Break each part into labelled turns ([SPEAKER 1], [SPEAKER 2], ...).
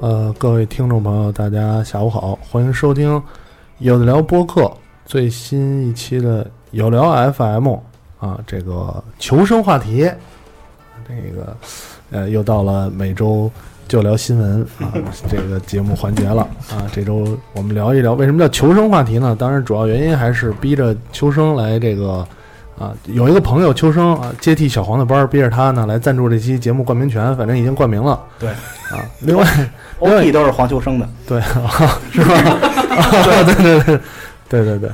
[SPEAKER 1] 呃，各位听众朋友，大家下午好，欢迎收听有的聊播客最新一期的有聊 FM 啊，这个求生话题，这个呃，又到了每周就聊新闻啊这个节目环节了啊，这周我们聊一聊为什么叫求生话题呢？当然，主要原因还是逼着秋生来这个。啊，有一个朋友秋生啊，接替小黄的班儿，逼着他呢来赞助这期节目冠名权，反正已经冠名了。
[SPEAKER 2] 对
[SPEAKER 1] 啊，另外
[SPEAKER 2] OP 都是黄秋生的，
[SPEAKER 1] 对， 啊、是吧？ 啊，对对对，对对对，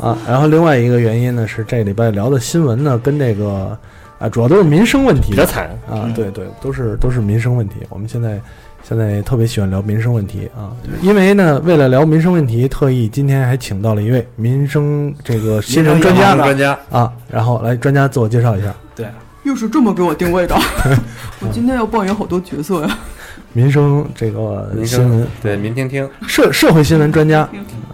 [SPEAKER 1] 啊，然后另外一个原因呢是这礼拜聊的新闻呢跟这个啊主要都是民生问题，
[SPEAKER 3] 比较惨嗯
[SPEAKER 1] 啊，对对，都是都是民生问题。我们现在现在特别喜欢聊民生问题啊，因为呢为了聊民生问题，特意今天还请到了一位民生这个新人专家
[SPEAKER 2] 民生
[SPEAKER 3] 专家，
[SPEAKER 1] 啊，然后来专家自我介绍一下，
[SPEAKER 2] 对，
[SPEAKER 4] 又是这么给我定 位的，我今天要扮演好多角色呀。
[SPEAKER 1] 民生这个
[SPEAKER 3] 民
[SPEAKER 1] 新闻
[SPEAKER 3] 生对民听听，
[SPEAKER 1] 社社会新闻专家，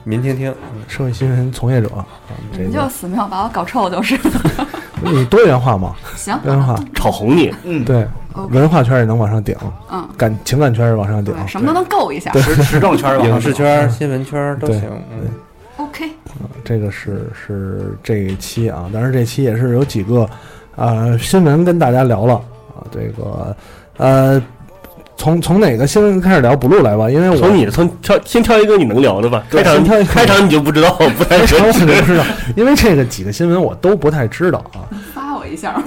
[SPEAKER 3] 民听听，
[SPEAKER 1] 社会新闻从业者，啊这
[SPEAKER 5] 你就
[SPEAKER 1] 个
[SPEAKER 5] 死命把我搞臭就是。
[SPEAKER 1] 你多元化嘛，
[SPEAKER 5] 行，
[SPEAKER 1] 多元化。
[SPEAKER 3] 炒红你，
[SPEAKER 2] 嗯，
[SPEAKER 1] 对，
[SPEAKER 5] OK
[SPEAKER 1] 文化圈也能往上顶，
[SPEAKER 5] 嗯，
[SPEAKER 1] 感情感圈也往上顶，
[SPEAKER 5] 对，什么都能够一下。
[SPEAKER 2] 时时政圈儿吧，
[SPEAKER 3] 影
[SPEAKER 6] 啊
[SPEAKER 3] 视圈儿、新闻圈儿都
[SPEAKER 1] 对
[SPEAKER 3] 行，嗯，
[SPEAKER 5] OK，
[SPEAKER 1] 这个是是这一期啊，当然这期也是有几个呃新闻跟大家聊了啊，这个呃，从从哪个新闻开始聊？补录来吧，因为我
[SPEAKER 3] 从你的从挑先挑一个你能聊的吧，
[SPEAKER 1] 对
[SPEAKER 3] 开场
[SPEAKER 1] 先挑一个
[SPEAKER 3] 开场你就不知 道，不太
[SPEAKER 1] 开
[SPEAKER 3] 准
[SPEAKER 1] 场我就知道，因为这个几个新闻我都不太知道啊，
[SPEAKER 5] 发我一 下。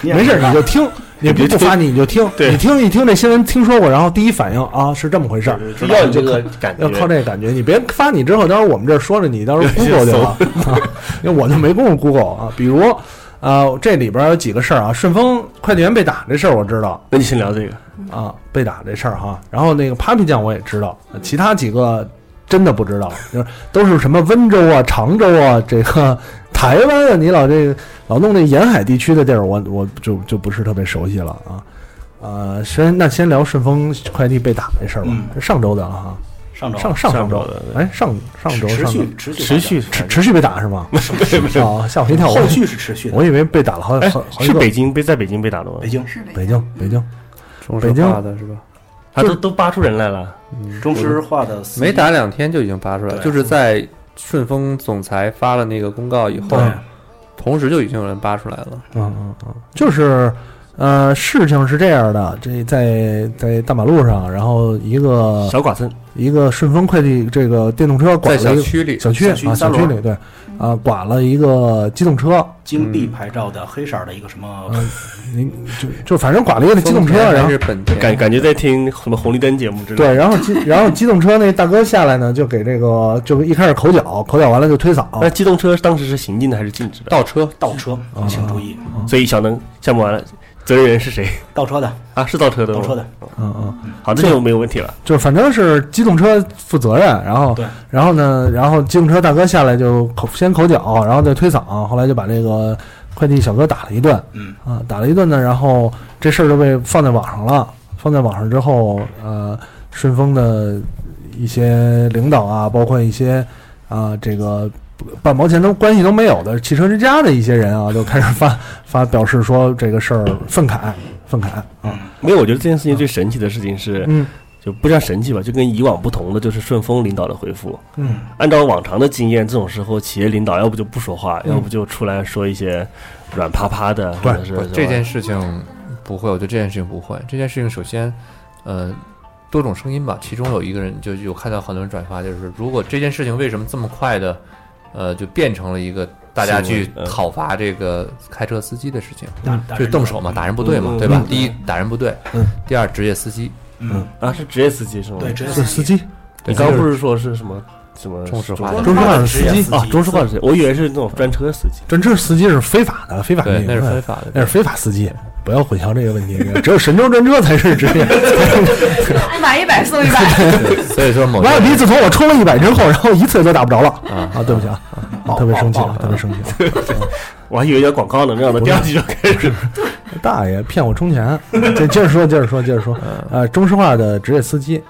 [SPEAKER 2] 你也
[SPEAKER 1] 没事儿
[SPEAKER 2] 知道
[SPEAKER 1] 你就听，你不不发你你就听，
[SPEAKER 3] 对
[SPEAKER 1] 你听一听这新闻听说过，然后第一反应啊是这么回事儿，
[SPEAKER 3] 就要有这个感觉，
[SPEAKER 1] 要靠这个感觉，你别发你之后，到时候我们这儿说着你，到时候 Google 去了，啊 因为我就没工夫 Google 啊。比如，呃，这里边有几个事儿啊，顺丰快递员被打这事儿我知道
[SPEAKER 3] 那你先聊这个，
[SPEAKER 1] 啊，被打这事儿哈。然后那个 Papi 酱我也知道，其他几个真的不知道，就是都是什么温州啊、常州啊，这个台湾啊，你老这个老弄那沿海地区的地儿，我我就就不是特别熟悉了啊。呃，先那先聊顺丰快递被打这事儿吧，
[SPEAKER 2] 嗯
[SPEAKER 1] 是上周的啊了哈。
[SPEAKER 2] 哦上周
[SPEAKER 1] 上上上周
[SPEAKER 3] 上周的
[SPEAKER 1] 哎，上上周
[SPEAKER 2] 持
[SPEAKER 1] 上周
[SPEAKER 2] 续持续
[SPEAKER 3] 持续
[SPEAKER 1] 持持续被打是吗？啊，吓我一跳！我
[SPEAKER 2] 后续是持续的，
[SPEAKER 1] 我以为被打了好
[SPEAKER 3] 哎
[SPEAKER 1] 好好，几
[SPEAKER 3] 是
[SPEAKER 1] 个
[SPEAKER 3] 北京被在北京被打的吗
[SPEAKER 2] 北？京
[SPEAKER 5] 是呗。
[SPEAKER 1] 北京北京
[SPEAKER 6] 北
[SPEAKER 1] 北京
[SPEAKER 6] 京的是吧？
[SPEAKER 3] 啊，都都扒出人来了，
[SPEAKER 2] 中石化的司
[SPEAKER 6] 没打两天就已经发出来了，
[SPEAKER 2] 对
[SPEAKER 6] 就是在顺丰总裁发了那个公告以后
[SPEAKER 2] 对，
[SPEAKER 6] 同时就已经有人扒出来了。
[SPEAKER 1] 嗯嗯嗯，就是呃，事情是这样的，这在在大马路上，然后一个
[SPEAKER 3] 小剐蹭，
[SPEAKER 1] 一个顺丰快递这个电动车剐
[SPEAKER 6] 在
[SPEAKER 1] 了
[SPEAKER 6] 小
[SPEAKER 1] 一个
[SPEAKER 6] 区里，
[SPEAKER 1] 小区
[SPEAKER 2] 小区
[SPEAKER 1] 啊
[SPEAKER 2] 三
[SPEAKER 1] 小
[SPEAKER 2] 轮
[SPEAKER 1] 区里对啊剐了一个机动车，
[SPEAKER 2] 京
[SPEAKER 3] 嗯
[SPEAKER 2] B 牌照的黑色儿的一个什么，
[SPEAKER 1] 您就就反正剐了一个机动车，然
[SPEAKER 6] 还
[SPEAKER 1] 后
[SPEAKER 6] 是本田，
[SPEAKER 3] 感感觉在听什么红绿灯节目之类的。
[SPEAKER 1] 对，然后机然后机动车那大哥下来呢，就给这个就一开始口角，口角完了就推搡，
[SPEAKER 3] 那机动车当时是行进的还是禁止的？
[SPEAKER 6] 倒车，
[SPEAKER 2] 倒车，
[SPEAKER 3] 嗯
[SPEAKER 2] 请注意，
[SPEAKER 3] 所以小能项目完了，责任人是谁
[SPEAKER 2] 倒车的，
[SPEAKER 3] 啊？是倒车的吗？
[SPEAKER 2] 嗯倒车的，
[SPEAKER 1] 嗯嗯。
[SPEAKER 3] 好，这就没有问题了。
[SPEAKER 1] 就是反正是机动车负责任，然后
[SPEAKER 2] 对
[SPEAKER 1] 然后呢，然后机动车大哥下来就口先口角，然后再推搡，后来就把这个快递小哥打了一顿，
[SPEAKER 2] 嗯
[SPEAKER 1] 啊，打了一顿呢，然后这事儿就被放在网上了，放在网上之后，呃，顺丰的一些领导啊，包括一些啊、这个。半毛钱都关系都没有的汽车之家的一些人啊，都开始 发发表示说这个事儿愤慨愤慨，
[SPEAKER 2] 嗯，
[SPEAKER 3] 没有，我觉得这件事情最神奇的事情是，
[SPEAKER 1] 嗯
[SPEAKER 3] 就不叫神奇吧，就跟以往不同的就是顺丰领导的回复。
[SPEAKER 1] 嗯，
[SPEAKER 3] 按照往常的经验，这种时候企业领导要不就不说话，
[SPEAKER 1] 嗯
[SPEAKER 3] 要不就出来说一些软趴趴的，
[SPEAKER 1] 对
[SPEAKER 3] 或者是
[SPEAKER 6] 不这件事
[SPEAKER 3] 事
[SPEAKER 6] 情不会，我觉得这件事情不会。这件事情首先，呃，多种声音吧，其中有一个人就有看到很多人转发，就是如果这件事情为什么这么快的，呃，就变成了一个大家去
[SPEAKER 3] 新闻嗯
[SPEAKER 6] 讨伐这个开车司机的事情，
[SPEAKER 1] 嗯
[SPEAKER 2] 打打
[SPEAKER 6] 就是动手嘛，打人不对嘛，
[SPEAKER 3] 嗯
[SPEAKER 6] 对吧
[SPEAKER 3] 嗯？
[SPEAKER 6] 第一，打人不对
[SPEAKER 3] 嗯；
[SPEAKER 6] 第二，职业司机
[SPEAKER 2] 嗯，
[SPEAKER 3] 啊，是职业司机是吗？
[SPEAKER 2] 对，，直
[SPEAKER 1] 是
[SPEAKER 2] 接
[SPEAKER 1] 司机，
[SPEAKER 6] 对
[SPEAKER 3] 你刚
[SPEAKER 6] 就是
[SPEAKER 3] 不是说是什么什么
[SPEAKER 6] 中石化
[SPEAKER 3] 中
[SPEAKER 1] 中
[SPEAKER 6] 的
[SPEAKER 3] 石
[SPEAKER 1] 石化是
[SPEAKER 2] 职业
[SPEAKER 1] 司机
[SPEAKER 2] 司机
[SPEAKER 3] 啊，中石化的司机，我以为是那种专车司机。
[SPEAKER 1] 但这司机是非法的，非法
[SPEAKER 6] 对，那是
[SPEAKER 1] 运
[SPEAKER 6] 非
[SPEAKER 1] 营
[SPEAKER 6] 法的。
[SPEAKER 1] 那是非法司机，不要混淆这个问题。只有神州专车才是职业。
[SPEAKER 5] 买一百送一百，
[SPEAKER 6] 所以说某
[SPEAKER 1] 完了，
[SPEAKER 6] 些
[SPEAKER 1] 皮，自从我充了一百之后，然后一次都打不着了
[SPEAKER 6] 啊
[SPEAKER 1] 啊！对不起啊，特别生气啊了，特别生气了。
[SPEAKER 3] 我还以为叫广告呢，没想到第二季就开始。
[SPEAKER 1] 大爷骗我充钱，接接着说，接着说，接着说。呃，中石化的职业司机，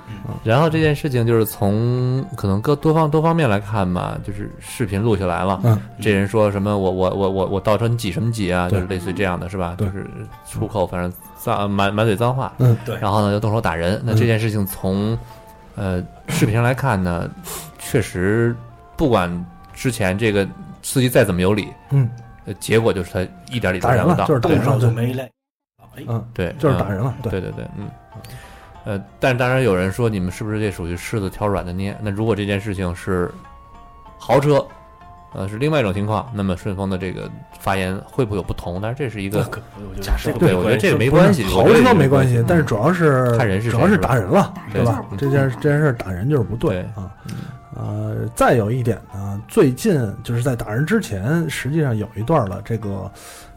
[SPEAKER 6] 然后这件事情就是从可能各多方多方面来看吧，就是视频录下来了，
[SPEAKER 1] 嗯，
[SPEAKER 6] 这人说什么我我我我我倒车你挤什么挤啊，
[SPEAKER 1] 对
[SPEAKER 6] 就是类似于这样的是吧？
[SPEAKER 1] 对
[SPEAKER 6] 就是出口反正脏满满嘴脏话，
[SPEAKER 1] 嗯，
[SPEAKER 2] 对
[SPEAKER 6] 然后呢就动手打人。那
[SPEAKER 1] 嗯
[SPEAKER 6] 这件事情从呃视频上来看呢，确实不管之前这个司机再怎么有理，
[SPEAKER 1] 嗯，
[SPEAKER 6] 呃结果就是他一点理都
[SPEAKER 1] 打人
[SPEAKER 6] 不
[SPEAKER 1] 了，
[SPEAKER 6] 到，
[SPEAKER 1] 就是打人
[SPEAKER 2] 动手
[SPEAKER 1] 了，
[SPEAKER 2] 就
[SPEAKER 1] 对，
[SPEAKER 2] 没嘞。哎，
[SPEAKER 1] 嗯，
[SPEAKER 6] 对，
[SPEAKER 1] 就是
[SPEAKER 6] 嗯
[SPEAKER 1] 打人了，对。
[SPEAKER 6] 对对对，嗯，呃，但当然有人说你们是不是这属于柿子挑软的捏？那如果这件事情是豪车，呃，是另外一种情况，那么顺丰的这个发言会不会有不同？但是这是一个，
[SPEAKER 1] 哦
[SPEAKER 2] 假设
[SPEAKER 6] 对我觉得这个没
[SPEAKER 1] 不是
[SPEAKER 6] 关系，
[SPEAKER 1] 豪
[SPEAKER 6] 我觉得
[SPEAKER 1] 车
[SPEAKER 6] 这
[SPEAKER 1] 没
[SPEAKER 6] 个
[SPEAKER 1] 关
[SPEAKER 6] 关
[SPEAKER 1] 系，但是主要是
[SPEAKER 6] 看人是谁
[SPEAKER 1] 主要是打人了，
[SPEAKER 6] 对
[SPEAKER 1] 对吧？
[SPEAKER 5] 嗯
[SPEAKER 1] 这件这件事儿打人就是不对
[SPEAKER 6] 对
[SPEAKER 1] 啊。呃，再有一点呢，最近就是在打人之前，实际上有一段了，这个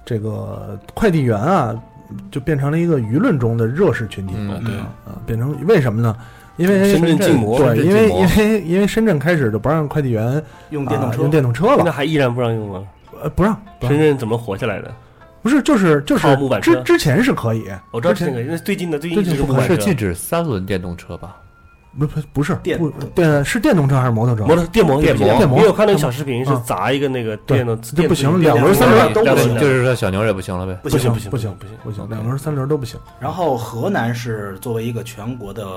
[SPEAKER 1] 这个快递员啊，就变成了一个舆论中的弱势群体，
[SPEAKER 6] 嗯，
[SPEAKER 2] 嗯
[SPEAKER 1] 啊，变成为什么呢？因为
[SPEAKER 3] 深圳禁摩
[SPEAKER 1] 对，
[SPEAKER 6] 深圳
[SPEAKER 1] 因为
[SPEAKER 6] 禁摩
[SPEAKER 1] 因为因为深圳开始就不让快递员
[SPEAKER 2] 用电动
[SPEAKER 1] 啊
[SPEAKER 2] 车
[SPEAKER 1] 用电动车
[SPEAKER 3] 那
[SPEAKER 1] 了，
[SPEAKER 3] 还依然不让用吗？
[SPEAKER 1] 呃，不让，不让
[SPEAKER 3] 深圳怎么活下来的？
[SPEAKER 1] 不是就是就是
[SPEAKER 3] 靠木板车
[SPEAKER 1] 之之前是可以，
[SPEAKER 3] 我知道是
[SPEAKER 1] 之
[SPEAKER 3] 那
[SPEAKER 1] 前
[SPEAKER 3] 个，那最近的最
[SPEAKER 1] 最
[SPEAKER 3] 近
[SPEAKER 1] 近
[SPEAKER 3] 就
[SPEAKER 1] 不
[SPEAKER 3] 是不
[SPEAKER 1] 管
[SPEAKER 3] 管
[SPEAKER 6] 是
[SPEAKER 3] 车
[SPEAKER 6] 禁止三轮电动车吧？
[SPEAKER 1] 不不不是
[SPEAKER 3] 电
[SPEAKER 1] 不电是电动车还是摩托车？
[SPEAKER 3] 摩托电摩
[SPEAKER 6] 电摩
[SPEAKER 3] 摩，
[SPEAKER 1] 电摩
[SPEAKER 3] 因为我看那个小视频是
[SPEAKER 1] 嗯
[SPEAKER 3] 砸一个那个
[SPEAKER 1] 对
[SPEAKER 3] 电动，
[SPEAKER 1] 这不行两轮
[SPEAKER 3] 电
[SPEAKER 1] 三轮
[SPEAKER 3] 电
[SPEAKER 1] 都不
[SPEAKER 3] 电
[SPEAKER 1] 行
[SPEAKER 6] 就是说小牛也不行了呗。
[SPEAKER 2] 不
[SPEAKER 3] 不行
[SPEAKER 2] 行
[SPEAKER 3] 不行
[SPEAKER 1] 不行
[SPEAKER 3] 不行，
[SPEAKER 1] 不行，两轮三轮都不行。
[SPEAKER 2] 然后河南是作为一个全国的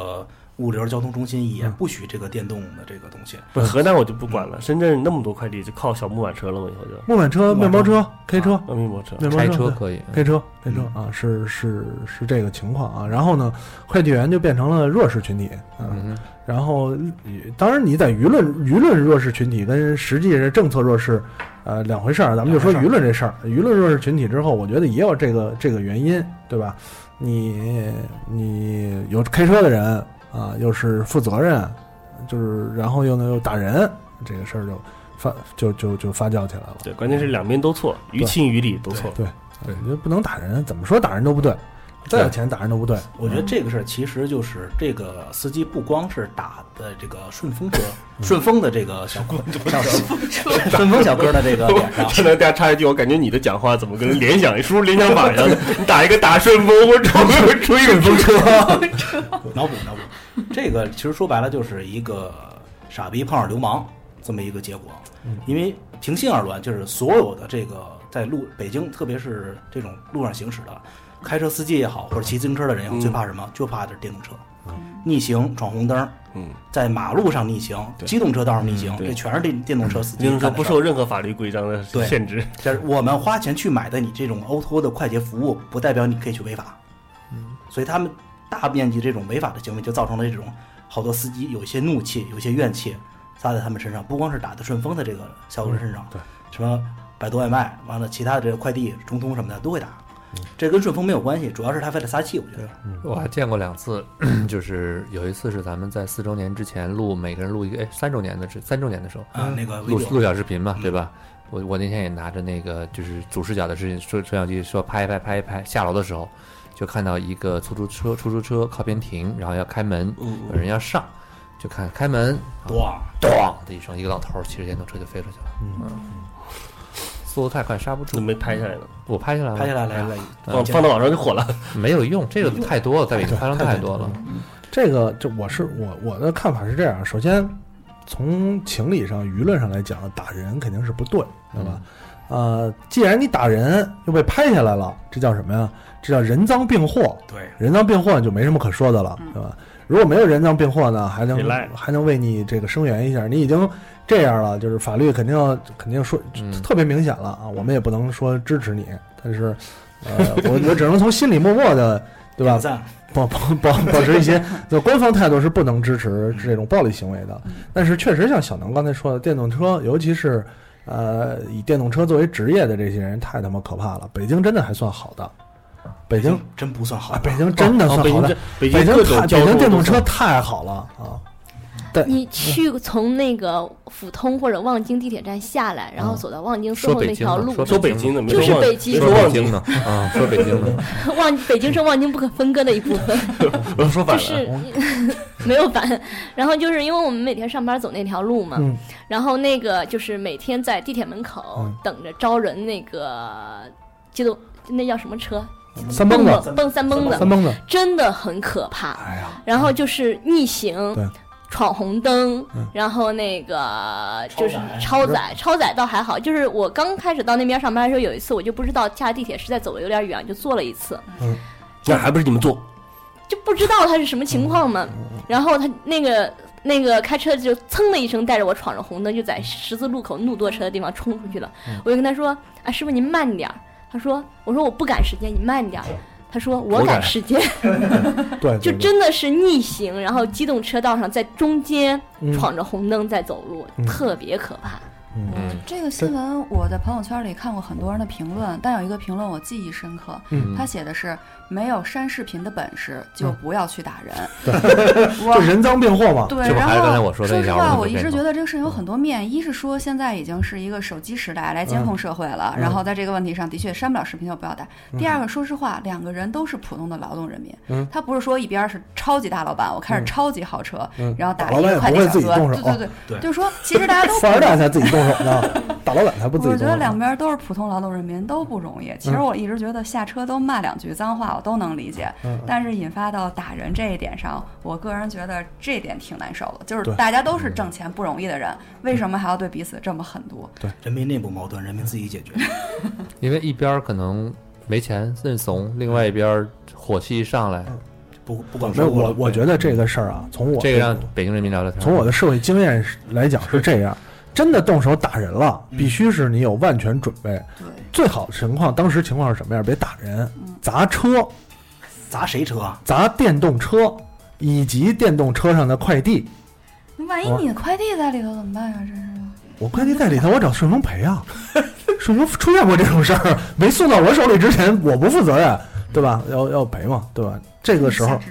[SPEAKER 2] 物流交通中心，也
[SPEAKER 1] 嗯
[SPEAKER 2] 不许这个电动的这个东西。
[SPEAKER 3] 不是河南我就不管了，深圳那么多快递就靠小木板车了嘛，以后就
[SPEAKER 1] 木板车、面包车、K 车、
[SPEAKER 3] 那面包车。
[SPEAKER 1] 面包
[SPEAKER 6] 拆
[SPEAKER 1] 车对
[SPEAKER 6] 车可以，
[SPEAKER 1] K 车、K 车啊，是是是这个情况啊。然后呢，快递员就变成了弱势群体，嗯。
[SPEAKER 6] 嗯哼，
[SPEAKER 1] 然后，呃当然你在舆论舆论弱势群体跟实际是政策弱势，呃，两回事儿。咱们就说舆论这事儿，舆论弱势群体之后，我觉得也有这个这个原因，对吧？你你有开车的人啊，又是负责任，就是然后又呢又打人，这个事儿就发就就就发酵起来了。
[SPEAKER 3] 对，关键是两边都错，于情于理都错。
[SPEAKER 1] 对，你就不能打人，怎么说打人都不对，再有钱打人都不对。
[SPEAKER 2] 我觉得这个事儿其实就是这个司机不光是打的这个顺风车，顺风的这个小 哥，小顺风小哥的这个脸 上，
[SPEAKER 3] 这能大家插一句，我感觉你的讲话怎么跟联想输入联想法一样的？你打一个打顺风，我出出一个风车。
[SPEAKER 2] 脑补脑补。这个其实说白了就是一个傻逼碰上流氓这么一个结果，因为平心而论，就是所有的这个在路北京，特别是这种路上行驶的，开车司机也好，或者骑自行车的人也好，
[SPEAKER 3] 嗯
[SPEAKER 2] 最怕什么？就怕的是电动车。逆行、闯红灯，
[SPEAKER 3] 嗯，
[SPEAKER 2] 在马路上逆行，机动车道上逆行，
[SPEAKER 3] 对嗯
[SPEAKER 2] 这全是电电动车司机
[SPEAKER 3] 您
[SPEAKER 2] 干
[SPEAKER 3] 说
[SPEAKER 2] 的
[SPEAKER 3] 不
[SPEAKER 2] 事儿
[SPEAKER 3] 受任何法律规章的
[SPEAKER 2] 对
[SPEAKER 3] 限制，
[SPEAKER 2] 就是我们花钱去买的你这种 O to O 的快捷服务，不代表你可以去违法。嗯，所以他们大面积这种违法的行为，就造成了这种好多司机有一些怒气，有一些怨气撒在他们身上，不光是打的顺丰的这个小哥身上，
[SPEAKER 1] 嗯
[SPEAKER 2] 对，什么百度外卖，完了其他的这个快递、中通什么的都会打。这跟顺丰没有关系，主要是他为了撒气，我觉得。啊
[SPEAKER 6] 我还见过两次， 就是有一次是咱们在四周年之前录，每个人录一个，哎，三周年的是三周年的时候，
[SPEAKER 1] 嗯
[SPEAKER 2] 啊，那个
[SPEAKER 6] 录
[SPEAKER 2] video
[SPEAKER 6] 录小视嗯频嘛，对吧？我我那天也拿着那个就是主视角的摄摄摄像机说拍一拍拍一拍，下楼的时候就看到一个出租车出租车靠边停，然后要开门，有人要上，就看开门，
[SPEAKER 2] 咣，
[SPEAKER 6] 咣的一声，一个老头骑着电动车就飞出去了，嗯，速度太快刹不
[SPEAKER 3] 怎
[SPEAKER 6] 住
[SPEAKER 3] 么，没拍下来
[SPEAKER 1] 啊
[SPEAKER 3] 呢？
[SPEAKER 6] 我拍下来了，哎
[SPEAKER 2] 拍下来来来，
[SPEAKER 3] 放放到网上就火了。
[SPEAKER 6] 没有用，这个太多了，在 北京发生太多了，
[SPEAKER 1] 这个就我是我我的看法是这样，首先从情理上、舆论上来讲，打人肯定是不对，对吧？呃，既然你打人又被拍下来了，这叫什么呀？这叫人赃并获。
[SPEAKER 2] 对，
[SPEAKER 1] 人赃并获就没什么可说的了，对吧？如果没有人赃并获呢，还能
[SPEAKER 3] 别赖
[SPEAKER 1] 还能为你这个声援一下。你已经这样了，就是法律肯定要肯定说
[SPEAKER 6] 嗯
[SPEAKER 1] 特别明显了啊，我们也不能说支持你，但是呃，我我只能从心里默默的，对吧
[SPEAKER 2] 点？赞
[SPEAKER 1] 保保保保持一些，就官方态度是不能支持这种暴力行为的。但是确实像小能刚才说的，电动车，尤其是呃以电动车作为职业的这些人，太他妈可怕了。北京真的还算好的，北京
[SPEAKER 2] 真不算好
[SPEAKER 1] 啊，，北京真的
[SPEAKER 3] 哦
[SPEAKER 1] 算
[SPEAKER 3] 北
[SPEAKER 1] 好
[SPEAKER 3] 京
[SPEAKER 1] 的
[SPEAKER 3] 这，北
[SPEAKER 1] 北
[SPEAKER 3] 京
[SPEAKER 1] 京
[SPEAKER 3] 各种
[SPEAKER 1] 太
[SPEAKER 3] 交
[SPEAKER 1] 北
[SPEAKER 3] 通
[SPEAKER 1] 京电动
[SPEAKER 3] 都
[SPEAKER 1] 车
[SPEAKER 3] 算
[SPEAKER 1] 太好了啊！
[SPEAKER 7] 你去从那个阜通或者望京地铁站下来，然后走到望京最
[SPEAKER 6] 说
[SPEAKER 7] 后那
[SPEAKER 6] 北京
[SPEAKER 7] 条
[SPEAKER 6] 呢
[SPEAKER 7] 路，
[SPEAKER 3] 说北京呢没
[SPEAKER 7] 就
[SPEAKER 3] 说
[SPEAKER 7] 是
[SPEAKER 3] 望
[SPEAKER 7] 北京
[SPEAKER 3] 没
[SPEAKER 6] 说
[SPEAKER 3] 说
[SPEAKER 6] 北
[SPEAKER 3] 望
[SPEAKER 6] 京
[SPEAKER 3] 京
[SPEAKER 6] 呢啊，说北京 呢，
[SPEAKER 7] 望北京是望京不可分割的一部分，
[SPEAKER 3] 我说反
[SPEAKER 7] 就
[SPEAKER 3] 了，
[SPEAKER 7] 是 没有反。然后就是因为我们每天上班走那条路嘛，
[SPEAKER 1] 嗯
[SPEAKER 7] 然后那个就是每天在地铁门口
[SPEAKER 1] 嗯
[SPEAKER 7] 等着招人那个机动，那叫什么车？
[SPEAKER 1] 三蹦子，
[SPEAKER 7] 蹦蹦三蹦
[SPEAKER 1] 三
[SPEAKER 7] 子，
[SPEAKER 1] 蹦子，
[SPEAKER 7] 真的很可怕。
[SPEAKER 1] 哎呀，
[SPEAKER 7] 然后就是逆行
[SPEAKER 1] 对，
[SPEAKER 7] 闯红灯
[SPEAKER 1] 嗯，
[SPEAKER 7] 然后那个
[SPEAKER 2] 超
[SPEAKER 7] 就是
[SPEAKER 2] 载
[SPEAKER 7] 超载，超载倒还好。就是我刚开始到那边上班的时候，有一次我就不知道下地铁实在走的有点远，就坐了一次，
[SPEAKER 3] 那还不是你们坐？
[SPEAKER 7] 就不知道它是什么情况
[SPEAKER 1] 嗯
[SPEAKER 7] 嘛。然后他那个那个开车就噌的一声带着我闯着红灯，就在十字路口怒多车的地方冲出去了。
[SPEAKER 1] 嗯
[SPEAKER 7] 我就跟他说：“啊，师傅您慢点儿。”他说：“我说我不赶时间，你慢点儿。”他说：“我
[SPEAKER 6] 我
[SPEAKER 7] 赶
[SPEAKER 6] 赶
[SPEAKER 7] 时间。”
[SPEAKER 1] 对，
[SPEAKER 7] 就
[SPEAKER 1] 对
[SPEAKER 7] 真的是逆行，然后机动车道上在中间
[SPEAKER 1] 嗯
[SPEAKER 7] 闯着红灯在走路，
[SPEAKER 1] 嗯
[SPEAKER 7] 特别可怕。
[SPEAKER 6] 嗯，
[SPEAKER 5] 这个新闻我在朋友圈里看过很多人的评论，但有一个评论我记忆深刻，
[SPEAKER 1] 嗯
[SPEAKER 5] 他写的是没有删视频的本事就不要去打 人。
[SPEAKER 1] 就
[SPEAKER 5] 我
[SPEAKER 1] 人赃并获嘛，
[SPEAKER 5] 对，
[SPEAKER 6] 这不
[SPEAKER 5] 然
[SPEAKER 6] 还是刚才
[SPEAKER 5] 后
[SPEAKER 6] 我说
[SPEAKER 5] 说
[SPEAKER 6] 的那
[SPEAKER 5] 实
[SPEAKER 6] 条
[SPEAKER 5] 话，
[SPEAKER 6] 路
[SPEAKER 5] 我
[SPEAKER 6] 的
[SPEAKER 5] 一
[SPEAKER 6] 那
[SPEAKER 5] 直
[SPEAKER 6] 个
[SPEAKER 5] 觉得这个事有很多面，一是说现在已经是一个手机时代来监控社会
[SPEAKER 1] 嗯
[SPEAKER 5] 了，然后在这个问题上的确删不了视频就不要打。第二个，说实话，两个人都是普通的劳动人民，
[SPEAKER 1] 嗯
[SPEAKER 5] 他不是说一边是超级大老板，我开着超级豪车，
[SPEAKER 1] 嗯
[SPEAKER 5] 然后打
[SPEAKER 1] 老
[SPEAKER 5] 一
[SPEAKER 1] 板
[SPEAKER 5] 个
[SPEAKER 1] 也
[SPEAKER 5] 快
[SPEAKER 1] 不
[SPEAKER 5] 递
[SPEAKER 1] 会
[SPEAKER 5] 小
[SPEAKER 1] 自己
[SPEAKER 5] 哥，
[SPEAKER 1] 动手哦
[SPEAKER 5] 对对
[SPEAKER 2] 对
[SPEAKER 5] 就是说其实大 家都
[SPEAKER 1] 富二
[SPEAKER 5] 普通
[SPEAKER 1] 代才自己动手呢，大老板才不自己动嗯
[SPEAKER 5] 我
[SPEAKER 1] 手
[SPEAKER 5] 觉
[SPEAKER 1] 呢。
[SPEAKER 5] 得两边都是普通劳动人民，都不容易。其实我一直觉得下车都骂两句脏话，我都能理解。
[SPEAKER 1] 嗯
[SPEAKER 5] 但是引发到打人这一点上，我个人觉得这点挺难受的。就是
[SPEAKER 1] 对嗯
[SPEAKER 5] 大家都是挣钱不容易的人，为什么还要对彼此这么狠毒？
[SPEAKER 2] 人民内部矛盾，人民自己解决。
[SPEAKER 6] 因为一边儿可能没钱认怂，另外一边儿火气一上来，
[SPEAKER 2] 不不管
[SPEAKER 1] 没有
[SPEAKER 2] 说
[SPEAKER 1] 我，我觉得这个事儿啊，从我
[SPEAKER 6] 这个让北京人民聊聊天儿。
[SPEAKER 1] 从我的社会经验来讲是这样，真的动手打人了，
[SPEAKER 2] 嗯
[SPEAKER 1] 必须是你有万全准备。
[SPEAKER 5] 对，
[SPEAKER 1] 最好的情况，当时情况是什么样？别打人，砸车、
[SPEAKER 2] 砸谁车啊？
[SPEAKER 1] 砸电动车以及电动车上的快递。
[SPEAKER 5] 万一你的快递在里头怎么办呀？真是的。
[SPEAKER 1] 我快递在里头，我找顺丰赔啊。 顺丰出现过这种事儿， 没送到我手里之前，我不负责任，对吧？要要赔嘛，对吧？这个时候
[SPEAKER 5] 下，车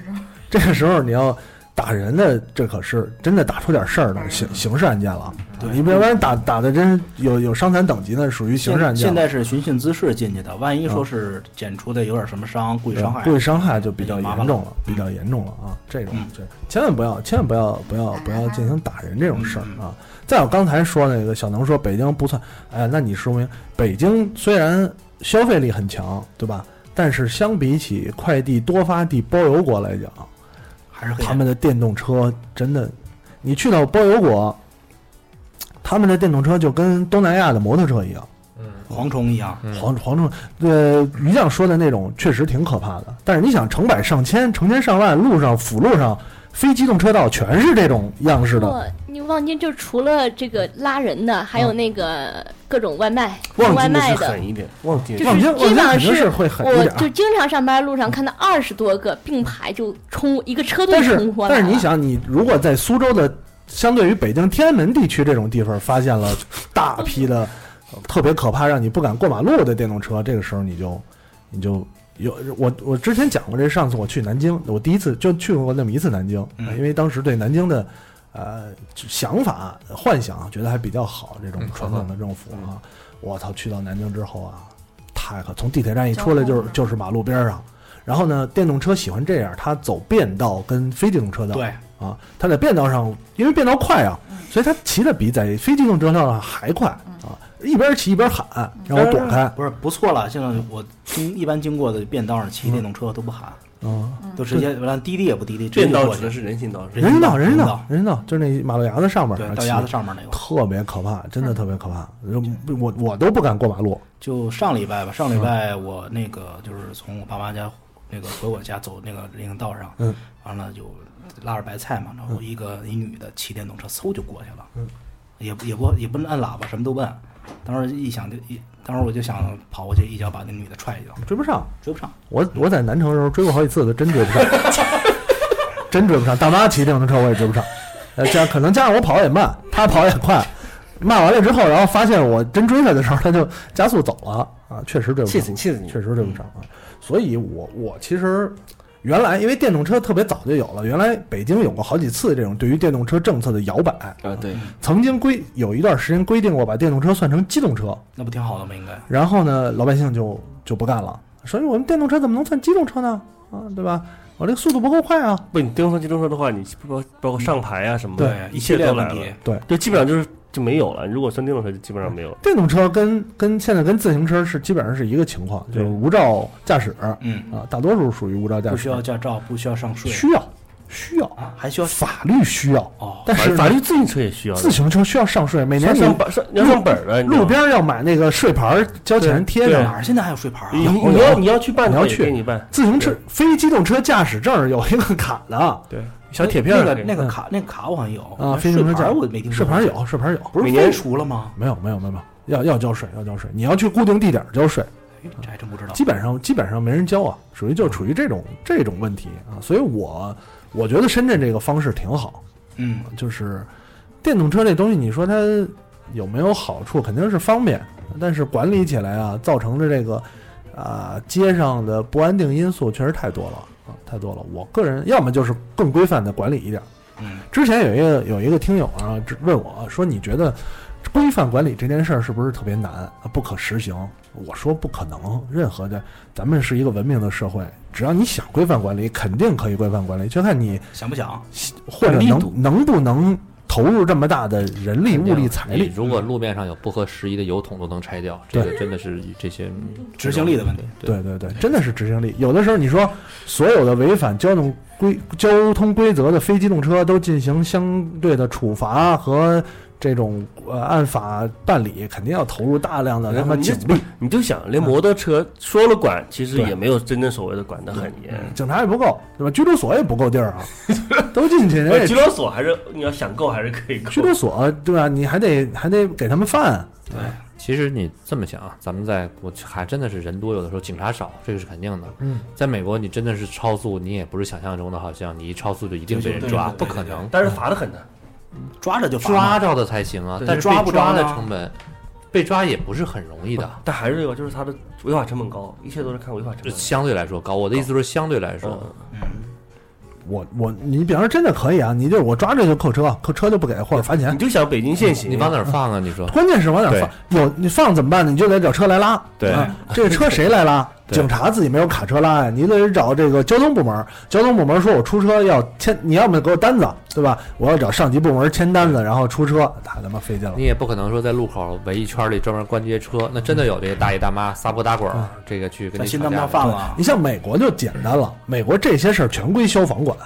[SPEAKER 1] 这个时候你要打人的，这可是真的打出点事儿的刑刑事案件了。
[SPEAKER 2] 对
[SPEAKER 1] 你要不然打打的真是有有伤残等级呢，属于刑事
[SPEAKER 2] 现
[SPEAKER 1] 案件
[SPEAKER 2] 现
[SPEAKER 1] 了。
[SPEAKER 2] 在是寻衅滋事进去的，万一说是检出的有点什么伤，故意伤害，啊
[SPEAKER 1] 故意伤害就比较
[SPEAKER 2] 麻烦
[SPEAKER 1] 严重
[SPEAKER 2] 了
[SPEAKER 1] 了，比较严重了啊！这种
[SPEAKER 2] 嗯
[SPEAKER 1] 就千万不要，千万不要，不要不要进行打人这种事儿
[SPEAKER 2] 嗯
[SPEAKER 1] 啊！再有刚才说那个小能说北京不算，哎，那你说明北京虽然消费力很强，对吧？但是相比起快递多发地包邮国来讲，
[SPEAKER 2] 还是可以
[SPEAKER 1] 他们的电动车真的，你去到包邮国，他们的电动车就跟东南亚的摩托车一样，
[SPEAKER 2] 蝗虫一样。
[SPEAKER 6] 嗯
[SPEAKER 1] 蝗蝗虫。呃，于酱说的那种确实挺可怕的，但是你想，成百上千、成千上万路上、辅路上、非机动车道全是这种样式的。
[SPEAKER 7] 我哦你望京就除了这个拉人的，还有
[SPEAKER 1] 嗯
[SPEAKER 7] 那个各种外卖、送
[SPEAKER 3] 望
[SPEAKER 7] 外
[SPEAKER 3] 京的
[SPEAKER 7] 卖
[SPEAKER 3] 是
[SPEAKER 7] 的
[SPEAKER 3] 狠，一点，望京
[SPEAKER 7] 就是
[SPEAKER 1] 望京，
[SPEAKER 7] 基
[SPEAKER 1] 望
[SPEAKER 7] 本
[SPEAKER 1] 京肯
[SPEAKER 7] 上
[SPEAKER 1] 定
[SPEAKER 7] 是
[SPEAKER 1] 会狠一
[SPEAKER 7] 我
[SPEAKER 1] 点儿
[SPEAKER 7] 就。经常上班路上看到二十多个并排就冲一个车队
[SPEAKER 1] 但是
[SPEAKER 7] 冲过来
[SPEAKER 1] 但
[SPEAKER 7] 了。啊
[SPEAKER 1] 是你想，你如果在苏州的，相对于北京天安门地区这种地方，发现了大批的呃特别可怕、让你不敢过马路的电动车，这个时候你就你就有我我之前讲过这，上次我去南京，我第一次就去过那么一次南京，
[SPEAKER 2] 嗯
[SPEAKER 1] 因为当时对南京的。呃，想法幻想啊觉得还比较好，这种
[SPEAKER 6] 嗯
[SPEAKER 1] 传统的政府啊，我操，去到南京之后啊，太可，从地铁站一出来就是就是马路边儿上，然后呢，电动车喜欢这样，它走变道跟非机动车道。
[SPEAKER 2] 对，嗯
[SPEAKER 1] 啊，它在变道上，因为变道快啊，所以它骑的比在非机动车道上还快啊，一边骑一边喊，让我躲开。
[SPEAKER 2] 不是不错了，现在我经一般经过的便道上骑电
[SPEAKER 3] 嗯
[SPEAKER 2] 动车都不喊，
[SPEAKER 1] 啊，
[SPEAKER 2] 都直接连滴滴也不滴滴，直接
[SPEAKER 3] 变
[SPEAKER 2] 就
[SPEAKER 3] 道
[SPEAKER 2] 过
[SPEAKER 3] 指
[SPEAKER 2] 去
[SPEAKER 3] 的。是人行道，是吧
[SPEAKER 1] 人行道，人
[SPEAKER 2] 人行
[SPEAKER 1] 行道
[SPEAKER 2] 道，
[SPEAKER 1] 人行道，就是那马路牙子上面，
[SPEAKER 2] 对
[SPEAKER 1] 然，后
[SPEAKER 2] 到
[SPEAKER 1] 骑
[SPEAKER 2] 牙子上面那嗯个。
[SPEAKER 1] 特别可怕，真的特别可怕。就我我都不敢过马路。
[SPEAKER 2] 就上礼拜吧，上礼拜我那个就是从我爸妈家那个回我家走那个人行道上，
[SPEAKER 1] 嗯，
[SPEAKER 2] 完了就拉着白菜嘛，然后一个一女的骑电动车嗖就过去了，嗯，也不也不也不摁喇叭，什么都不摁，当时一想就一，当时我就想跑过去一脚把那女的踹一脚，
[SPEAKER 1] 追不上，
[SPEAKER 2] 追不上。
[SPEAKER 1] 我我在南城的时候追过好几次，都真追不上，真追不上。大妈骑电动车我也追不上，呃，这样可能加上我跑得也慢，她跑得也快。骂完了之后，然后发现我真追她的时候，她就加速走了啊，确实追不上，
[SPEAKER 8] 气死你，气死你，
[SPEAKER 1] 确实追不上啊。所以我我其实原来因为电动车特别早就有了，原来北京有过好几次这种对于电动车政策的摇摆
[SPEAKER 8] 啊，对，
[SPEAKER 1] 曾经规有一段时间规定过把电动车算成机动车，
[SPEAKER 2] 那不挺好的吗？应该。
[SPEAKER 1] 然后呢，老百姓就就不干了，所以我们电动车怎么能算机动车呢？啊，对吧？我这个速度不够快啊！
[SPEAKER 3] 不，你电动车、机动车的话，你包包括上牌啊什么
[SPEAKER 1] 嗯
[SPEAKER 3] 的，
[SPEAKER 1] 对
[SPEAKER 3] 一切都
[SPEAKER 1] 一系列问
[SPEAKER 3] 来了
[SPEAKER 1] 题，对
[SPEAKER 3] 就基本上就是就没有了。如果算电动车，就基本上没有了。
[SPEAKER 1] 电动车跟跟现在跟自行车是基本上是一个情况，就是无照驾驶，
[SPEAKER 2] 嗯
[SPEAKER 1] 啊，大多数属于无照驾驶，
[SPEAKER 2] 不需要驾照，不需要上税，
[SPEAKER 1] 需要需要
[SPEAKER 2] 啊，还需要
[SPEAKER 1] 法律需要
[SPEAKER 2] 哦
[SPEAKER 1] 但是
[SPEAKER 3] 法律自行车也需要的
[SPEAKER 1] 自行车需要上税，每年你
[SPEAKER 3] 上本上要上本儿的
[SPEAKER 2] 啊
[SPEAKER 3] 你知道吗
[SPEAKER 1] 路边要买那个税牌儿交钱贴
[SPEAKER 3] 对
[SPEAKER 1] 上。
[SPEAKER 3] 对哪儿
[SPEAKER 2] 现在还有税啊牌
[SPEAKER 3] 你你要你要去办
[SPEAKER 1] 你
[SPEAKER 3] 的话
[SPEAKER 1] 要
[SPEAKER 3] 也给
[SPEAKER 1] 去
[SPEAKER 3] 你办
[SPEAKER 1] 自行车非机动车驾驶证儿有一个卡的，
[SPEAKER 3] 对小铁片儿
[SPEAKER 2] 那个
[SPEAKER 3] 给
[SPEAKER 2] 那个卡，那个卡我好像有
[SPEAKER 1] 啊，非机
[SPEAKER 2] 税
[SPEAKER 1] 动车
[SPEAKER 2] 牌
[SPEAKER 1] 驾
[SPEAKER 2] 儿
[SPEAKER 1] 驶
[SPEAKER 2] 我没听
[SPEAKER 1] 税
[SPEAKER 2] 说
[SPEAKER 1] 牌
[SPEAKER 2] 过。
[SPEAKER 1] 儿有，税牌儿有，
[SPEAKER 2] 不是每年废除了吗？
[SPEAKER 1] 没有没有没有没有，要要交税要交税，你要去固定地点儿交税。
[SPEAKER 2] 这还真不知道。
[SPEAKER 1] 基本上基本上没人教啊，属于就处于这种这种问题啊，所以我我觉得深圳这个方式挺好，
[SPEAKER 2] 嗯，
[SPEAKER 1] 就是电动车这东西，你说它有没有好处？肯定是方便，但是管理起来啊，造成的这个啊、街上的不安定因素确实太多了啊，太多了。我个人要么就是更规范的管理一点，
[SPEAKER 2] 嗯，
[SPEAKER 1] 之前有一个有一个听友啊只问我说，你觉得规范管理这件事儿是不是特别难，啊不可实行？我说不可能，任何的，咱们是一个文明的社会，只要你想规范管理，肯定可以规范管理，就看你
[SPEAKER 2] 想不想？
[SPEAKER 1] 或者
[SPEAKER 6] 力度啊
[SPEAKER 1] 能能不能投入这么大的人力、物力、财
[SPEAKER 6] 你
[SPEAKER 1] 力。
[SPEAKER 6] 如果路面上有不合时宜的油桶都能拆掉，这
[SPEAKER 1] 对
[SPEAKER 6] 个真的是这些嗯
[SPEAKER 2] 执行力的问题。
[SPEAKER 1] 对对对，真的是执行力。有的时候你说所有的违反交通规交通规则的非机动车都进行相对的处罚和这种呃按法办理，肯定要投入大量的他妈
[SPEAKER 3] 你
[SPEAKER 1] 警
[SPEAKER 3] 就
[SPEAKER 1] 力，
[SPEAKER 3] 你就想，
[SPEAKER 6] 嗯
[SPEAKER 3] 连摩托车说了管，其实
[SPEAKER 1] 对
[SPEAKER 3] 也没有真正所谓的管得很严。
[SPEAKER 6] 嗯
[SPEAKER 1] 警察也不够，对吧？拘留所也不够地儿啊，都进去人
[SPEAKER 3] 呃
[SPEAKER 6] 哎
[SPEAKER 1] 也
[SPEAKER 3] 拘留所还是你要想够还是可以够。
[SPEAKER 1] 拘留所对吧？你还得还得给他们饭，
[SPEAKER 6] 对，其实你这么想啊，咱们在我还真的是人多，有的时候警察少，这个是肯定的。
[SPEAKER 1] 嗯，
[SPEAKER 6] 在美国你真的是超速，你也不是想象中的，好像你一超速就一定被人抓，
[SPEAKER 3] 对对对
[SPEAKER 6] 不可能。
[SPEAKER 3] 但是罚的很呢，
[SPEAKER 6] 嗯
[SPEAKER 2] 抓着就罚嘛
[SPEAKER 6] 抓着的才行啊，
[SPEAKER 3] 对
[SPEAKER 6] 但是被
[SPEAKER 3] 抓不着
[SPEAKER 6] 抓
[SPEAKER 3] 呢
[SPEAKER 6] 的成本，被抓也不是很容易的。
[SPEAKER 3] 但还是有，就是它的违法成本高，嗯一切都是看违法成本。
[SPEAKER 6] 相对来说高，我的意思是相对来说，
[SPEAKER 1] 我我你比方说真的可以啊，你就是我抓这就扣车，扣车就不给或者罚钱。
[SPEAKER 3] 你就想北京限行，
[SPEAKER 6] 你往哪儿放啊？你说，
[SPEAKER 1] 关键是往哪儿放？有你放怎么办呢？你就得找车来拉。
[SPEAKER 6] 对
[SPEAKER 1] 啊这个车谁来拉？
[SPEAKER 6] 对
[SPEAKER 1] 警察自己没有卡车拉呀，你得找这个交通部门。交通部门说我出车要签，你要么给我单子，对吧？我要找上级部门签单子，然后出车，太他妈费劲了。
[SPEAKER 6] 你也不可能说在路口围一圈儿里专门关这些车，那真的有这些大爷大妈撒泼打滚儿，
[SPEAKER 1] 嗯
[SPEAKER 6] 这个去跟你吵架的。
[SPEAKER 1] 对你像美国就简单了，美国这些事儿全归消防管，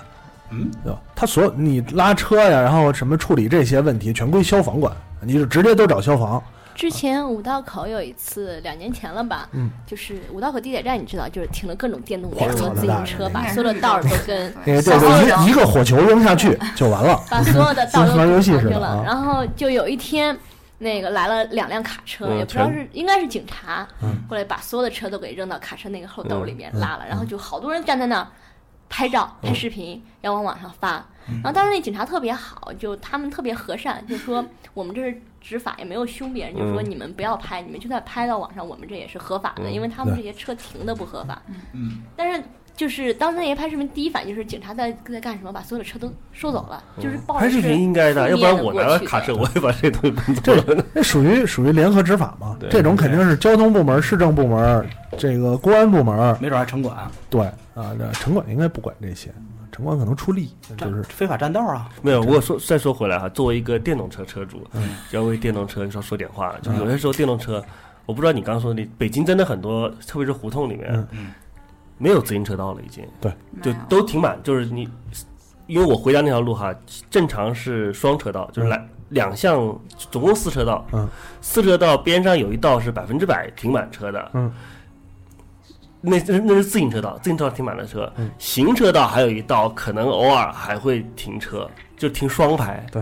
[SPEAKER 2] 嗯，
[SPEAKER 1] 对吧？他所有你拉车呀，然后什么处理这些问题全归消防管，你就直接都找消防。
[SPEAKER 7] 之前五道口有一次，两年前了吧，
[SPEAKER 1] 嗯
[SPEAKER 7] 就是五道口地铁站，你知道，就是停了各种电动
[SPEAKER 1] 我
[SPEAKER 7] 车、
[SPEAKER 1] 操
[SPEAKER 7] 自
[SPEAKER 1] 那
[SPEAKER 7] 行车，
[SPEAKER 1] 那
[SPEAKER 7] 把所有的道儿都 跟
[SPEAKER 1] 那个对对，一一个火球扔下去就完了，
[SPEAKER 7] 把所有的道
[SPEAKER 1] 跟
[SPEAKER 7] 都
[SPEAKER 1] 玩游戏
[SPEAKER 7] 堵
[SPEAKER 1] 似
[SPEAKER 7] 上去
[SPEAKER 1] 的
[SPEAKER 7] 了。
[SPEAKER 1] 啊。
[SPEAKER 7] 然后就有一天，那个来了两辆卡车，
[SPEAKER 1] 嗯
[SPEAKER 7] 也不知道
[SPEAKER 1] 全
[SPEAKER 7] 是应该是警察
[SPEAKER 1] 嗯，
[SPEAKER 7] 过来把所有的车都给扔到卡车那个后兜里面
[SPEAKER 1] 嗯
[SPEAKER 7] 拉了，
[SPEAKER 1] 嗯
[SPEAKER 7] 然后就好多人站在那儿拍照、
[SPEAKER 1] 嗯
[SPEAKER 7] 拍视频，要往网上发。
[SPEAKER 3] 嗯
[SPEAKER 7] 然后当时那警察特别好，就他们特别和善，就说我们这是执法，也没有凶别人，就说
[SPEAKER 9] 嗯
[SPEAKER 7] 你们不要拍，你们就算拍到网上，我们这也是合法的，
[SPEAKER 9] 嗯
[SPEAKER 7] 因为他们这
[SPEAKER 9] 对
[SPEAKER 7] 些车停的不合法。
[SPEAKER 9] 嗯，
[SPEAKER 7] 但是就是当时那些拍视频，第一反应就是警察在在干什么，把所有的车都收走了，就是抱着
[SPEAKER 3] 拍视频应该的，要不然我拿了卡车，我也把这东西搬走了。
[SPEAKER 1] 那属于属于联合执法嘛？
[SPEAKER 3] 对
[SPEAKER 1] 这种肯定是交通部门、市政部门、这个公安部门，
[SPEAKER 2] 没准还城管。
[SPEAKER 1] 对啊，那城管应该不管这些，城管可能出力，就是
[SPEAKER 2] 非法占道啊。
[SPEAKER 3] 没有，我说再说回来哈，作为一个电动车车主，
[SPEAKER 6] 嗯
[SPEAKER 3] 要为电动车说说点话。就有些时候电动车，我不知道你刚刚说的，北京真的很多，特别是胡同里面，
[SPEAKER 6] 嗯
[SPEAKER 3] 没有自行车道了，已经
[SPEAKER 1] 对，
[SPEAKER 3] 就都停满。就是你，因为我回家那条路哈，正常是双车道，就是来两项，总共四车道，
[SPEAKER 1] 嗯
[SPEAKER 3] 四车道边上有一道是百分之百停满车的，
[SPEAKER 1] 嗯，
[SPEAKER 3] 那那那是自行车道，自行车道停满了车，
[SPEAKER 1] 嗯
[SPEAKER 3] 行车道还有一道可能偶尔还会停车，就停双排，
[SPEAKER 1] 对，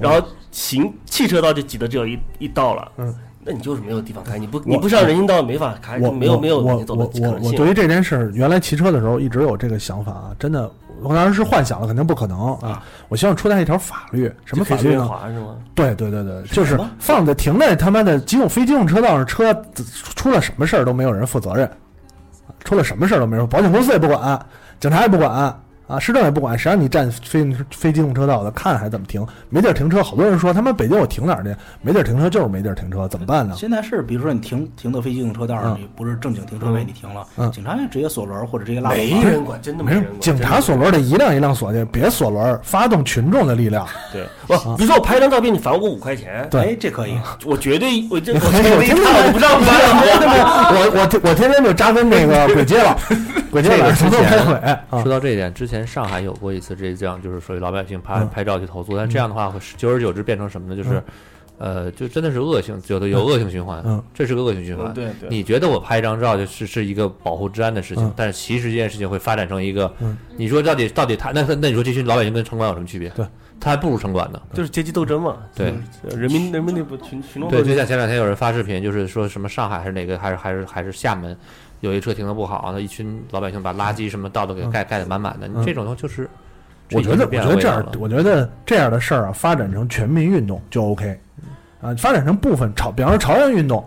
[SPEAKER 3] 然后行汽车道就挤得只有一一道了，
[SPEAKER 1] 嗯，
[SPEAKER 3] 那你就是没有地方开，你不
[SPEAKER 1] 我
[SPEAKER 3] 你不上人行道没法开，
[SPEAKER 1] 我
[SPEAKER 3] 没有
[SPEAKER 1] 我
[SPEAKER 3] 没有
[SPEAKER 1] 我
[SPEAKER 3] 你走的
[SPEAKER 1] 我
[SPEAKER 3] 可
[SPEAKER 1] 我
[SPEAKER 3] 能
[SPEAKER 1] 我
[SPEAKER 3] 性。
[SPEAKER 1] 对于这件事儿，原来骑车的时候一直有这个想法啊，真的，我当时是幻想了，肯定不可能啊。我希望出台一条法律，什么
[SPEAKER 3] 就
[SPEAKER 1] 法
[SPEAKER 3] 可以
[SPEAKER 1] 律
[SPEAKER 3] 越
[SPEAKER 1] 呢？
[SPEAKER 3] 滑是吗？
[SPEAKER 1] 对对对对，就是
[SPEAKER 3] 什么
[SPEAKER 1] 放在停在他妈的机动非机动车道上，车出了什么事儿都没有人负责任，出了什么事儿都没人，保险公司也不管，警察也不管啊，市政也不管，谁让你占非非机动车道的，看还怎么停，没地儿停车。好多人说他妈北京我停哪儿去？没地儿停车就是没地儿停车，怎么办呢？
[SPEAKER 2] 现在是，比如说你停停到非机动车道上，你不是正经停车位，你停了，警察直接锁轮或者直接拉
[SPEAKER 3] 没
[SPEAKER 2] 网
[SPEAKER 3] 人管真的没人管
[SPEAKER 1] 警察锁轮得一辆一辆锁去，别锁轮，发动群众的力量。
[SPEAKER 3] 对，我比如说我拍一张照片，你罚我五块钱，
[SPEAKER 1] 对哎
[SPEAKER 2] 这可以，
[SPEAKER 3] 我绝对 我这
[SPEAKER 1] 你
[SPEAKER 3] 我
[SPEAKER 1] 回
[SPEAKER 3] 这
[SPEAKER 1] 去
[SPEAKER 3] 个
[SPEAKER 1] 我
[SPEAKER 3] 一
[SPEAKER 1] 天天
[SPEAKER 3] 看我不让
[SPEAKER 1] 我
[SPEAKER 3] 罚
[SPEAKER 1] 我我我天天就扎跟那个鬼街 了，鬼街
[SPEAKER 6] 这
[SPEAKER 1] 了，
[SPEAKER 6] 个之
[SPEAKER 1] 从头开会。啊
[SPEAKER 6] 前说到这一点，之前上海有过一次这这样，就是属于老百姓拍
[SPEAKER 1] 嗯
[SPEAKER 6] 拍照去投诉，但这样的话，会久而久之变成什么呢？就是
[SPEAKER 1] 嗯，
[SPEAKER 6] 呃，就真的是恶性，有的有
[SPEAKER 1] 嗯
[SPEAKER 6] 恶性循环
[SPEAKER 1] 嗯，
[SPEAKER 6] 这是个恶性循环
[SPEAKER 3] 嗯对对。
[SPEAKER 6] 你觉得我拍一张照就是是一个保护治安的事情
[SPEAKER 1] 嗯，
[SPEAKER 6] 但是其实这件事情会发展成一个
[SPEAKER 1] 嗯，
[SPEAKER 6] 你说到底到底他那那你说这群老百姓跟城管有什么区别？
[SPEAKER 1] 对，
[SPEAKER 6] 他还不如城管呢。
[SPEAKER 3] 就是阶级斗争嘛，
[SPEAKER 6] 对，
[SPEAKER 3] 人民人民内部群群众
[SPEAKER 6] 对，
[SPEAKER 3] 斗
[SPEAKER 6] 就
[SPEAKER 3] 争
[SPEAKER 6] 像前两天有人发视频，就是说什么上海还是哪个，还是还是还是厦门，有一车停的不好，那一群老百姓把垃圾什么倒的给盖盖的满满的，
[SPEAKER 1] 嗯
[SPEAKER 6] 你这种东西就是，这
[SPEAKER 1] 我
[SPEAKER 6] 已
[SPEAKER 1] 觉
[SPEAKER 6] 经
[SPEAKER 1] 得，
[SPEAKER 6] 是
[SPEAKER 1] 我
[SPEAKER 6] 变
[SPEAKER 1] 觉得
[SPEAKER 6] 了味
[SPEAKER 1] 这
[SPEAKER 6] 道
[SPEAKER 1] 样
[SPEAKER 6] 了，
[SPEAKER 1] 我觉得这样的事儿啊，发展成全民运动就 OK，啊，发展成部分朝，比方说朝阳运动，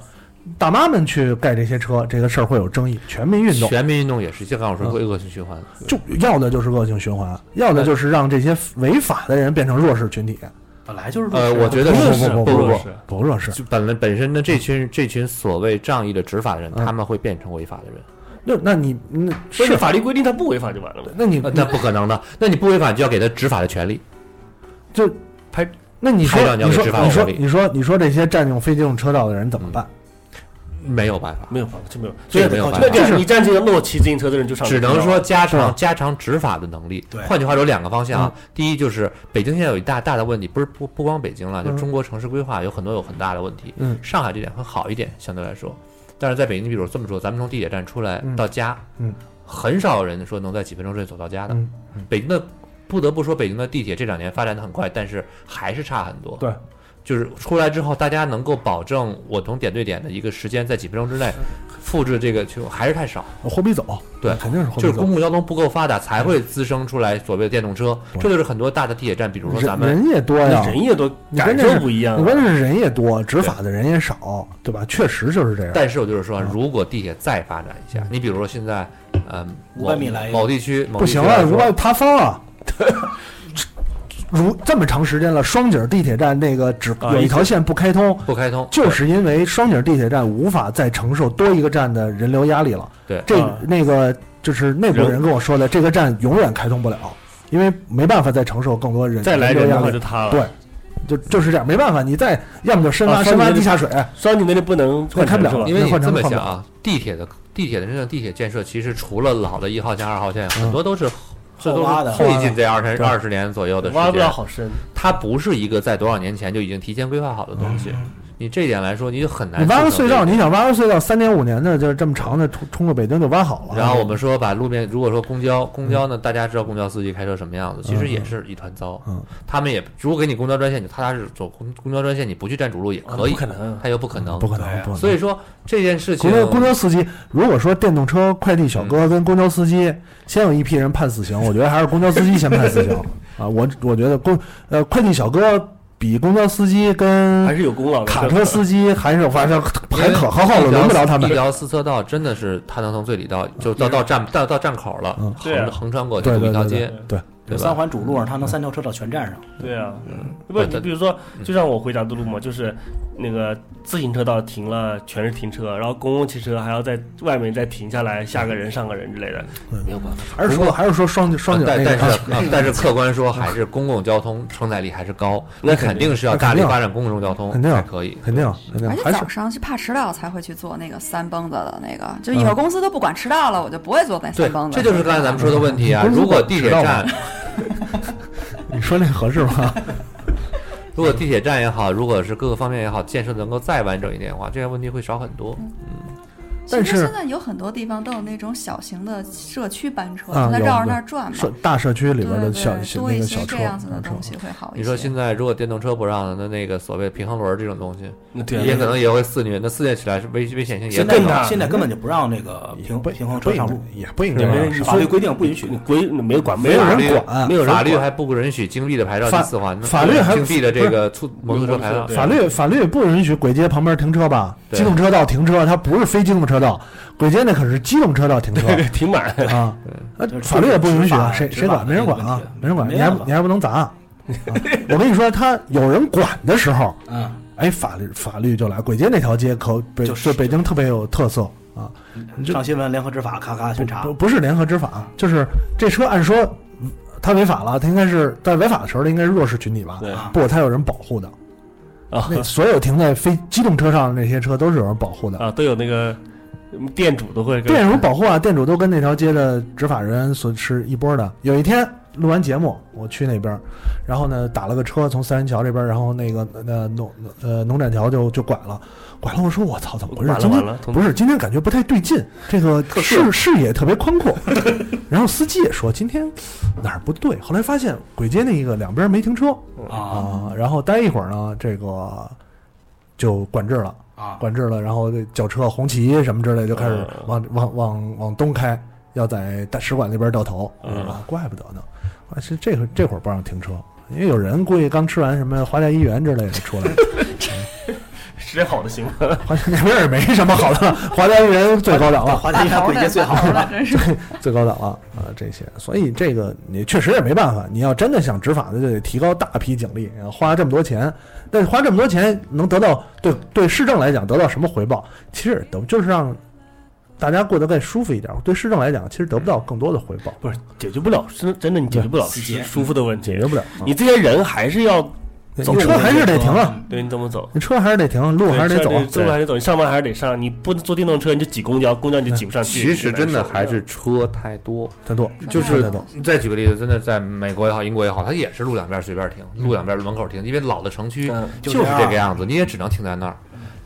[SPEAKER 1] 大妈们去盖这些车，这个事儿会有争议。全民运动嗯
[SPEAKER 6] 全民运动也是，就刚我说过恶性循环，
[SPEAKER 1] 就要的就是恶性循环，要的就是让这些违法的人变成弱势群体。
[SPEAKER 2] 本来就是
[SPEAKER 6] 呃，我觉得
[SPEAKER 1] 不不不不
[SPEAKER 6] 不
[SPEAKER 1] 不不弱势，
[SPEAKER 6] 就本来本身呢，
[SPEAKER 1] 嗯
[SPEAKER 6] 这群这群所谓仗义的执法的人，他们会变成违法的人，
[SPEAKER 1] 那那你那
[SPEAKER 3] 不
[SPEAKER 1] 是
[SPEAKER 3] 是法律规定他不违法就完了嘛。
[SPEAKER 1] 那你
[SPEAKER 6] 呃那不可能的，那你不违法就要给他执法的权利，
[SPEAKER 1] 就
[SPEAKER 3] 拍
[SPEAKER 1] 那你说
[SPEAKER 6] 拍照你
[SPEAKER 1] 你
[SPEAKER 6] 要给
[SPEAKER 1] 说
[SPEAKER 6] 执法嗯
[SPEAKER 1] 你说
[SPEAKER 6] 我力
[SPEAKER 1] 你说你说这些占用非机动车道的人怎么办？
[SPEAKER 6] 没有办法，
[SPEAKER 3] 没有办法，这没有，
[SPEAKER 6] 这个
[SPEAKER 3] 对
[SPEAKER 6] 没有办法
[SPEAKER 3] 那这样你站这个那我骑自行车的人就上，
[SPEAKER 6] 只能说加
[SPEAKER 1] 是吧嗯
[SPEAKER 6] 强加强执法的能力
[SPEAKER 2] 对。
[SPEAKER 6] 换句话说，两个方向啊。第一就是北京现在有一大大的问题，不是不不光北京了，就
[SPEAKER 1] 嗯
[SPEAKER 6] 中国城市规划有很多有很大的问题。
[SPEAKER 1] 嗯
[SPEAKER 6] 上海这点会好一点，相对来说。但是在北京，你比如这么说，咱们从地铁站出来
[SPEAKER 1] 嗯
[SPEAKER 6] 到家，
[SPEAKER 1] 嗯，
[SPEAKER 6] 很少有人说能在几分钟之内走到家的。
[SPEAKER 1] 嗯
[SPEAKER 6] 北京的不得不说，北京的地铁这两年发展的很快，但是还是差很多。
[SPEAKER 1] 对，
[SPEAKER 6] 就是出来之后，大家能够保证我从点对点的一个时间在几分钟之内复制这个，就还是太少。
[SPEAKER 1] 货币走，
[SPEAKER 6] 对
[SPEAKER 1] 肯定是货
[SPEAKER 6] 就
[SPEAKER 1] 币
[SPEAKER 6] 是
[SPEAKER 1] 走
[SPEAKER 6] 公。共交通不够发达，才会滋生出来所谓的电动车。
[SPEAKER 1] 嗯对
[SPEAKER 6] 这就是很多大的地铁站，比如说咱
[SPEAKER 1] 人
[SPEAKER 6] 们
[SPEAKER 1] 人也多哎呀，
[SPEAKER 3] 人也都
[SPEAKER 1] 你关
[SPEAKER 3] 感
[SPEAKER 1] 键
[SPEAKER 3] 受
[SPEAKER 1] 是
[SPEAKER 3] 不一样
[SPEAKER 1] 你
[SPEAKER 3] 啊
[SPEAKER 1] 关。键是人也多，执法的人也少，对吧？确实就是这样。
[SPEAKER 6] 但是我就是说，
[SPEAKER 1] 嗯
[SPEAKER 6] 如果地铁再发展一下，你比如说现在，嗯，某
[SPEAKER 2] 500米来一个
[SPEAKER 6] 某地区某
[SPEAKER 1] 不
[SPEAKER 6] 地区
[SPEAKER 1] 行
[SPEAKER 6] 来
[SPEAKER 1] 了，
[SPEAKER 6] 说
[SPEAKER 1] 如果塌方啊，如这么长时间了，双井地铁站那个只
[SPEAKER 3] 啊
[SPEAKER 1] 有一
[SPEAKER 3] 一
[SPEAKER 1] 条线不开通，
[SPEAKER 6] 不开通，
[SPEAKER 1] 就是因为双井地铁站无法再承受多一个站的人流压力了。
[SPEAKER 6] 对
[SPEAKER 1] 这
[SPEAKER 3] 啊
[SPEAKER 1] 那个就是内部
[SPEAKER 3] 人
[SPEAKER 1] 人跟我说的，这个站永远开通不了，因为没办法再承受更多人
[SPEAKER 3] 再来
[SPEAKER 1] 人流
[SPEAKER 3] 人的
[SPEAKER 1] 压
[SPEAKER 3] 话
[SPEAKER 1] 力
[SPEAKER 3] 就。塌了。
[SPEAKER 1] 对，就就是这样，没办法，你再要么就深挖
[SPEAKER 3] 啊
[SPEAKER 1] 深挖
[SPEAKER 3] 双井
[SPEAKER 1] 地
[SPEAKER 3] 地
[SPEAKER 1] 下水，
[SPEAKER 3] 双井那里不能换
[SPEAKER 1] 开不了
[SPEAKER 3] 乘是吧
[SPEAKER 6] 因为你
[SPEAKER 1] 换乘
[SPEAKER 6] 这么
[SPEAKER 1] 换不
[SPEAKER 6] 想
[SPEAKER 1] 了
[SPEAKER 6] 啊，地铁的地铁的真正地铁建设，其实除了老的一号线、二号
[SPEAKER 1] 嗯
[SPEAKER 6] 线，很多都是这都
[SPEAKER 2] 挖的
[SPEAKER 6] 是最近这二十二十年左右的
[SPEAKER 3] 挖
[SPEAKER 6] 时
[SPEAKER 3] 不了
[SPEAKER 6] 间，
[SPEAKER 3] 好深，
[SPEAKER 6] 它不是一个在多少年前就已经提前规划好的东西。你这一点来说，你就很难
[SPEAKER 1] 嗯你
[SPEAKER 6] 去
[SPEAKER 1] 挖
[SPEAKER 6] 整
[SPEAKER 1] 个
[SPEAKER 6] 这个。
[SPEAKER 1] 隧道，你想挖个隧道三点五年的，就是这么长的，冲冲个北京就挖好了。啊
[SPEAKER 6] 然后我们说把路面，如果说公交，
[SPEAKER 1] 嗯
[SPEAKER 6] 公交呢，大家知道公交司机开车什么样子，其实也是一团糟。
[SPEAKER 1] 嗯，
[SPEAKER 6] 他们也如果给你公交专线，你就踏踏实实走公公交专线，你不去占主路也
[SPEAKER 1] 嗯
[SPEAKER 6] 可以，
[SPEAKER 3] 不可能
[SPEAKER 6] 他又不可能，
[SPEAKER 1] 啊不可能，不可能。
[SPEAKER 6] 啊所以说这件事情
[SPEAKER 1] 公，交公交司机，如果说电动车快递小
[SPEAKER 6] 嗯
[SPEAKER 1] 哥跟公交司机，先有一批人判死刑，我觉得还是公交司机先判死 刑啊！我我觉得公呃快递小哥比公交司机跟
[SPEAKER 3] 还是有功劳的。
[SPEAKER 1] 卡车司机还是反正
[SPEAKER 6] 因为
[SPEAKER 1] 还可靠了，
[SPEAKER 6] 一条
[SPEAKER 1] 轮不着他们
[SPEAKER 6] 一。条四车道真的是他能从最里道就到到站到到站口了，
[SPEAKER 3] 对啊
[SPEAKER 6] 横横穿过
[SPEAKER 1] 嗯
[SPEAKER 6] 去
[SPEAKER 1] 对
[SPEAKER 6] 堵
[SPEAKER 1] 对
[SPEAKER 6] 一条
[SPEAKER 1] 对
[SPEAKER 6] 街
[SPEAKER 1] 对，对，
[SPEAKER 6] 对
[SPEAKER 2] 三
[SPEAKER 6] 吧？
[SPEAKER 2] 环主路上，他能三条车道全占上。
[SPEAKER 3] 对啊，
[SPEAKER 6] 嗯
[SPEAKER 3] 不，你比如说，就像我回家的路嘛，就是那个自行车道停了，全是停车，然后公共汽车还要在外面再停下来，下个人、上个人之类的，没有办法。
[SPEAKER 1] 还是说还是说双双井那
[SPEAKER 6] 但
[SPEAKER 1] 个
[SPEAKER 6] 但是啊但是客观说，还是公共交通承载力还是高，那肯定是要
[SPEAKER 1] 那
[SPEAKER 6] 大
[SPEAKER 1] 肯
[SPEAKER 6] 力
[SPEAKER 1] 定
[SPEAKER 6] 发展公共交通
[SPEAKER 1] 肯定
[SPEAKER 6] 才可以。
[SPEAKER 1] 肯定肯定
[SPEAKER 5] 而且
[SPEAKER 1] 还是
[SPEAKER 5] 早上去怕迟到才会去做那个三蹦子的那个，
[SPEAKER 1] 嗯
[SPEAKER 5] 就以后公司都不管迟到了，我就不会做那
[SPEAKER 6] 对
[SPEAKER 5] 三蹦，子。
[SPEAKER 6] 这就是刚才咱们说的问题啊。
[SPEAKER 1] 嗯
[SPEAKER 6] 如果地铁站，
[SPEAKER 1] 你说那合适 吗？
[SPEAKER 6] 如果地铁
[SPEAKER 5] 嗯
[SPEAKER 6] 站也好，如果是各个方面也好，建设能够再完整一点的话，这些问题会少很多。
[SPEAKER 1] 但
[SPEAKER 5] 其实
[SPEAKER 1] 是
[SPEAKER 5] 现在有很多地方都有那种小型的社区班车，
[SPEAKER 1] 啊，
[SPEAKER 5] 就它
[SPEAKER 1] 有
[SPEAKER 5] 绕着
[SPEAKER 1] 有
[SPEAKER 5] 那儿转嘛
[SPEAKER 1] 社。大社区里边的
[SPEAKER 5] 对
[SPEAKER 1] 小
[SPEAKER 5] 对
[SPEAKER 1] 小
[SPEAKER 5] 多
[SPEAKER 1] 那
[SPEAKER 5] 一
[SPEAKER 1] 个
[SPEAKER 5] 些
[SPEAKER 1] 小车
[SPEAKER 5] 这样子的
[SPEAKER 1] 小车
[SPEAKER 5] 东西会好一些。
[SPEAKER 6] 你说现在如果电动车不让，那那个所谓平衡轮这种东西，
[SPEAKER 3] 那对啊
[SPEAKER 6] 也可能也会肆虐，那肆虐起来是危危险性也
[SPEAKER 2] 现
[SPEAKER 6] 更
[SPEAKER 2] 在
[SPEAKER 6] 大。
[SPEAKER 2] 现在根本就不让那个平平衡车上路，
[SPEAKER 1] 也不应
[SPEAKER 3] 该让
[SPEAKER 2] 法律规定不允许。
[SPEAKER 3] 规没有管，
[SPEAKER 2] 没有人
[SPEAKER 1] 管
[SPEAKER 6] 没
[SPEAKER 1] 没有人
[SPEAKER 6] 法律
[SPEAKER 1] 管
[SPEAKER 6] 还不允许经历的牌照
[SPEAKER 1] 法
[SPEAKER 6] 第四环，
[SPEAKER 1] 法律还
[SPEAKER 6] 经历的
[SPEAKER 1] 不
[SPEAKER 6] 这
[SPEAKER 1] 是
[SPEAKER 6] 个出摩托车牌照，
[SPEAKER 1] 法律法律不允许轨街旁边停车吧？
[SPEAKER 6] 对
[SPEAKER 1] 机动车道停车，它不是非机动车道，轨街那可是机动车道停车，
[SPEAKER 3] 对对停满
[SPEAKER 1] 啊。那
[SPEAKER 3] 就是
[SPEAKER 1] 法律也不允许
[SPEAKER 3] 执
[SPEAKER 1] 啊，
[SPEAKER 3] 法
[SPEAKER 1] 谁
[SPEAKER 3] 执
[SPEAKER 1] 谁
[SPEAKER 3] 法
[SPEAKER 1] 管？没人管啊，没人管。
[SPEAKER 3] 没
[SPEAKER 1] 你还
[SPEAKER 3] 办法
[SPEAKER 1] 你还不能砸啊。 啊我跟你说，他有人管的时候，
[SPEAKER 2] 嗯，
[SPEAKER 1] 哎，法律法律就来。轨街那条街可北就北京特别有特色啊，
[SPEAKER 2] 上新闻联合执法，咔咔巡
[SPEAKER 3] 啊
[SPEAKER 2] 查
[SPEAKER 1] 不。不是联合执法，啊就是这车按说嗯他违法了，他应该是在违法的时候，他应该是弱势群体吧？
[SPEAKER 3] 对啊
[SPEAKER 1] 不，他有人保护的。
[SPEAKER 3] 啊
[SPEAKER 1] 那所有停在非机动车上的那些车都是有人保护的。
[SPEAKER 3] 啊，都有那个嗯店主都会跟
[SPEAKER 1] 店主保护啊，店主都跟那条街的执法人所是一波的。有一天录完节目，我去那边，然后呢打了个车从三元桥这边，然后那个呃农呃农展桥就就拐了，拐了。我说我操，怎么回事
[SPEAKER 3] 拐？了
[SPEAKER 1] 今天
[SPEAKER 3] 完了
[SPEAKER 1] 不是今天感觉不太对劲，这个视视野特别宽 阔。然后司机也说今天哪儿不对，后来发现鬼街那个两边没停车啊，然后待一会儿呢，这个就管制了
[SPEAKER 2] 啊，
[SPEAKER 1] 管制了，然后这轿车、红旗什么之类就开始往往往往东开，要在大使馆那边掉头
[SPEAKER 3] 嗯
[SPEAKER 1] 啊，怪不得呢，啊，是这会这会儿不让停车，因为有人估计刚吃完什么华夏一元之类的出来，
[SPEAKER 3] 时间好的行吗？
[SPEAKER 1] 华夏那边也没什么好的，华夏一元最高档了，
[SPEAKER 2] 华夏一元鬼街最 好了，
[SPEAKER 5] 真是。
[SPEAKER 1] 最高档了啊，这些，所以这个你确实也没办法，你要真的想执法的，就得提高大批警力，啊花这么多钱，但是花这么多钱能得到对对市政来讲得到什么回报？其实得就是让大家过得更舒服一点，对市政来讲其实得不到更多的回报，
[SPEAKER 3] 不是解决不了，真真的你解决不了
[SPEAKER 2] 司机
[SPEAKER 3] 舒服的问题，
[SPEAKER 1] 解
[SPEAKER 6] 嗯
[SPEAKER 1] 决不了，
[SPEAKER 3] 你这些人还是要
[SPEAKER 1] 对
[SPEAKER 3] 走
[SPEAKER 1] 你车
[SPEAKER 3] 路
[SPEAKER 1] 还是得停啊，
[SPEAKER 2] 嗯
[SPEAKER 3] 对你怎么走？
[SPEAKER 1] 你车还是得停，路还是得
[SPEAKER 6] 啊
[SPEAKER 1] 走，
[SPEAKER 3] 对路还得走，你上班还是得上，你不坐电动车你就挤公交，公交你就挤不上去。
[SPEAKER 6] 其实真的
[SPEAKER 3] 就难受
[SPEAKER 6] 还是车太多，
[SPEAKER 1] 太多
[SPEAKER 6] 就
[SPEAKER 1] 车太
[SPEAKER 6] 是
[SPEAKER 1] 多，
[SPEAKER 6] 再举个例子，真的在美国也好，英国也好，它也是路两边随便停，路两边门口停，因为老的城区
[SPEAKER 3] 嗯
[SPEAKER 6] 就
[SPEAKER 2] 就是这样
[SPEAKER 6] 这个样子，你也只能停在那儿。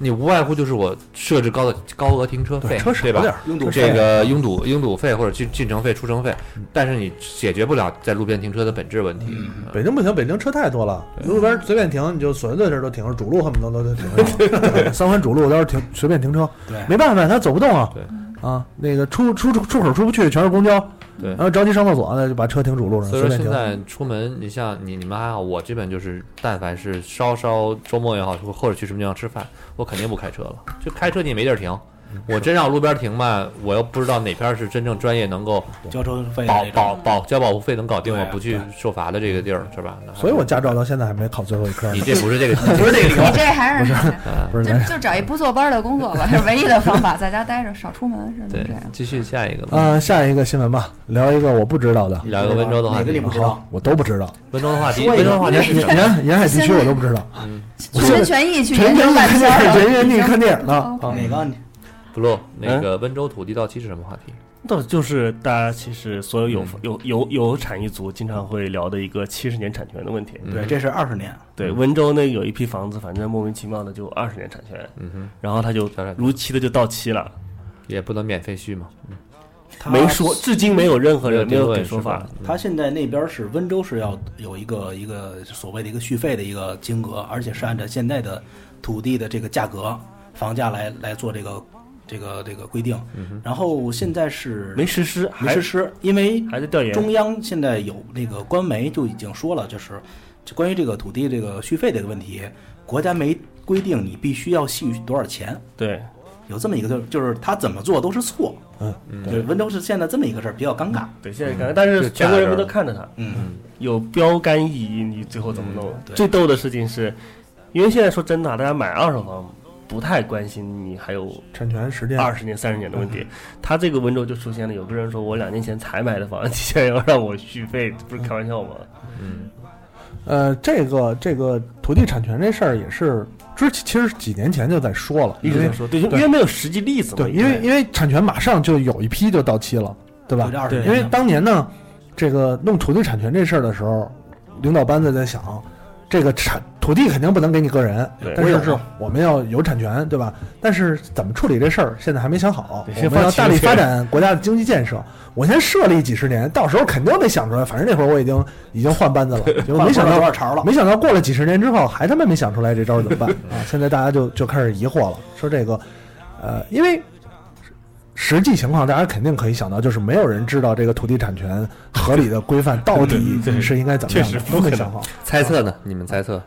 [SPEAKER 6] 你无外乎就是我设置高的高额停车费，
[SPEAKER 1] 车少
[SPEAKER 6] 对吧
[SPEAKER 1] 点儿？
[SPEAKER 2] 拥堵
[SPEAKER 6] 这个拥堵拥堵费或者进进城费、出城费，但是你解决不了在路边停车的本质问题。嗯
[SPEAKER 1] 北京不行，北京车太多了，路边随便停，你就所有的地儿都停着，主路恨不得都都停上 了。三环主路到时候停随便停车，
[SPEAKER 2] 对
[SPEAKER 1] 没办法，他走不动啊。
[SPEAKER 6] 对
[SPEAKER 1] 啊，那个出出出出口出不去，全是公交，
[SPEAKER 6] 对
[SPEAKER 1] 然后着急上厕所，那就把车停主路上，
[SPEAKER 6] 所以
[SPEAKER 1] 随
[SPEAKER 6] 说
[SPEAKER 1] 便
[SPEAKER 6] 现
[SPEAKER 1] 停。
[SPEAKER 6] 在出门，你像你你们还好，我这边就是，但凡是稍稍周末也好，或或者去什么地方吃饭，我肯定不开车了。就开车你也没地儿停，我真让路边停吧，我又不知道哪边是真正专业能够
[SPEAKER 2] 交通费啊
[SPEAKER 6] 保
[SPEAKER 2] 那种
[SPEAKER 6] 保保交保护费能搞定，
[SPEAKER 2] 对
[SPEAKER 6] 我
[SPEAKER 2] 啊
[SPEAKER 6] 不去受罚的这个地儿是吧？那还是
[SPEAKER 1] 所以我驾照到现在还没考最后一科呢
[SPEAKER 6] 你。这不是这个，不是这个
[SPEAKER 5] 你这还是
[SPEAKER 1] 不是咱
[SPEAKER 5] 就就找一不坐班的工作吧，是唯一的方法，在家待着，少出门，是
[SPEAKER 6] 对
[SPEAKER 5] 这样，。
[SPEAKER 6] 继续下一个吧。
[SPEAKER 1] 呃，下一个新闻吧，聊一个我不知道的，
[SPEAKER 6] 聊一个温州的话
[SPEAKER 2] 哪个你
[SPEAKER 6] 题
[SPEAKER 2] 不，知道？
[SPEAKER 1] 我都不知道。
[SPEAKER 6] 温州的话题，
[SPEAKER 2] 说一
[SPEAKER 6] 温
[SPEAKER 2] 个
[SPEAKER 6] 州的话题是
[SPEAKER 1] 沿沿沿海地区我都不知道，
[SPEAKER 5] 全心全意 去
[SPEAKER 1] 全
[SPEAKER 5] 研
[SPEAKER 1] 天
[SPEAKER 5] 究半
[SPEAKER 1] 看
[SPEAKER 5] 天
[SPEAKER 1] 电影，人人
[SPEAKER 5] 已
[SPEAKER 1] 地
[SPEAKER 5] 经
[SPEAKER 1] 看电影了。
[SPEAKER 5] 哦
[SPEAKER 2] 哪个？
[SPEAKER 6] blue 那个温州土地到期是什么话题？
[SPEAKER 3] 到就是大家其实所有有
[SPEAKER 6] 嗯
[SPEAKER 3] 有有有产业族经常会聊的一个七十年产权的问
[SPEAKER 6] 嗯
[SPEAKER 3] 题。
[SPEAKER 2] 对，这是二十年，
[SPEAKER 3] 对，温州那有一批房子，反正莫名其妙的就二十年产权，
[SPEAKER 6] 嗯哼，
[SPEAKER 3] 然后它就
[SPEAKER 6] 小产权
[SPEAKER 3] 如期的就到期了，
[SPEAKER 6] 也不能免费续嘛，
[SPEAKER 2] 他
[SPEAKER 3] 没说，至今没有任何人
[SPEAKER 6] 没
[SPEAKER 3] 没
[SPEAKER 6] 有
[SPEAKER 3] 有
[SPEAKER 6] 定
[SPEAKER 3] 给
[SPEAKER 6] 论
[SPEAKER 3] 说
[SPEAKER 6] 是吧
[SPEAKER 3] 法。
[SPEAKER 2] 他现在那边是温州是要有一个一个所谓的一个续费的一个金额，而且是按照现在的土地的这个价格、房价来来做这个这个这个规定。然后现在是
[SPEAKER 3] 嗯没实施，
[SPEAKER 2] 没实
[SPEAKER 3] 施，
[SPEAKER 2] 施，因为
[SPEAKER 3] 还在调研。
[SPEAKER 2] 中央现在有那个官媒就已经说了，就是就关于这个土地这个续费这个问题，国家没规定你必须要续多少钱，
[SPEAKER 3] 对，
[SPEAKER 2] 有这么一个就是就是他怎么做都是错。
[SPEAKER 1] 嗯，
[SPEAKER 2] 对，温州是现在这么一个事儿，比较尴尬。
[SPEAKER 3] 对，现在看，但
[SPEAKER 6] 嗯就是架
[SPEAKER 3] 全国人
[SPEAKER 6] 着
[SPEAKER 3] 民都看着他，
[SPEAKER 2] 嗯，
[SPEAKER 3] 有标杆意义，你最后怎么弄？
[SPEAKER 2] 对
[SPEAKER 3] 最逗的事情是，因为现在说真的啊，大家买二手房不太关心你还有
[SPEAKER 1] 产权时间
[SPEAKER 3] 二十年、三十年的问
[SPEAKER 1] 嗯
[SPEAKER 3] 题。他这个温州就出现了，有个人说我两年前才买的房， 你现在要让我续费，这不是开玩笑吗？
[SPEAKER 6] 嗯，
[SPEAKER 1] 呃，这个这个土地产权这事儿也是之前其实几年前就在说了，
[SPEAKER 3] 一
[SPEAKER 1] 因
[SPEAKER 3] 直
[SPEAKER 1] 为
[SPEAKER 3] 在说，对，因
[SPEAKER 1] 对
[SPEAKER 3] 为没有实际例子嘛。
[SPEAKER 1] 对，因为因为产权马上就有一批就到期了，对吧
[SPEAKER 2] 就这？二十
[SPEAKER 3] 对
[SPEAKER 2] 年
[SPEAKER 1] 因为当年呢，这个弄土地产权这事儿的时候，领导班子在想，这个产土土地肯定不能给你个人
[SPEAKER 3] 对，
[SPEAKER 1] 但
[SPEAKER 3] 我有
[SPEAKER 1] 是是我们要有产权，对吧？但是怎么处理这事儿，现在还没想好。
[SPEAKER 3] 对
[SPEAKER 1] 我
[SPEAKER 3] 先
[SPEAKER 1] 们要
[SPEAKER 3] 发起
[SPEAKER 1] 大力
[SPEAKER 3] 来
[SPEAKER 1] 发展国家的经济建设，我先设立几十年，到时候肯定得想出来。反正那会儿我已经已经换班子了，就没想
[SPEAKER 2] 换了
[SPEAKER 1] 到
[SPEAKER 2] 多少茬了
[SPEAKER 1] 没想到过了几十年之后，还他妈没想出来这招儿怎么办啊！现在大家就就开始疑惑了，说这个，呃，因为实际情况，大家肯定可以想到，就是没有人知道这个土地产权合理的规范到底
[SPEAKER 6] 对对
[SPEAKER 1] 是应该怎么样
[SPEAKER 6] 确
[SPEAKER 1] 的
[SPEAKER 6] 实，不
[SPEAKER 1] 都没
[SPEAKER 6] 可
[SPEAKER 1] 想
[SPEAKER 6] 能
[SPEAKER 1] 好。
[SPEAKER 6] 猜测呢？你们猜测？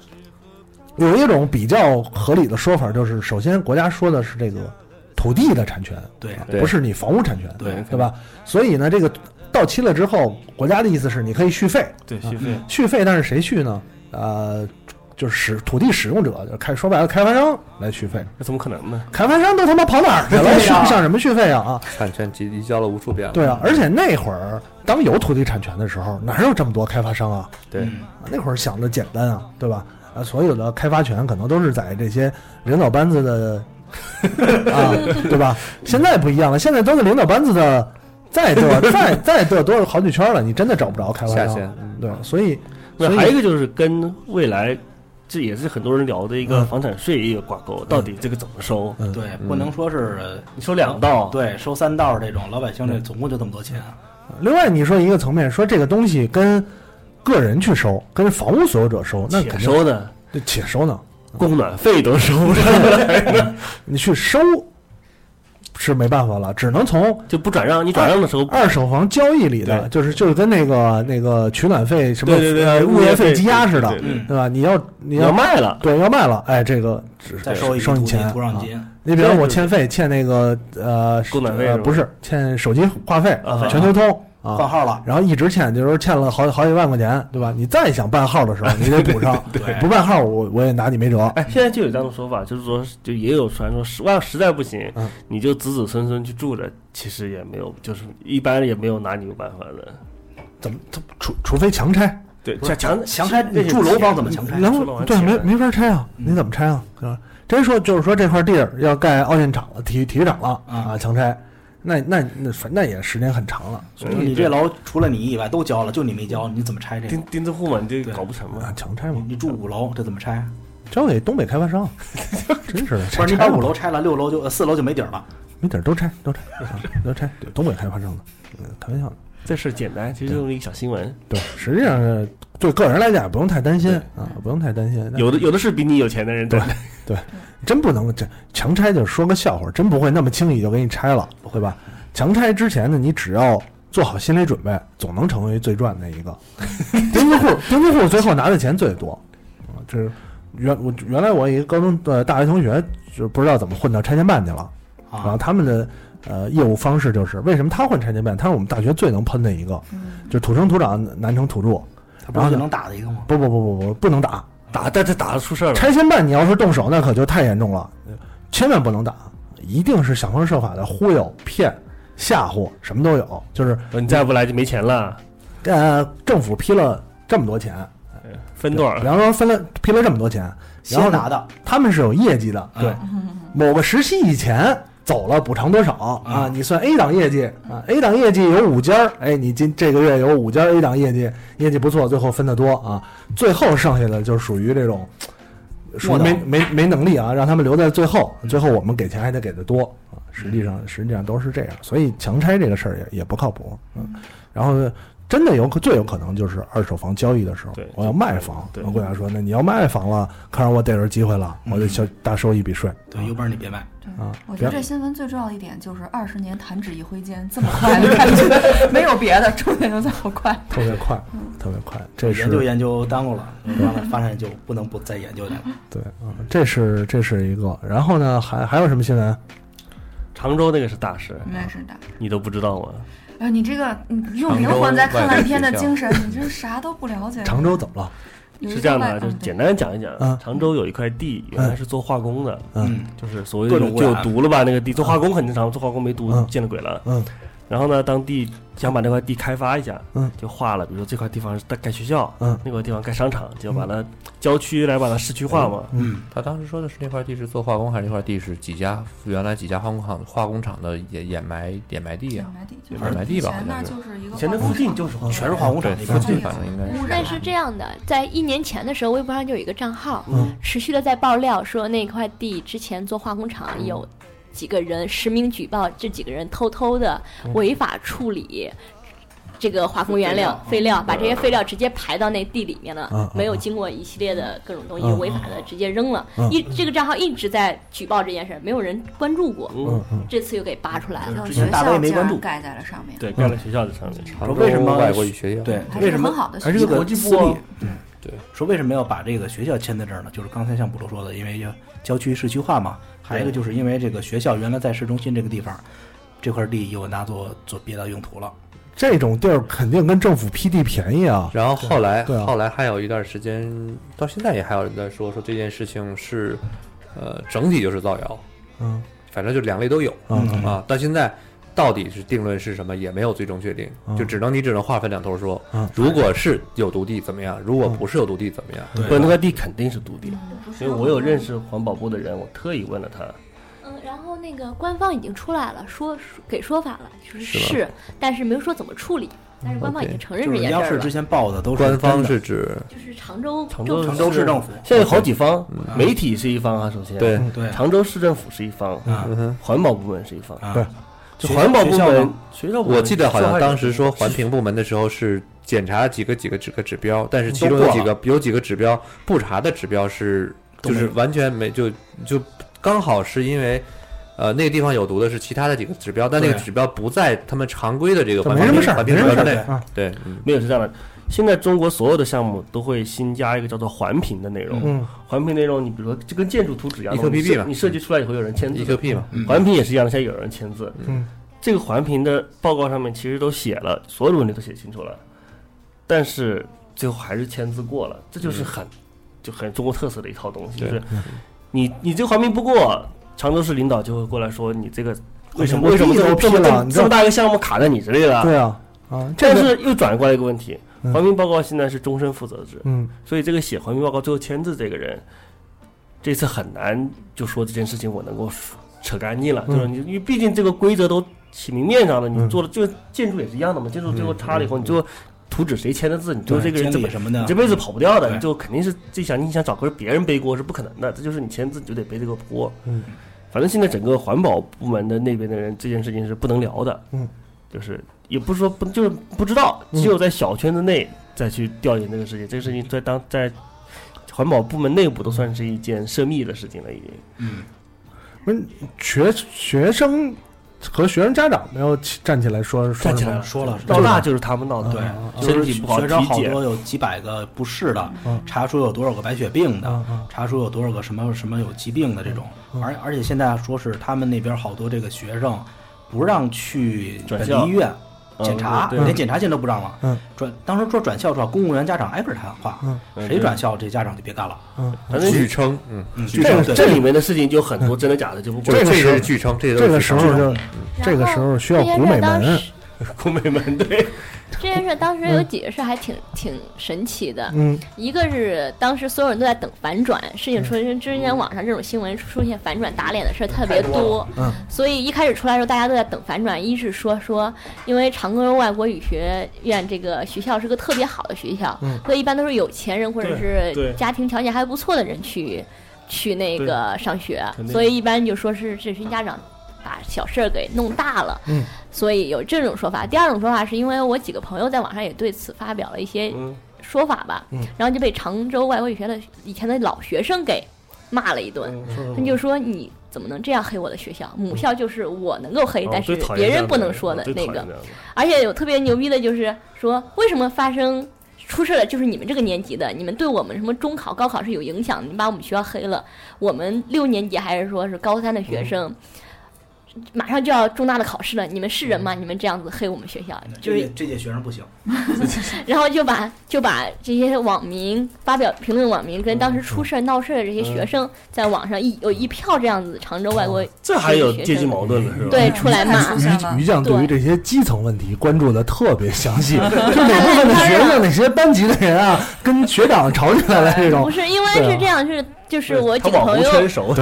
[SPEAKER 1] 有一种比较合理的说法，就是首先国家说的是这个土地的产权，
[SPEAKER 2] 对
[SPEAKER 1] 啊
[SPEAKER 6] 对
[SPEAKER 1] 不是你房屋产权，
[SPEAKER 2] 对
[SPEAKER 1] 对吧？所以呢，这个到期了之后，国家的意思是你可以续费，
[SPEAKER 3] 对嗯
[SPEAKER 1] 啊
[SPEAKER 3] 续费
[SPEAKER 1] 续费，但是谁续呢？呃，就是使土地使用者，就是开说白了，开发商来续费，
[SPEAKER 3] 那怎么可能呢？
[SPEAKER 1] 开发商都他妈跑哪儿去了？
[SPEAKER 3] 对呀
[SPEAKER 1] 续上什么续费啊？啊，
[SPEAKER 6] 产权及移交了无数遍了。
[SPEAKER 1] 对啊，而且那会儿当有土地产权的时候，哪有这么多开发商啊？
[SPEAKER 6] 对，
[SPEAKER 1] 那会儿想的简单啊，对吧？啊，所有的开发权可能都是在这些领导班子的啊，对吧？现在不一样了，现在都是领导班子的，再得再再得多少好几圈了，你真的找不着开发
[SPEAKER 3] 下
[SPEAKER 1] 商
[SPEAKER 3] 线。嗯
[SPEAKER 1] 对，所以所
[SPEAKER 3] 那
[SPEAKER 1] 以
[SPEAKER 3] 还有一个就是跟未来，这也是很多人聊的一
[SPEAKER 1] 嗯
[SPEAKER 3] 个房产税也有挂钩，到底这个怎么收？
[SPEAKER 2] 对，不能说是
[SPEAKER 3] 你收两
[SPEAKER 2] 嗯
[SPEAKER 3] 道，
[SPEAKER 1] 嗯
[SPEAKER 2] 对，收三道这种，老百姓这总共就这么多钱啊。
[SPEAKER 1] 另外你说一个层面，说这个东西跟个人去收，跟房屋所有者收，那
[SPEAKER 3] 且
[SPEAKER 1] 肯定
[SPEAKER 3] 收呢，
[SPEAKER 1] 对，且收呢。
[SPEAKER 3] 供暖费都收不 上来呢，
[SPEAKER 1] 你去收是没办法了，只能从
[SPEAKER 3] 就不转让，你转让的时候
[SPEAKER 1] 二手房交易里的，
[SPEAKER 3] 对
[SPEAKER 1] 就是就是跟那个那个取暖费什么
[SPEAKER 3] 对对对
[SPEAKER 1] 呃
[SPEAKER 3] 对
[SPEAKER 1] 物
[SPEAKER 3] 物业
[SPEAKER 1] 业费
[SPEAKER 3] 费
[SPEAKER 1] 积压似的，
[SPEAKER 3] 对对对
[SPEAKER 1] 对吧？你要你
[SPEAKER 3] 你要卖了，
[SPEAKER 1] 对要卖了，哎，这个只
[SPEAKER 2] 再收一笔
[SPEAKER 1] 收你
[SPEAKER 2] 土地
[SPEAKER 1] 钱
[SPEAKER 2] 土壤
[SPEAKER 1] 啊
[SPEAKER 2] 金，
[SPEAKER 1] 你比如
[SPEAKER 3] 对
[SPEAKER 1] 我
[SPEAKER 3] 对
[SPEAKER 1] 欠费，欠那个呃
[SPEAKER 3] 供暖费
[SPEAKER 1] 呃
[SPEAKER 3] 是吧
[SPEAKER 1] 不是欠手机话费
[SPEAKER 3] 啊、
[SPEAKER 1] 全球通
[SPEAKER 2] 换
[SPEAKER 1] 啊，
[SPEAKER 2] 号了，
[SPEAKER 1] 然后一直欠，就是欠了好好几万块钱，对吧？你再想办号的时候，你得补 上
[SPEAKER 2] 对对对，
[SPEAKER 1] 不办号我我也拿你没辙。
[SPEAKER 3] 哎，现在就有这样的说法，就是说，就也有传说，实万实在不行，
[SPEAKER 1] 嗯
[SPEAKER 3] 你就子子孙孙去住着，其实也没有，就是一般人也没有拿你有办法的。
[SPEAKER 1] 怎么他除除非强拆，
[SPEAKER 3] 对，强强
[SPEAKER 2] 强拆
[SPEAKER 3] 那
[SPEAKER 2] 你
[SPEAKER 3] 是
[SPEAKER 2] 住楼
[SPEAKER 3] 钱
[SPEAKER 2] 房怎么强拆？
[SPEAKER 1] 然
[SPEAKER 3] 说了
[SPEAKER 1] 后
[SPEAKER 3] 完
[SPEAKER 1] 嗯对，
[SPEAKER 3] 钱
[SPEAKER 1] 没没法拆啊，你怎么拆啊？对吧？真说就是说这块地儿要盖奥运场了，体育体育场了
[SPEAKER 2] 嗯
[SPEAKER 1] 啊，强拆，那那那反那也时间很长了，
[SPEAKER 2] 所以你这楼除了你以外都交了，就你没交，你怎么拆这个
[SPEAKER 3] 钉？钉子户嘛，你这搞不成
[SPEAKER 1] 啊
[SPEAKER 3] 嘛。，
[SPEAKER 1] 强拆
[SPEAKER 2] 你
[SPEAKER 1] 嘛，
[SPEAKER 2] 你住五楼，这怎么拆？啊
[SPEAKER 1] 交给东北开发商，真是的，
[SPEAKER 2] 不
[SPEAKER 1] 拆
[SPEAKER 2] 是你
[SPEAKER 1] 拆
[SPEAKER 2] 把
[SPEAKER 1] 吧
[SPEAKER 2] 五楼拆了，六楼就呃四楼就没底儿了。
[SPEAKER 1] 没底儿都拆都拆啊都拆，对东北开发商的，嗯，开玩笑的。
[SPEAKER 3] 这事儿简单，其实就是一个小新闻。
[SPEAKER 1] 对，实际上是对个人来讲也不用太担心啊，不用太担心。但
[SPEAKER 3] 有的有的是比你有钱的人对，
[SPEAKER 1] 真不能这强拆就是说个笑话，真不会那么轻易就给你拆了，对吧？强拆之前呢，你只要做好心理准备，总能成为最赚的一个。钉子户，钉子户最后拿的钱最多，啊，这是原我原来我一个高中的大学同学，就不知道怎么混到拆迁办去了，然后
[SPEAKER 2] 啊，
[SPEAKER 1] 他们的呃业务方式就是为什么他混拆迁办？他是我们大学最能喷的一个，就是土生土长，南城土著。
[SPEAKER 2] 他不
[SPEAKER 1] 然后
[SPEAKER 2] 是就
[SPEAKER 1] 呢
[SPEAKER 2] 能打的一个吗？
[SPEAKER 1] 不不不不不，不能打，
[SPEAKER 3] 打但这打了出事儿 了，
[SPEAKER 1] 拆迁办，你要是动手，那可就太严重了，千万不能打，一定是想方设法的忽悠、骗、吓唬，什么都有。就是
[SPEAKER 3] 呃你再不来就没钱了，
[SPEAKER 1] 呃，政府批了这么多钱，
[SPEAKER 3] 分多
[SPEAKER 1] 比
[SPEAKER 3] 少？
[SPEAKER 1] 方说分了批了这么多钱，然后
[SPEAKER 2] 先
[SPEAKER 1] 呢
[SPEAKER 2] 拿的，嗯
[SPEAKER 1] 他们是有业绩的，对，某个时期以前。走了补偿多少
[SPEAKER 3] 嗯
[SPEAKER 1] 啊？你算 A 档业绩啊，A 档业绩有五家儿，哎，你今这个月有五家儿 A 档业绩，业绩不错，最后分的多啊，最后剩下的就属于这种属于没没没能力啊，让他们留在最后，
[SPEAKER 3] 嗯
[SPEAKER 1] 最后我们给钱还得给的多啊。实际上实际上都是这样，所以强拆这个事儿也也不靠谱。嗯，然后真的有可最有可能就是二手房交易的时候
[SPEAKER 3] 对，
[SPEAKER 1] 我要卖房，
[SPEAKER 3] 对嗯
[SPEAKER 1] 我跟他说，那你要卖房了，看上我逮着机会了，我就小大收一笔税。
[SPEAKER 2] 对，有本事你别卖。
[SPEAKER 1] 啊，
[SPEAKER 5] 我觉
[SPEAKER 1] 别
[SPEAKER 5] 得这新闻最重要的一点就是二十年弹指一挥间，这么快 的感觉，没有别的，重点就在我快。
[SPEAKER 1] 特别快，特别快，这是
[SPEAKER 2] 研究研究耽误了，完了发展就不能不再研究去了。
[SPEAKER 1] 对啊，这是这是一个。然后呢，还还有什么新闻？
[SPEAKER 3] 常州那个是大事，
[SPEAKER 1] 嗯
[SPEAKER 5] 那是的，
[SPEAKER 3] 你都不知道吗？
[SPEAKER 5] 哎，你这个你用
[SPEAKER 6] 常
[SPEAKER 5] 灵
[SPEAKER 6] 州
[SPEAKER 5] 魂在看
[SPEAKER 6] 外
[SPEAKER 5] 烂
[SPEAKER 6] 国
[SPEAKER 5] 片的
[SPEAKER 6] 学校
[SPEAKER 5] 精神，你这啥都不了解。
[SPEAKER 1] 常州怎么了？
[SPEAKER 5] 有一
[SPEAKER 3] 是
[SPEAKER 5] 个
[SPEAKER 3] 这样的
[SPEAKER 5] 外
[SPEAKER 3] 啊，就
[SPEAKER 5] 嗯
[SPEAKER 3] 是
[SPEAKER 5] 对
[SPEAKER 3] 简单讲一讲
[SPEAKER 1] 嗯，
[SPEAKER 3] 常州有一块地原来
[SPEAKER 1] 嗯
[SPEAKER 3] 是做化工的，
[SPEAKER 1] 嗯
[SPEAKER 3] 就是所谓
[SPEAKER 2] 各种
[SPEAKER 3] 的有
[SPEAKER 2] 污
[SPEAKER 3] 就有
[SPEAKER 2] 染
[SPEAKER 3] 毒了吧？那个地做化工很正常，做化工没毒
[SPEAKER 1] 嗯
[SPEAKER 3] 见了鬼了。
[SPEAKER 1] 嗯
[SPEAKER 3] 然后呢，当地想把这块地开发一下，
[SPEAKER 1] 嗯，
[SPEAKER 3] 就划了，比如说这块地方是盖学校，
[SPEAKER 1] 嗯，
[SPEAKER 3] 那块地方盖商场，就把它郊区来把它市区化嘛，
[SPEAKER 1] 嗯，
[SPEAKER 6] 他当时说的是那块地是做化工，还是那块地是几家原来几家化工厂化工厂的掩掩埋掩埋地啊？
[SPEAKER 5] 掩埋地就是
[SPEAKER 6] 掩埋地吧，
[SPEAKER 5] 以前那
[SPEAKER 6] 好像。
[SPEAKER 5] 就是是一个
[SPEAKER 3] 以前那
[SPEAKER 5] 化工
[SPEAKER 3] 附近
[SPEAKER 5] 厂
[SPEAKER 3] 就是
[SPEAKER 6] 嗯
[SPEAKER 3] 全是化工厂
[SPEAKER 6] 对附
[SPEAKER 3] 那块
[SPEAKER 6] 近
[SPEAKER 3] 地，
[SPEAKER 6] 反正应该是
[SPEAKER 5] 污染啊
[SPEAKER 7] 但是这样的，在一年前的时候，微博上就有一个账号，
[SPEAKER 1] 嗯
[SPEAKER 7] 持续的在爆料说那块地之前做化工厂有几个人实名举报，这几个人偷偷的违法处理。这个化工原料、废
[SPEAKER 1] 嗯
[SPEAKER 7] 料，把这些废料直接排到那地里面了，
[SPEAKER 1] 嗯嗯
[SPEAKER 7] 没有经过一系列的各种东西，
[SPEAKER 1] 嗯
[SPEAKER 7] 违法的直接扔了。
[SPEAKER 1] 嗯
[SPEAKER 7] 一这个账号一直在举报这件事，没有人关注过，
[SPEAKER 1] 嗯嗯，
[SPEAKER 7] 这次又给扒出来了。
[SPEAKER 5] 有
[SPEAKER 2] 之
[SPEAKER 5] 学
[SPEAKER 2] 前大
[SPEAKER 5] 校
[SPEAKER 2] 卫没
[SPEAKER 5] 竟
[SPEAKER 2] 关
[SPEAKER 5] 然
[SPEAKER 2] 注
[SPEAKER 5] 盖在了上面，
[SPEAKER 3] 对，盖了学校在上面，
[SPEAKER 2] 说为什么
[SPEAKER 6] 外国语学院？
[SPEAKER 2] 对，
[SPEAKER 5] 还
[SPEAKER 2] 为什
[SPEAKER 5] 是很
[SPEAKER 2] 么
[SPEAKER 5] 好的学
[SPEAKER 3] 而且
[SPEAKER 5] 校
[SPEAKER 3] 这
[SPEAKER 2] 这
[SPEAKER 3] 个国际
[SPEAKER 2] 私
[SPEAKER 3] 部
[SPEAKER 2] 立嗯
[SPEAKER 3] 啊，
[SPEAKER 2] 说为什么要把这个学校签在这儿呢？就是刚才像捕头说的，因为要郊区市区化嘛。还有一个就是因为这个学校原来在市中心这个地方，这块地又拿作做别的用途了。
[SPEAKER 1] 这种地儿肯定跟政府批地便宜啊。
[SPEAKER 6] 然后后来
[SPEAKER 1] 对啊
[SPEAKER 6] 后来还有一段时间，到现在也还有人在说说这件事情是，呃，整体就是造谣，
[SPEAKER 1] 嗯
[SPEAKER 6] 反正就两类都有
[SPEAKER 1] 嗯嗯
[SPEAKER 6] 啊。到现在到底是定论是什么，也没有最终确定，
[SPEAKER 1] 嗯
[SPEAKER 6] 就只能你只能划分两头说
[SPEAKER 1] 嗯。
[SPEAKER 6] 如果是有毒地怎么样？如果不是有毒地怎么样？
[SPEAKER 3] 不，那块地肯定是毒地，
[SPEAKER 5] 嗯不是
[SPEAKER 3] 因为我有认识环保部的人，我特意问了他，
[SPEAKER 7] 嗯，然后那个官方已经出来了，说说给说法了，就是
[SPEAKER 6] 是
[SPEAKER 7] 是，
[SPEAKER 6] 吧
[SPEAKER 7] 但是没有说怎么处理。但是官方已
[SPEAKER 6] OK，
[SPEAKER 7] 经承
[SPEAKER 2] 嗯
[SPEAKER 7] 认
[SPEAKER 2] 就
[SPEAKER 7] 这
[SPEAKER 2] 是
[SPEAKER 7] 件
[SPEAKER 2] 央
[SPEAKER 7] 事儿
[SPEAKER 2] 视
[SPEAKER 7] 了，
[SPEAKER 2] 之前报的都是
[SPEAKER 6] 官方
[SPEAKER 2] 真的
[SPEAKER 6] 是指
[SPEAKER 7] 就是常州
[SPEAKER 3] 常州
[SPEAKER 2] 常州市政府
[SPEAKER 3] 现在有好几方，媒体是一方啊，首先
[SPEAKER 6] 对，
[SPEAKER 2] 对
[SPEAKER 3] 常州市政府是一方，
[SPEAKER 6] 嗯
[SPEAKER 2] 啊
[SPEAKER 8] 嗯
[SPEAKER 3] 环保部门是一方，
[SPEAKER 2] 啊
[SPEAKER 1] 对
[SPEAKER 3] 就
[SPEAKER 2] 学校
[SPEAKER 3] 环保部
[SPEAKER 2] 学校
[SPEAKER 3] 门
[SPEAKER 2] 呢，
[SPEAKER 3] 学校部门
[SPEAKER 6] 我记得好像当时说
[SPEAKER 3] 受害
[SPEAKER 6] 环
[SPEAKER 3] 者
[SPEAKER 6] 评部门的时候是检查了几个几个几个指标，但是其中有几个有几个指标不查的指标是
[SPEAKER 2] 都
[SPEAKER 6] 就
[SPEAKER 2] 没有
[SPEAKER 6] 是完全没就就刚好是因为。呃，那个地方有毒的是其他的几个指标，但那个
[SPEAKER 2] 对
[SPEAKER 6] 指标不在他们常规的这个
[SPEAKER 1] 就
[SPEAKER 6] 环
[SPEAKER 1] 没什
[SPEAKER 6] 评
[SPEAKER 1] 么事儿，
[SPEAKER 6] 环
[SPEAKER 1] 没什
[SPEAKER 6] 评指
[SPEAKER 1] 么事儿。
[SPEAKER 6] 标之内。
[SPEAKER 1] 对啊
[SPEAKER 6] 对，嗯
[SPEAKER 3] 没有是这样的。现在中国所有的项目都会新加一个叫做环评的内容，
[SPEAKER 1] 嗯，
[SPEAKER 3] 环评内容你比如说就跟建筑图纸一样的，
[SPEAKER 6] 一颗
[SPEAKER 3] 你
[SPEAKER 6] PB
[SPEAKER 3] 设
[SPEAKER 6] 吧
[SPEAKER 3] 你设计出来以后有人签字
[SPEAKER 6] 一，个，E P 嘛，
[SPEAKER 3] 环评也是一样的，现在有人签字。
[SPEAKER 1] 嗯，
[SPEAKER 3] 这个环评的报告上面其实都写了，所有的问题都写清楚了，但是最后还是签字过了，这就是很、就很中国特色的一套东西，就
[SPEAKER 6] 对
[SPEAKER 3] 是你你这个环评不过，常州市领导就会过来说你这个为什么
[SPEAKER 1] 我
[SPEAKER 3] 为什么
[SPEAKER 1] 地
[SPEAKER 3] 这
[SPEAKER 1] 都
[SPEAKER 3] 么这
[SPEAKER 1] 批
[SPEAKER 3] 么
[SPEAKER 1] 了
[SPEAKER 3] 这
[SPEAKER 1] 你
[SPEAKER 3] 么
[SPEAKER 1] 知道
[SPEAKER 3] 这么大一个项目卡在你这里了？
[SPEAKER 1] 对啊啊，这
[SPEAKER 3] 但
[SPEAKER 1] 个
[SPEAKER 3] 是又转过来一个问题，
[SPEAKER 1] 嗯
[SPEAKER 3] 环评报告现在是终身负责制，
[SPEAKER 1] 嗯
[SPEAKER 3] 所以这个写环评报告最后签字这个人，这次很难就说这件事情我能够扯干净了，
[SPEAKER 1] 嗯
[SPEAKER 3] 就是你，因为毕竟这个规则都起明面上了，
[SPEAKER 1] 嗯
[SPEAKER 3] 你做了这个建筑也是一样的嘛，建筑最后擦了以后，你最后图纸谁签的字，你最后这个人
[SPEAKER 2] 监
[SPEAKER 3] 这
[SPEAKER 2] 理
[SPEAKER 3] 么。
[SPEAKER 2] 什么的
[SPEAKER 3] 你
[SPEAKER 1] 嗯
[SPEAKER 3] 这辈子跑不掉的，
[SPEAKER 2] 对
[SPEAKER 3] 你就肯定是这想你想找个别人背锅是不可能的，这就是你签字你就得背这个锅。
[SPEAKER 1] 嗯，
[SPEAKER 3] 反正现在整个环保部门的那边的人，这件事情是不能聊的。
[SPEAKER 1] 嗯，
[SPEAKER 3] 就是也不是说不就是不知道，
[SPEAKER 1] 嗯
[SPEAKER 3] 只有在小圈子内再去调研这个事情。这个事情在当在环保部门内部都算是一件涉密的事情了，已经。
[SPEAKER 2] 嗯，
[SPEAKER 1] 不是学学生和学生家长没有起站起来说说
[SPEAKER 3] 站起
[SPEAKER 1] 什
[SPEAKER 3] 来
[SPEAKER 1] 么
[SPEAKER 3] 了，
[SPEAKER 2] 说了
[SPEAKER 3] 闹大就是他们闹的，
[SPEAKER 1] 嗯
[SPEAKER 2] 对，
[SPEAKER 3] 身
[SPEAKER 2] 就
[SPEAKER 3] 体
[SPEAKER 2] 是
[SPEAKER 3] 不好，
[SPEAKER 2] 学
[SPEAKER 3] 体
[SPEAKER 2] 生好
[SPEAKER 3] 检
[SPEAKER 2] 多有几百个不适的
[SPEAKER 1] 嗯，
[SPEAKER 2] 查出有多少个白血病
[SPEAKER 3] 嗯
[SPEAKER 2] 的，
[SPEAKER 1] 啊啊
[SPEAKER 2] 查出有多少个什么什么有疾病的这种，
[SPEAKER 1] 嗯
[SPEAKER 2] 而而且现在说是他们那边好多这个学生不让去
[SPEAKER 3] 转
[SPEAKER 2] 本
[SPEAKER 3] 校
[SPEAKER 2] 地医院
[SPEAKER 3] 嗯
[SPEAKER 2] 检查，
[SPEAKER 3] 对
[SPEAKER 2] 连检查现在都不让了。
[SPEAKER 1] 嗯，
[SPEAKER 2] 转当时说转校的话，公务员家长挨个喊话
[SPEAKER 1] 嗯，
[SPEAKER 3] 嗯
[SPEAKER 2] 谁转校这家长就别干了。
[SPEAKER 1] 嗯，
[SPEAKER 3] 反正
[SPEAKER 6] 据称，嗯，
[SPEAKER 2] 嗯，
[SPEAKER 1] 这个
[SPEAKER 2] 对
[SPEAKER 3] 这里面的事情就很多真的假的就不
[SPEAKER 6] 就
[SPEAKER 3] 管
[SPEAKER 6] 是
[SPEAKER 1] 这个
[SPEAKER 6] 这
[SPEAKER 1] 时候
[SPEAKER 6] 是据称，这
[SPEAKER 1] 这个
[SPEAKER 6] 个
[SPEAKER 1] 时候就
[SPEAKER 7] 然
[SPEAKER 1] 这个时候
[SPEAKER 7] 后
[SPEAKER 1] 需要
[SPEAKER 7] 这件
[SPEAKER 1] 古
[SPEAKER 7] 事
[SPEAKER 1] 美
[SPEAKER 7] 儿当
[SPEAKER 1] 门
[SPEAKER 7] 时
[SPEAKER 3] 宫美门对，
[SPEAKER 7] 这件事儿当时有几个事儿还挺挺神奇的，
[SPEAKER 1] 嗯
[SPEAKER 7] 一个是当时所有人都在等反转，事情出现之前，网上这种新闻出现反转打脸的事儿特别多，
[SPEAKER 1] 嗯
[SPEAKER 7] 所以一开始出来的时候，大家都在等反转。一是说说，因为常州外国语学院这个学校是个特别好的学校，
[SPEAKER 1] 嗯
[SPEAKER 7] 所以一般都是有钱人或者
[SPEAKER 3] 对
[SPEAKER 7] 是
[SPEAKER 3] 对
[SPEAKER 7] 家庭条件还不错的人去去那个上学
[SPEAKER 3] 肯，定
[SPEAKER 7] 所以一般就说是这群家长把小事儿给弄大了，
[SPEAKER 1] 嗯
[SPEAKER 7] 所以有这种说法。第二种说法是因为我几个朋友在网上也对此发表了一些
[SPEAKER 3] 嗯，
[SPEAKER 7] 说法吧，
[SPEAKER 1] 嗯
[SPEAKER 7] 然后就被常州外国语学的以前的老学生给骂了一顿。
[SPEAKER 3] 嗯
[SPEAKER 7] 他就说你怎么能这样黑我的学校？母校就是我能够黑，
[SPEAKER 3] 哦
[SPEAKER 7] 但是
[SPEAKER 3] 最讨厌
[SPEAKER 7] 别
[SPEAKER 3] 这样
[SPEAKER 7] 人不
[SPEAKER 3] 的哦
[SPEAKER 7] 能说的
[SPEAKER 3] 我最
[SPEAKER 7] 那
[SPEAKER 3] 讨
[SPEAKER 7] 个
[SPEAKER 3] 厌。这样的
[SPEAKER 7] 而且有特别牛逼的，就是说为什么发生出事了，就是你们这个年级的，你们对我们什么中考、高考是有
[SPEAKER 3] 嗯
[SPEAKER 7] 影响的，你把我们学校黑了，我们六年级还是说是高三的学生。马上就要重大的考试了，你们是人吗？你们这样子黑我们学校，就
[SPEAKER 2] 这届
[SPEAKER 7] 是，
[SPEAKER 2] 这届学生不行，
[SPEAKER 7] 然后就把就把这些网民发表评论，网民跟当时出事儿闹事儿的这些学生，在网上一有一票这样子常州外国
[SPEAKER 3] 哦这还有阶级矛盾了是吧？
[SPEAKER 7] 对出来骂，
[SPEAKER 1] 于于酱对于这些基层问题关注的特别详细，就 哪部分的
[SPEAKER 7] 他
[SPEAKER 1] 学
[SPEAKER 7] 让
[SPEAKER 1] 生、哪些班级的人啊，跟学长吵起来了这种。
[SPEAKER 7] 不是，因为
[SPEAKER 1] 对啊
[SPEAKER 7] 是这样，是就是我
[SPEAKER 1] 他
[SPEAKER 7] 几个
[SPEAKER 1] 网
[SPEAKER 7] 朋
[SPEAKER 1] 红
[SPEAKER 7] 友
[SPEAKER 1] 圈熟，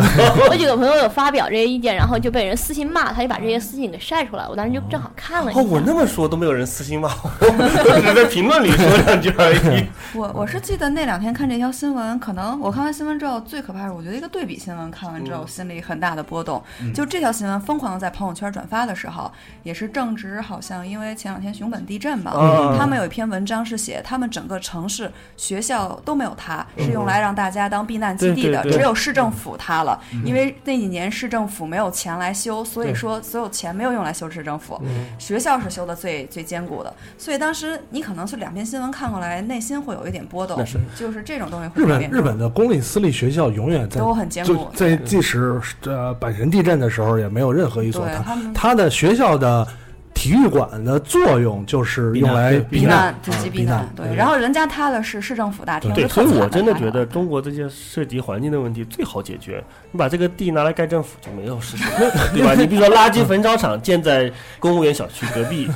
[SPEAKER 7] 我几个朋友有发表这些意见，然后就被人私信骂，他就把这些私信给晒出来，我当时就正好看了一下。
[SPEAKER 3] 哦，我那么说都没有人私信骂我，我只在评论里说两句而已。
[SPEAKER 5] 我我是记得那两天看这条新闻，可能我看完新闻之后，最可怕是我觉得一个对比新闻看完之后，心里很大的波动。
[SPEAKER 8] 嗯
[SPEAKER 5] 就这条新闻疯狂的在朋友圈转发的时候，也是正值好像因为前两天熊本地震嘛，
[SPEAKER 8] 嗯
[SPEAKER 5] 他们有一篇文章是写他们整个城市学校都没有塌，是用来让大家当避难基地的，
[SPEAKER 8] 嗯对对对
[SPEAKER 5] 只有市政府塌了，
[SPEAKER 8] 嗯
[SPEAKER 5] 因为那几年市政府没有钱来修，所以
[SPEAKER 8] 对
[SPEAKER 5] 说所有钱没有用来修市政府。
[SPEAKER 8] 嗯
[SPEAKER 5] 学校是修的最最坚固的，所以当时你可能是两篇新闻看过来，内心会有一点波动，
[SPEAKER 1] 那是
[SPEAKER 5] 就是这种东西
[SPEAKER 1] 日
[SPEAKER 5] 会有
[SPEAKER 1] 本
[SPEAKER 5] 点
[SPEAKER 1] 日本的公立私立学校永远在
[SPEAKER 5] 都很坚固
[SPEAKER 1] 就在即使呃阪神地震的时候也没有任何一所
[SPEAKER 5] 对他
[SPEAKER 1] 它
[SPEAKER 5] 们
[SPEAKER 1] 它的学校的体育馆的作用就是用来
[SPEAKER 5] 避
[SPEAKER 1] 难
[SPEAKER 5] 难，紧急
[SPEAKER 1] 啊
[SPEAKER 5] 避难，对。然后人家塌的是市政府大厅，
[SPEAKER 3] 对，
[SPEAKER 5] 就
[SPEAKER 3] 所以
[SPEAKER 5] 很
[SPEAKER 3] 我
[SPEAKER 5] 惨
[SPEAKER 3] 真的
[SPEAKER 5] 很惨
[SPEAKER 3] 觉得中国这些涉及环境的问题最好解决，你把这个地拿来盖政府就没有事情了，对吧？你比如说垃圾焚烧厂建在公务员小区隔壁，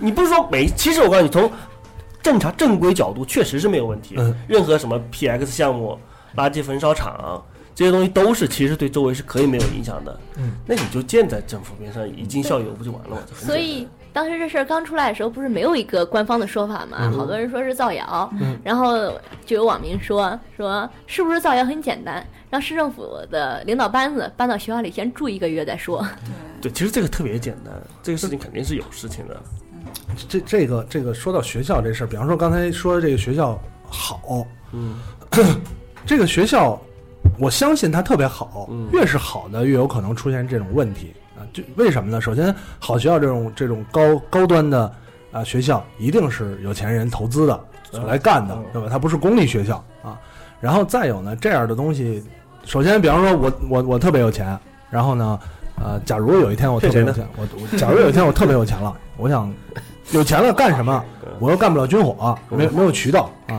[SPEAKER 3] 你不是说没？其实我告诉你，从正常正规角度确实是没有问题，
[SPEAKER 1] 嗯
[SPEAKER 3] 任何什么 PX 项目、垃圾焚烧厂。这些东西都是其实对周围是可以没有影响的，
[SPEAKER 1] 嗯，
[SPEAKER 3] 那你就建在政府边上，以儆效尤不就完了吗？这很
[SPEAKER 7] 所以当时这事儿刚出来的时候，不是没有一个官方的说法嘛？
[SPEAKER 3] 嗯
[SPEAKER 7] 好多人说是造谣，
[SPEAKER 3] 嗯
[SPEAKER 7] 然后就有网民说说是不是造谣很简单，让市政府的领导班子搬到学校里先住一个月再说。
[SPEAKER 3] 对，其实这个特别简单，这个事情肯定是有事情的，
[SPEAKER 1] 这这个这个说到学校这事儿，比方说刚才说这个学校好，
[SPEAKER 3] 嗯，
[SPEAKER 1] 这个学校我相信它特别好，越是好的越有可能出现这种问题啊。就为什么呢？首先，好学校这种这种高高端的啊学校，一定是有钱人投资的
[SPEAKER 3] 嗯
[SPEAKER 1] 来干的，对吧？它不是公立学校啊。然后再有呢，这样的东西，首先，比方说我我我特别有钱，然后呢，呃，假如有一天我特别有
[SPEAKER 3] 骗谁
[SPEAKER 1] 钱
[SPEAKER 3] 呢，
[SPEAKER 1] 我我假如有一天我特别有钱了，我想有钱了干什么？我又干不了军火，没有没有渠道啊。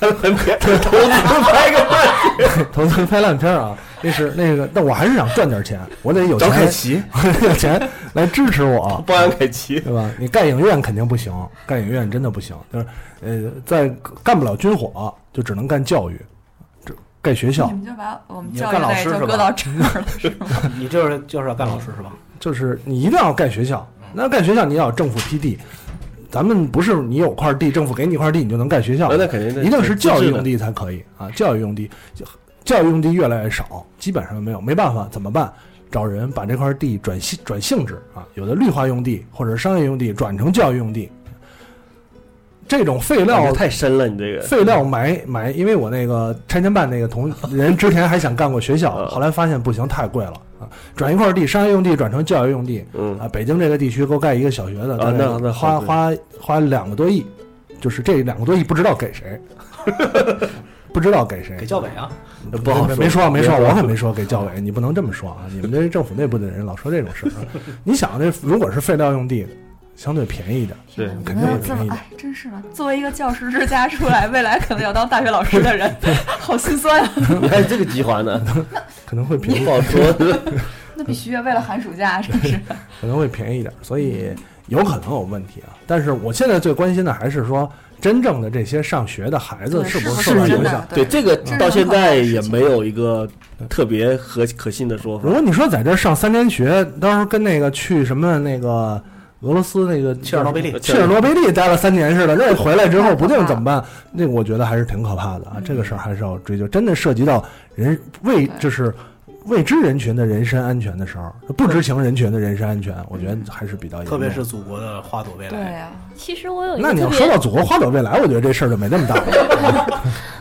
[SPEAKER 3] 看烂片，投资拍个烂片，
[SPEAKER 1] 投资拍烂片儿啊，那是那个，但我还是想赚点钱，我得有
[SPEAKER 3] 找
[SPEAKER 1] 钱，
[SPEAKER 3] 凯奇
[SPEAKER 1] 有钱来支持我，
[SPEAKER 3] 不安凯奇，
[SPEAKER 1] 对吧？你干影院肯定不行，干影院真的不行，就是呃，在干不了军火，就只能干教育，这干学校
[SPEAKER 5] 你，们就把我们
[SPEAKER 2] 你
[SPEAKER 5] 教
[SPEAKER 2] 要
[SPEAKER 5] 育
[SPEAKER 2] 干老
[SPEAKER 5] 类
[SPEAKER 2] 师
[SPEAKER 5] 就是搁
[SPEAKER 2] 吧
[SPEAKER 5] 到这儿了，是吗？
[SPEAKER 2] 你就是就是要干老师是吧？
[SPEAKER 1] 就是你一定要干学校，
[SPEAKER 3] 嗯
[SPEAKER 1] 那干学校你要有政府批地。咱们不是你有块地，政府给你一块地，你就能干学校，
[SPEAKER 3] 那那肯定的
[SPEAKER 1] 一定是教育用
[SPEAKER 3] 是
[SPEAKER 1] 地
[SPEAKER 3] 的
[SPEAKER 1] 才可以啊！教育用地，教育用地越来越少，基本上没有，没办法，怎么办？找人把这块地转性转性质啊，有的绿化用地或者商业用地转成教育用地，这种废料
[SPEAKER 3] 感觉太深了，你这个
[SPEAKER 1] 废料埋埋，因为我那个拆迁办那个同人之前还想干过学校，
[SPEAKER 3] 嗯
[SPEAKER 1] 后来发现不行，太贵了啊，转一块地，商业用地转成教育用地，
[SPEAKER 3] 嗯
[SPEAKER 1] 啊，北京这个地区够盖一个小学的，
[SPEAKER 3] 啊
[SPEAKER 1] 大概
[SPEAKER 3] 那那
[SPEAKER 1] 花
[SPEAKER 3] 好
[SPEAKER 1] 花花两个多亿，就是这两个多亿不知道给 谁，不知道给谁，
[SPEAKER 2] 给教委啊，
[SPEAKER 3] 不好
[SPEAKER 1] 没
[SPEAKER 3] 说
[SPEAKER 1] 没说没
[SPEAKER 3] 别
[SPEAKER 1] 说，
[SPEAKER 3] 说
[SPEAKER 1] 我可没说给教委，你不能这么说啊！你们这政府内部的人老说这种事儿啊， 你想这如果是废料用地，相对便宜一点，
[SPEAKER 3] 对
[SPEAKER 1] 肯
[SPEAKER 5] 你
[SPEAKER 1] 定
[SPEAKER 5] 们
[SPEAKER 1] 会
[SPEAKER 5] 要这
[SPEAKER 1] 便宜一
[SPEAKER 5] 么
[SPEAKER 1] 点。
[SPEAKER 5] 哎，真是的，作为一个教师之家出来，未来可能要当大学老师的 人， 好心酸啊！
[SPEAKER 3] 你还有这个计划呢？
[SPEAKER 5] 哎
[SPEAKER 1] 可能会便宜，
[SPEAKER 3] 不好说。
[SPEAKER 5] 那必须啊为了寒暑假，真是。
[SPEAKER 1] 可能会便宜一点，所以有可能有问题啊。但是我现在最关心的还是说，真正的这些上学的孩子是不是受到影响？
[SPEAKER 3] 对这个到现在也没有一个特别可可信的说法
[SPEAKER 1] 如。果你说在这儿上三年学，到时候跟那个去什么那个俄罗斯那个切
[SPEAKER 2] 尔诺贝利
[SPEAKER 1] 切尔诺贝利待了三年似的，那回来之后不定怎么办？那我觉得还是挺可怕的啊。这个事儿还是要追究，真的涉及到人未就是未知人群的人身安全的时候，不知情人群的人身安全，我觉得还是比较严
[SPEAKER 2] 特
[SPEAKER 1] 重
[SPEAKER 2] 别
[SPEAKER 1] 的。
[SPEAKER 2] 是祖国的花朵未来，
[SPEAKER 5] 呀，
[SPEAKER 7] 其实我有一个
[SPEAKER 1] 那你
[SPEAKER 7] 特
[SPEAKER 1] 要
[SPEAKER 7] 别
[SPEAKER 1] 说到祖国花朵未来，我觉得这事儿就没那么大了。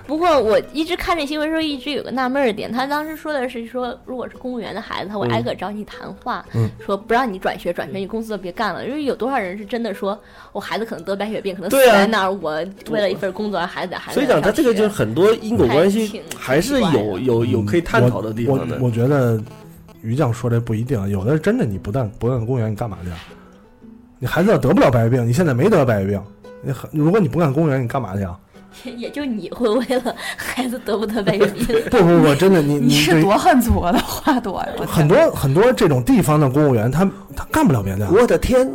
[SPEAKER 7] 不过我一直看这新闻的时候，一直有个纳闷儿点，他当时说的是说，如果是公务员的孩子，他会
[SPEAKER 8] 嗯
[SPEAKER 7] 挨个找你谈话，
[SPEAKER 8] 嗯
[SPEAKER 7] 说不让你转学，转学你工作都别干了。因为有多少人是真的说，我孩子可能得白血病，可能死
[SPEAKER 3] 对啊
[SPEAKER 7] 在那儿，我为了一份工作而孩子孩子
[SPEAKER 3] 所以讲，它这个就是很多因果关
[SPEAKER 7] 还
[SPEAKER 3] 系
[SPEAKER 7] 挺
[SPEAKER 1] 嗯
[SPEAKER 3] 还是有有有可以探讨的地方的
[SPEAKER 1] 我。我觉得于酱说这不一定，有的是真的，你不但不干公务员，你干嘛去啊？你孩子要得不了白血病，你现在没得白血病，你很如果你不干公务员，你干嘛去啊？
[SPEAKER 7] 也就你会为了孩子得不得白血病
[SPEAKER 1] 不不不，真的你
[SPEAKER 5] 你是
[SPEAKER 1] 这
[SPEAKER 5] 多恨祖国的花朵呀！我天
[SPEAKER 1] 嗯很多很多这种地方的公务员，他他干不了别的。
[SPEAKER 8] 我的天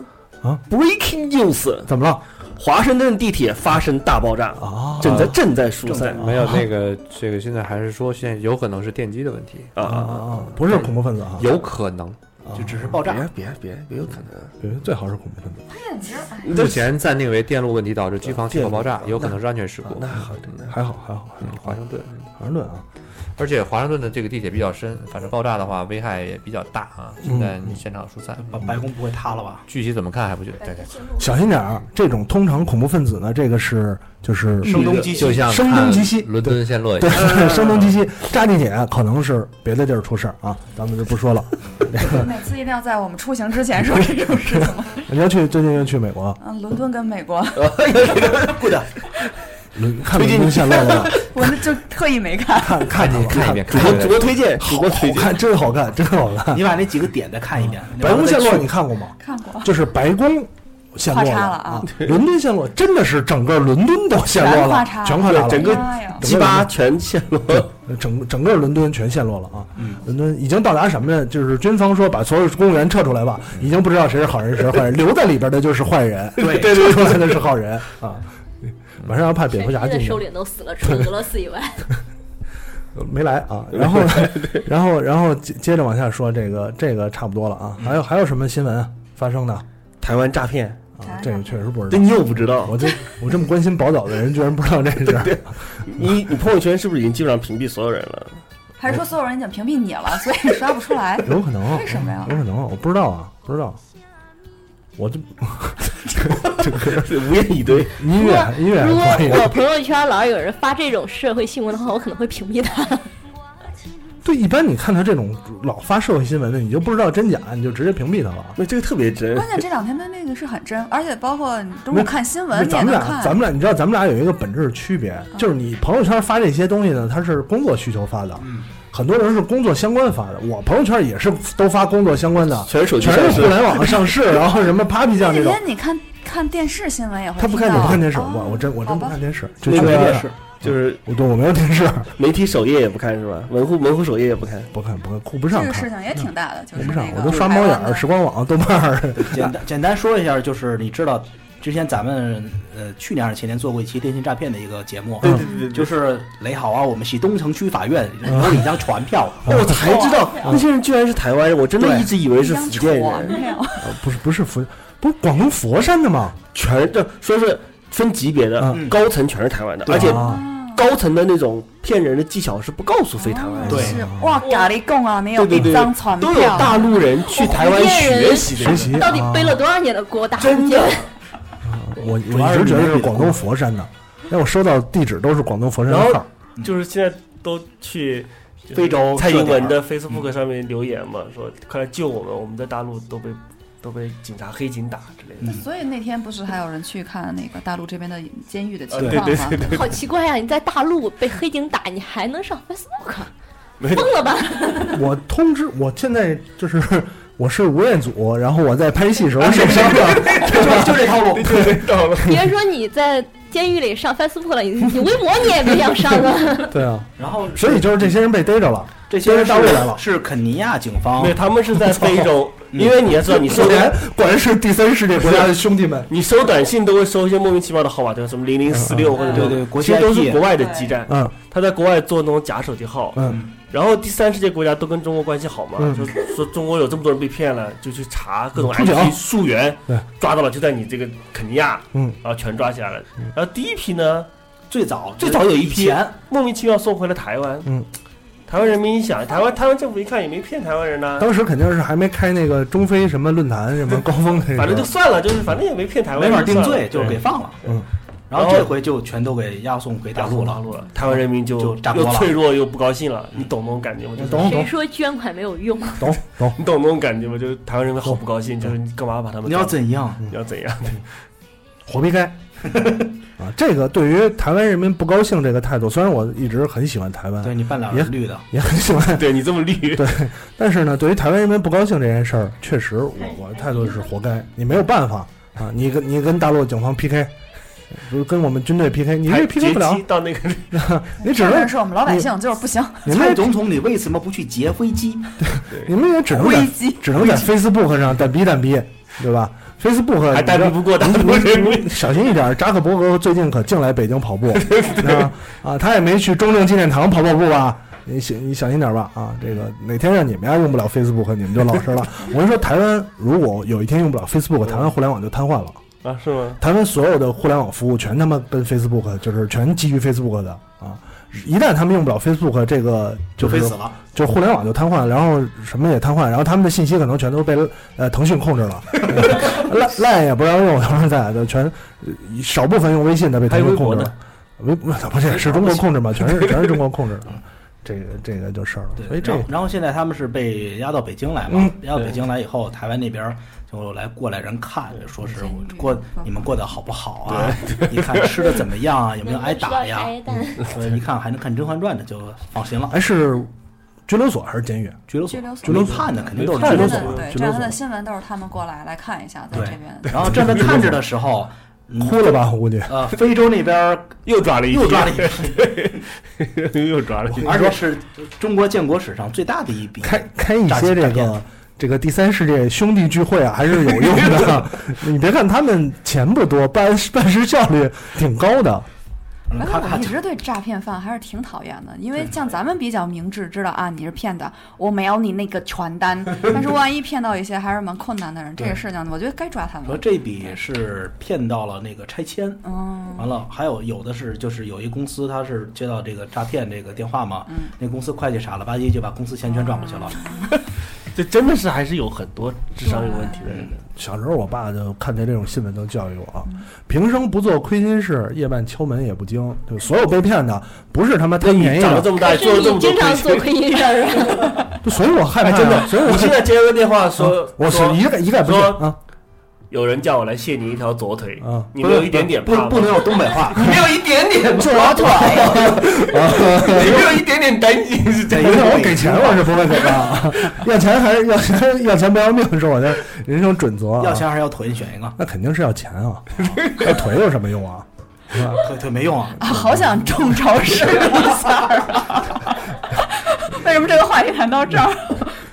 [SPEAKER 1] 啊
[SPEAKER 8] ！Breaking news，
[SPEAKER 1] 怎么了？
[SPEAKER 8] 华盛顿地铁发生大爆炸
[SPEAKER 1] 啊
[SPEAKER 8] 正在正在疏散，
[SPEAKER 6] 没有那个这个现在还是说现在有可能是电击的问题
[SPEAKER 8] 啊啊
[SPEAKER 1] 啊！不是恐怖分子啊，
[SPEAKER 6] 有可能，
[SPEAKER 2] 就只是爆炸。
[SPEAKER 8] 别别别，有可能
[SPEAKER 1] 对最好是恐怖分子。
[SPEAKER 6] 目前暂定为电路问题导致机房气泡爆炸，
[SPEAKER 8] 电路
[SPEAKER 6] 有可能是安全事故。
[SPEAKER 8] 那好
[SPEAKER 1] 还好还好，
[SPEAKER 6] 嗯，华盛顿，
[SPEAKER 1] 华盛顿啊，
[SPEAKER 6] 而且华盛顿的这个地铁比较深，反正爆炸的话危害也比较大啊。现在你现场疏散，啊
[SPEAKER 2] 白白宫不会塌了吧？
[SPEAKER 6] 具体怎么看还不决定。
[SPEAKER 1] 小心点儿啊！这种通常恐怖分子呢，这个是就是
[SPEAKER 2] 声东击西
[SPEAKER 6] 就像
[SPEAKER 1] 声东击西
[SPEAKER 6] 看伦敦陷落一
[SPEAKER 1] 对
[SPEAKER 6] 样。，
[SPEAKER 1] 声东击西，炸地铁可能是别的地儿出事儿啊，咱们就不说了。
[SPEAKER 5] 每次一定要在我们出行之前说这种事情吗？
[SPEAKER 1] 你要去最近要去美国，
[SPEAKER 5] 嗯，伦敦跟美国，
[SPEAKER 1] 呃
[SPEAKER 2] ，good，
[SPEAKER 1] 伦看伦敦陷落了吧，
[SPEAKER 5] 我那就特意没看。
[SPEAKER 1] 看 看
[SPEAKER 6] 看
[SPEAKER 1] 看
[SPEAKER 6] 一遍
[SPEAKER 1] 主
[SPEAKER 6] 看
[SPEAKER 1] 播
[SPEAKER 6] 一遍
[SPEAKER 8] 主播推荐，主
[SPEAKER 1] 好
[SPEAKER 8] 播推
[SPEAKER 1] 好
[SPEAKER 8] 荐，
[SPEAKER 1] 看，真好看，真好看。
[SPEAKER 2] 你把那几个点再看一遍。
[SPEAKER 1] 白宫陷落你
[SPEAKER 2] 看
[SPEAKER 1] 看过吗？
[SPEAKER 5] 看过，
[SPEAKER 1] 就是白宫陷落了
[SPEAKER 5] 画叉了啊
[SPEAKER 1] 啊，伦敦陷落，真的是整个伦敦都陷落
[SPEAKER 5] 全画
[SPEAKER 1] 了
[SPEAKER 5] 叉，
[SPEAKER 1] 全快
[SPEAKER 8] 对
[SPEAKER 1] 炸了，
[SPEAKER 8] 整个
[SPEAKER 5] 妈呀
[SPEAKER 8] 鸡巴全陷落，
[SPEAKER 1] 呃整整个伦敦全陷落了啊！
[SPEAKER 8] 嗯
[SPEAKER 1] 伦敦已经到达什么呢？就是军方说把所有公务员撤出来吧，
[SPEAKER 8] 嗯
[SPEAKER 1] 已经不知道谁是好人谁是坏 人，留在里边的就是坏人，
[SPEAKER 2] 对
[SPEAKER 1] 撤出来的是好人啊！马上要派蝙蝠
[SPEAKER 7] 全世
[SPEAKER 1] 侠
[SPEAKER 7] 界的
[SPEAKER 1] 进去
[SPEAKER 7] 首，领都死了，除了俄罗斯以外，
[SPEAKER 1] 没来啊！然后，然后，然后接接着往下说，这个这个差不多了啊！还有还有什么新闻啊发生的啊？
[SPEAKER 8] 台湾诈骗，
[SPEAKER 1] 这个确实不知
[SPEAKER 8] 这
[SPEAKER 1] 道，
[SPEAKER 8] 你又不知道，
[SPEAKER 1] 我这我这么关心宝岛的人居然不知道这事儿，
[SPEAKER 8] 你你朋友圈是不是已经基本上屏蔽所有人了？
[SPEAKER 5] 还是说所有人已经屏蔽 你了，所以你刷不出来？
[SPEAKER 1] 有可能啊
[SPEAKER 5] 为什么呀
[SPEAKER 1] 有可能啊，我不知道啊，不知道。我这
[SPEAKER 8] 无言以对，
[SPEAKER 1] 音乐还音乐还
[SPEAKER 7] 如果
[SPEAKER 1] 可以啊
[SPEAKER 7] 我朋友圈老有人发这种社会新闻的话，我可能会屏蔽他。
[SPEAKER 1] 对，一般你看他这种老发社会新闻的，你就不知道真假，你就直接屏蔽他了。
[SPEAKER 8] 那这个特别真
[SPEAKER 5] 关键这两天的那个是很真，而且包括你中
[SPEAKER 1] 那
[SPEAKER 5] 午看新
[SPEAKER 1] 那
[SPEAKER 5] 闻你也
[SPEAKER 1] 咱们
[SPEAKER 5] 能
[SPEAKER 1] 俩，咱
[SPEAKER 5] 看。嗯
[SPEAKER 1] 们俩，你知道咱们俩有一个本质的区别，就是你朋友圈发这些东西呢，它是工作需求发的，很多人是工作相关发的。我朋友圈也是都发工作相关的，
[SPEAKER 8] 全是手机
[SPEAKER 1] 啊全
[SPEAKER 8] 上
[SPEAKER 1] 是
[SPEAKER 8] 市
[SPEAKER 1] 互联网上市，然后什么 Papi 酱这
[SPEAKER 5] 那
[SPEAKER 1] 种。
[SPEAKER 5] 天你看看电视新闻也会
[SPEAKER 1] 他不看
[SPEAKER 5] 听
[SPEAKER 1] 你
[SPEAKER 5] 到
[SPEAKER 1] 不看电视，我
[SPEAKER 5] 哦
[SPEAKER 1] 我真我真不
[SPEAKER 5] 好吧
[SPEAKER 1] 看电视，就
[SPEAKER 8] 那
[SPEAKER 1] 就
[SPEAKER 8] 个
[SPEAKER 1] 是
[SPEAKER 8] 就是
[SPEAKER 1] 我对我没有电视，
[SPEAKER 8] 媒体首页也不看是吧？门户门户首页也不看，
[SPEAKER 1] 不看不看，顾不上
[SPEAKER 5] 这个事
[SPEAKER 1] 看，
[SPEAKER 5] 情也挺大的，就
[SPEAKER 1] 顾
[SPEAKER 5] 是
[SPEAKER 1] 不
[SPEAKER 5] 那
[SPEAKER 1] 上，
[SPEAKER 5] 个哎
[SPEAKER 1] 我都刷猫眼
[SPEAKER 5] 台湾
[SPEAKER 1] 儿、
[SPEAKER 5] 的
[SPEAKER 1] 时光网、豆瓣儿。
[SPEAKER 2] 简单简单说一下，就是你知道，之前咱们呃去年还是前年做过一期电信诈骗的一个节目，对
[SPEAKER 3] 嗯
[SPEAKER 2] 对对，就是雷好啊，我们系东城区法院有你一张传票，
[SPEAKER 8] 哦我才知道那些人居然是台湾人，我真的
[SPEAKER 2] 对
[SPEAKER 8] 一直以为是福
[SPEAKER 5] 一
[SPEAKER 8] 建
[SPEAKER 5] 张床
[SPEAKER 8] 人，
[SPEAKER 5] 没有，
[SPEAKER 1] 不是不是佛，不是广东佛山的吗？
[SPEAKER 8] 全这说是分级别的
[SPEAKER 1] 嗯，
[SPEAKER 8] 高层全是台湾的，而且
[SPEAKER 1] 啊
[SPEAKER 8] 高层的那种骗人的技巧是不告诉非台湾人的，
[SPEAKER 2] 对
[SPEAKER 5] 是哇，咖喱贡啊，你有
[SPEAKER 8] 对对
[SPEAKER 5] 一
[SPEAKER 8] 对
[SPEAKER 5] 张船票，
[SPEAKER 8] 都有大陆人去台湾学习这
[SPEAKER 1] 学
[SPEAKER 8] 个，
[SPEAKER 1] 习
[SPEAKER 7] 到底背了多少年的锅？大福建，
[SPEAKER 1] 我我一直觉得是广东佛山的，因为我收到地址都是广东佛山的
[SPEAKER 3] 然
[SPEAKER 1] 号
[SPEAKER 3] 后。就是现在都去就是
[SPEAKER 2] 非洲
[SPEAKER 3] 蔡英文
[SPEAKER 2] 设点嗯
[SPEAKER 3] 的 Facebook 上面留言嘛，说快来救我们，我们在大陆都被都被警察黑警打之类
[SPEAKER 2] 嗯
[SPEAKER 3] 的。
[SPEAKER 5] 所以那天不是还有人去看那个大陆这边的监狱的情
[SPEAKER 3] 啊对
[SPEAKER 5] 况吗？
[SPEAKER 7] 好奇怪呀、你在大陆被黑警打，你还能上 Facebook？疯了吧？
[SPEAKER 1] 我通知，我现在就是我是吴彦祖，然后我在拍戏时候受伤了，
[SPEAKER 8] 就这套路，对对套路。
[SPEAKER 7] 别说你在监狱里上 Facebook 了，你你微博你也别想上啊！
[SPEAKER 1] 对啊，
[SPEAKER 2] 然后
[SPEAKER 1] 所以就是这些人被逮着了，
[SPEAKER 2] 这些人
[SPEAKER 1] 到位来了。
[SPEAKER 2] 是肯尼亚警方
[SPEAKER 3] 没有，他们是在
[SPEAKER 2] 哦
[SPEAKER 3] 非洲，因为你要知道，你收
[SPEAKER 2] 嗯
[SPEAKER 1] 苏联果然是第三世界国家的兄弟们，
[SPEAKER 3] 你收短信都会收一些莫名其妙的号码，对吧？什么零零四六或者
[SPEAKER 2] 嗯对对国
[SPEAKER 3] 其
[SPEAKER 2] 际
[SPEAKER 3] 实都是
[SPEAKER 2] IP
[SPEAKER 3] 国外的基站，
[SPEAKER 1] 嗯
[SPEAKER 3] 他在国外做那种假手机号，
[SPEAKER 1] 嗯，
[SPEAKER 3] 然后第三世界国家都跟中国关系好嘛，
[SPEAKER 1] 嗯
[SPEAKER 3] 就说中国有这么多人被骗了，就去查
[SPEAKER 2] 嗯
[SPEAKER 3] 各种
[SPEAKER 1] 出脚
[SPEAKER 3] IP 溯源
[SPEAKER 1] 对，
[SPEAKER 3] 抓到了就在你这个肯尼亚，
[SPEAKER 1] 嗯，
[SPEAKER 3] 然后全抓起来了。
[SPEAKER 2] 嗯
[SPEAKER 3] 然后第一批呢，
[SPEAKER 2] 最早
[SPEAKER 3] 最早有一
[SPEAKER 2] 以
[SPEAKER 3] 批
[SPEAKER 2] 前
[SPEAKER 3] 莫名其妙送回了台湾，
[SPEAKER 1] 嗯，
[SPEAKER 3] 台湾人民一想，台湾台湾政府一看也没骗台湾人呐、
[SPEAKER 1] 当时肯定是还没开那个中非什么论坛什么高峰那个，
[SPEAKER 3] 反正就算了，就是反正也没骗台湾
[SPEAKER 2] 没
[SPEAKER 3] 人，
[SPEAKER 2] 法定
[SPEAKER 3] 算
[SPEAKER 2] 罪，
[SPEAKER 3] 了
[SPEAKER 2] 就是给
[SPEAKER 3] 对
[SPEAKER 2] 放了。
[SPEAKER 1] 嗯，
[SPEAKER 2] 然后这回就全都给押送回大
[SPEAKER 3] 大
[SPEAKER 2] 陆
[SPEAKER 3] 陆
[SPEAKER 2] 了。
[SPEAKER 3] 了，台湾人民就
[SPEAKER 2] 就炸锅
[SPEAKER 3] 又
[SPEAKER 2] 了嗯
[SPEAKER 3] 脆弱又不高兴了，你懂那种感觉吗？就是
[SPEAKER 1] 懂
[SPEAKER 7] 谁
[SPEAKER 1] 懂
[SPEAKER 7] 说捐款没有用？
[SPEAKER 1] 懂懂，
[SPEAKER 3] 你懂那种感觉吗？就是台湾人民好不高兴，就是你干嘛把他们
[SPEAKER 2] 你要怎样？
[SPEAKER 3] 你要怎样？对
[SPEAKER 1] 活逼该啊！这个对于台湾人民不高兴这个态度，虽然我一直很喜欢台湾，
[SPEAKER 2] 对你半拉
[SPEAKER 1] 也
[SPEAKER 2] 绿的，
[SPEAKER 1] 也很喜欢，
[SPEAKER 3] 对你这么绿，
[SPEAKER 1] 对，但是呢，对于台湾人民不高兴这件事儿，确实我我的态度是活该，你没有办法啊！你跟你跟大陆警方 PK，不是跟我们军队 PK，你
[SPEAKER 5] 哎
[SPEAKER 1] 这 PK 不了
[SPEAKER 3] 截击，到那个
[SPEAKER 1] 你只
[SPEAKER 5] 这
[SPEAKER 1] 能
[SPEAKER 5] 事我们老百姓就是不行。
[SPEAKER 1] 你
[SPEAKER 2] 蔡
[SPEAKER 1] 们
[SPEAKER 2] 总统，你为什么不去劫飞机？
[SPEAKER 1] 你们
[SPEAKER 3] 哎
[SPEAKER 1] 也只能在
[SPEAKER 5] 危机
[SPEAKER 1] 只能在 Facebook 上蛋逼蛋逼，对吧？Facebook
[SPEAKER 3] 还
[SPEAKER 1] 你知道
[SPEAKER 3] 单逼不过大陆人民，
[SPEAKER 1] 小心一点，扎克伯格最近可净来北京跑 步，啊啊，他也没去中正纪念堂跑跑步吧？你小你小心点吧啊！这个哪天让你们家用不了 Facebook，你们就老实 了。我跟你说，台湾如果有一天用不了 Facebook，台湾互联网就瘫痪了。
[SPEAKER 3] 啊，是吗？
[SPEAKER 1] 台湾所有的互联网服务全他妈跟 Facebook，就是全基于 Facebook 的啊！一旦他们用不了 Facebook，这个
[SPEAKER 2] 就
[SPEAKER 1] 就是
[SPEAKER 2] 飞死了。
[SPEAKER 1] 就互联网就瘫痪，然后什么也瘫痪，然后他们的信息可能全都被呃腾讯控制了，赖赖也不让用，当时在的全呃少部分用微信的被腾讯控制了，微 不不是是中国控制 嘛，全是全是中国控制的，这个这个就事儿了，所以这
[SPEAKER 2] 然
[SPEAKER 1] 个
[SPEAKER 2] 后然后现在他们是被押到北京来嘛
[SPEAKER 1] 嗯？
[SPEAKER 2] 押到北京来以后，台湾那边就来过来人看，说是我过你们过得好不好啊？你看吃的怎么样啊？有没有挨打呀？
[SPEAKER 7] 能不能吃到茶叶蛋
[SPEAKER 2] 呃一看还能看《甄嬛传》的，就放心了。
[SPEAKER 1] 还是拘留所还是监狱？
[SPEAKER 2] 拘留所
[SPEAKER 5] 拘留，所
[SPEAKER 2] 拘留判的肯定都是
[SPEAKER 1] 拘
[SPEAKER 2] 拘
[SPEAKER 1] 留
[SPEAKER 2] 留
[SPEAKER 1] 所
[SPEAKER 2] 所。
[SPEAKER 5] 对，
[SPEAKER 1] 拘留
[SPEAKER 5] 这样
[SPEAKER 1] 所
[SPEAKER 5] 他的新闻都是他们过来来看一下，在
[SPEAKER 2] 对
[SPEAKER 5] 这边哎
[SPEAKER 2] 然后正在看着的时候，嗯
[SPEAKER 1] 哭了吧，我估计。
[SPEAKER 2] 呃，非洲那边
[SPEAKER 3] 又抓了一批
[SPEAKER 2] 又抓了一批，
[SPEAKER 3] 又抓了一批，
[SPEAKER 2] 而且是中国建国史上最大的一笔。
[SPEAKER 1] 开开一
[SPEAKER 2] 诈
[SPEAKER 1] 些
[SPEAKER 2] 欺诈
[SPEAKER 1] 这
[SPEAKER 2] 骗
[SPEAKER 1] 个这个第三世界兄弟聚会啊，还是有用 的。你别看他们钱不多，办办事效率挺高的。
[SPEAKER 2] 嗯
[SPEAKER 5] 反
[SPEAKER 2] 咔
[SPEAKER 5] 正
[SPEAKER 2] 咔
[SPEAKER 5] 我一直对诈骗犯还是挺讨厌的，因为像咱们比较明智，知道啊你是骗的，我没有你那个全单。但是万一骗到一些还是蛮困难的人，这个事情我觉得该抓他
[SPEAKER 2] 说
[SPEAKER 5] 们。
[SPEAKER 2] 这笔是骗到了那个拆迁，
[SPEAKER 5] 嗯，
[SPEAKER 2] 完了还有有的是就是有一公司他是接到这个诈骗这个电话嘛，那公司会计傻了吧唧就把公司钱全转过去了，
[SPEAKER 3] 这真的是还是有很多智商有问题的人的。
[SPEAKER 1] 小时候我爸就看见这种新闻就教育我、啊平生不做亏心事，夜半敲门也不惊。就所有被骗的，不是他妈贪便宜
[SPEAKER 3] 长得
[SPEAKER 1] 的，
[SPEAKER 3] 这么大，
[SPEAKER 7] 可
[SPEAKER 3] 做
[SPEAKER 7] 是
[SPEAKER 3] 了这么
[SPEAKER 7] 你
[SPEAKER 3] 多
[SPEAKER 7] 经常
[SPEAKER 3] 亏
[SPEAKER 7] 做
[SPEAKER 3] 心，
[SPEAKER 7] 亏心事儿啊？
[SPEAKER 1] 就所以我害怕、
[SPEAKER 3] 哎，真的，
[SPEAKER 1] 所以我
[SPEAKER 3] 你现在接个电
[SPEAKER 2] 啊
[SPEAKER 3] 话说，
[SPEAKER 1] 我是
[SPEAKER 3] 说
[SPEAKER 1] 一概一概不信
[SPEAKER 3] 说
[SPEAKER 1] 啊
[SPEAKER 3] 有人叫我来卸你一条左腿
[SPEAKER 1] 啊，
[SPEAKER 3] 你没有一点点
[SPEAKER 2] 不
[SPEAKER 3] 怕吗
[SPEAKER 2] 不能有东北话，
[SPEAKER 3] 没有一点点左腿，你没有一点点担心是这
[SPEAKER 1] 因
[SPEAKER 3] 样
[SPEAKER 1] 为我给钱我是不会给的，啊要钱还是要钱要钱不要命是我的人生准则、啊。
[SPEAKER 2] 要钱还是要腿，你选一个，
[SPEAKER 1] 那肯定是要钱啊，要腿有什么用啊？
[SPEAKER 2] 腿腿没用啊，
[SPEAKER 5] 啊，好想中招式一下儿啊！为什么这个话题谈到这儿？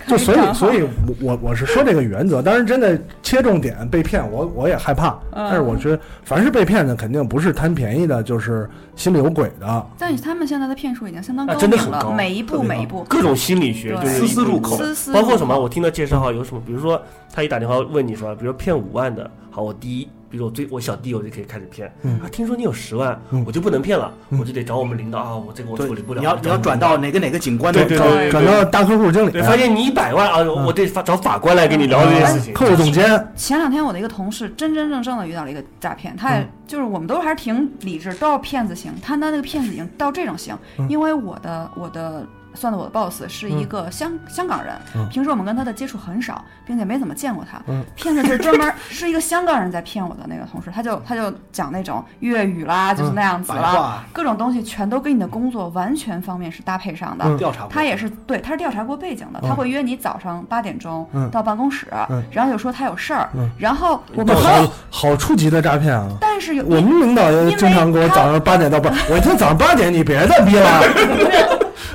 [SPEAKER 1] 就所
[SPEAKER 5] 可
[SPEAKER 1] 以，
[SPEAKER 5] 哈
[SPEAKER 1] 所以我我我是说这个原则，当然真的切重点被骗，我我也害怕。
[SPEAKER 5] 嗯
[SPEAKER 1] 但是我觉得，凡是被骗的，肯定不是贪便宜的，就是心里有鬼的。
[SPEAKER 5] 但是他们现在的骗术已经相当
[SPEAKER 3] 啊
[SPEAKER 5] 高
[SPEAKER 3] 真的
[SPEAKER 5] 明
[SPEAKER 3] 很
[SPEAKER 5] 了，
[SPEAKER 3] 高
[SPEAKER 5] 每一步每一步，
[SPEAKER 3] 各种心理学，
[SPEAKER 5] 对
[SPEAKER 3] 啊就是
[SPEAKER 2] 丝丝入口
[SPEAKER 5] 丝丝入口
[SPEAKER 3] 包括什么？我听到介绍哈，有什么？比如说他一打电话问你说，比如说骗五万的，好，我第一，比如我最我小弟我就可以开始骗。
[SPEAKER 2] 嗯
[SPEAKER 3] 啊，听说你有十万，我就不能骗了，我就得找我们领导啊，我这个我
[SPEAKER 2] 对
[SPEAKER 3] 处理不了。
[SPEAKER 2] 你要
[SPEAKER 3] 我
[SPEAKER 2] 你要转到哪个哪个警官
[SPEAKER 3] 对
[SPEAKER 2] 的
[SPEAKER 3] 对
[SPEAKER 2] 高
[SPEAKER 3] 对对
[SPEAKER 1] 转到大客户经理
[SPEAKER 3] 对，、发现你一百万啊，
[SPEAKER 2] 嗯
[SPEAKER 3] 我得发找法官来跟你聊这
[SPEAKER 2] 啊
[SPEAKER 3] 件事情。
[SPEAKER 1] 啊客户总监，
[SPEAKER 5] 前两天我的一个同事真真正正的遇到了一个诈骗，他
[SPEAKER 2] 嗯
[SPEAKER 5] 也、就是我们都还是挺理智，都是骗子型，他那那个骗子已经到这种型，因为我的我的。算的我的 boss 是一
[SPEAKER 2] 嗯
[SPEAKER 5] 个香、香港人，平时我们跟他的接触很少，并且没怎么见过他。
[SPEAKER 2] 嗯
[SPEAKER 5] 骗子就是专门 是一个香港人在骗我的那个同事，他就他就讲那种粤语啦，就是那样
[SPEAKER 2] 嗯
[SPEAKER 5] 子
[SPEAKER 2] 白话
[SPEAKER 5] 啦，
[SPEAKER 2] 啊
[SPEAKER 5] 各种东西全都跟你的工作完全方面是搭配上的。
[SPEAKER 2] 调查过，
[SPEAKER 5] 他也是对，他是调查过背景的，他会约你早上八点钟
[SPEAKER 1] 嗯
[SPEAKER 5] 到办公室，
[SPEAKER 1] 嗯
[SPEAKER 5] 然后就说他有事儿，
[SPEAKER 1] 嗯
[SPEAKER 5] 然后我
[SPEAKER 1] 这
[SPEAKER 5] 们朋友
[SPEAKER 1] 好，好初级的诈骗啊！
[SPEAKER 5] 但是有
[SPEAKER 1] 我们领导也经常给我早上八点到八，我一听早上八点，你别 再逼了，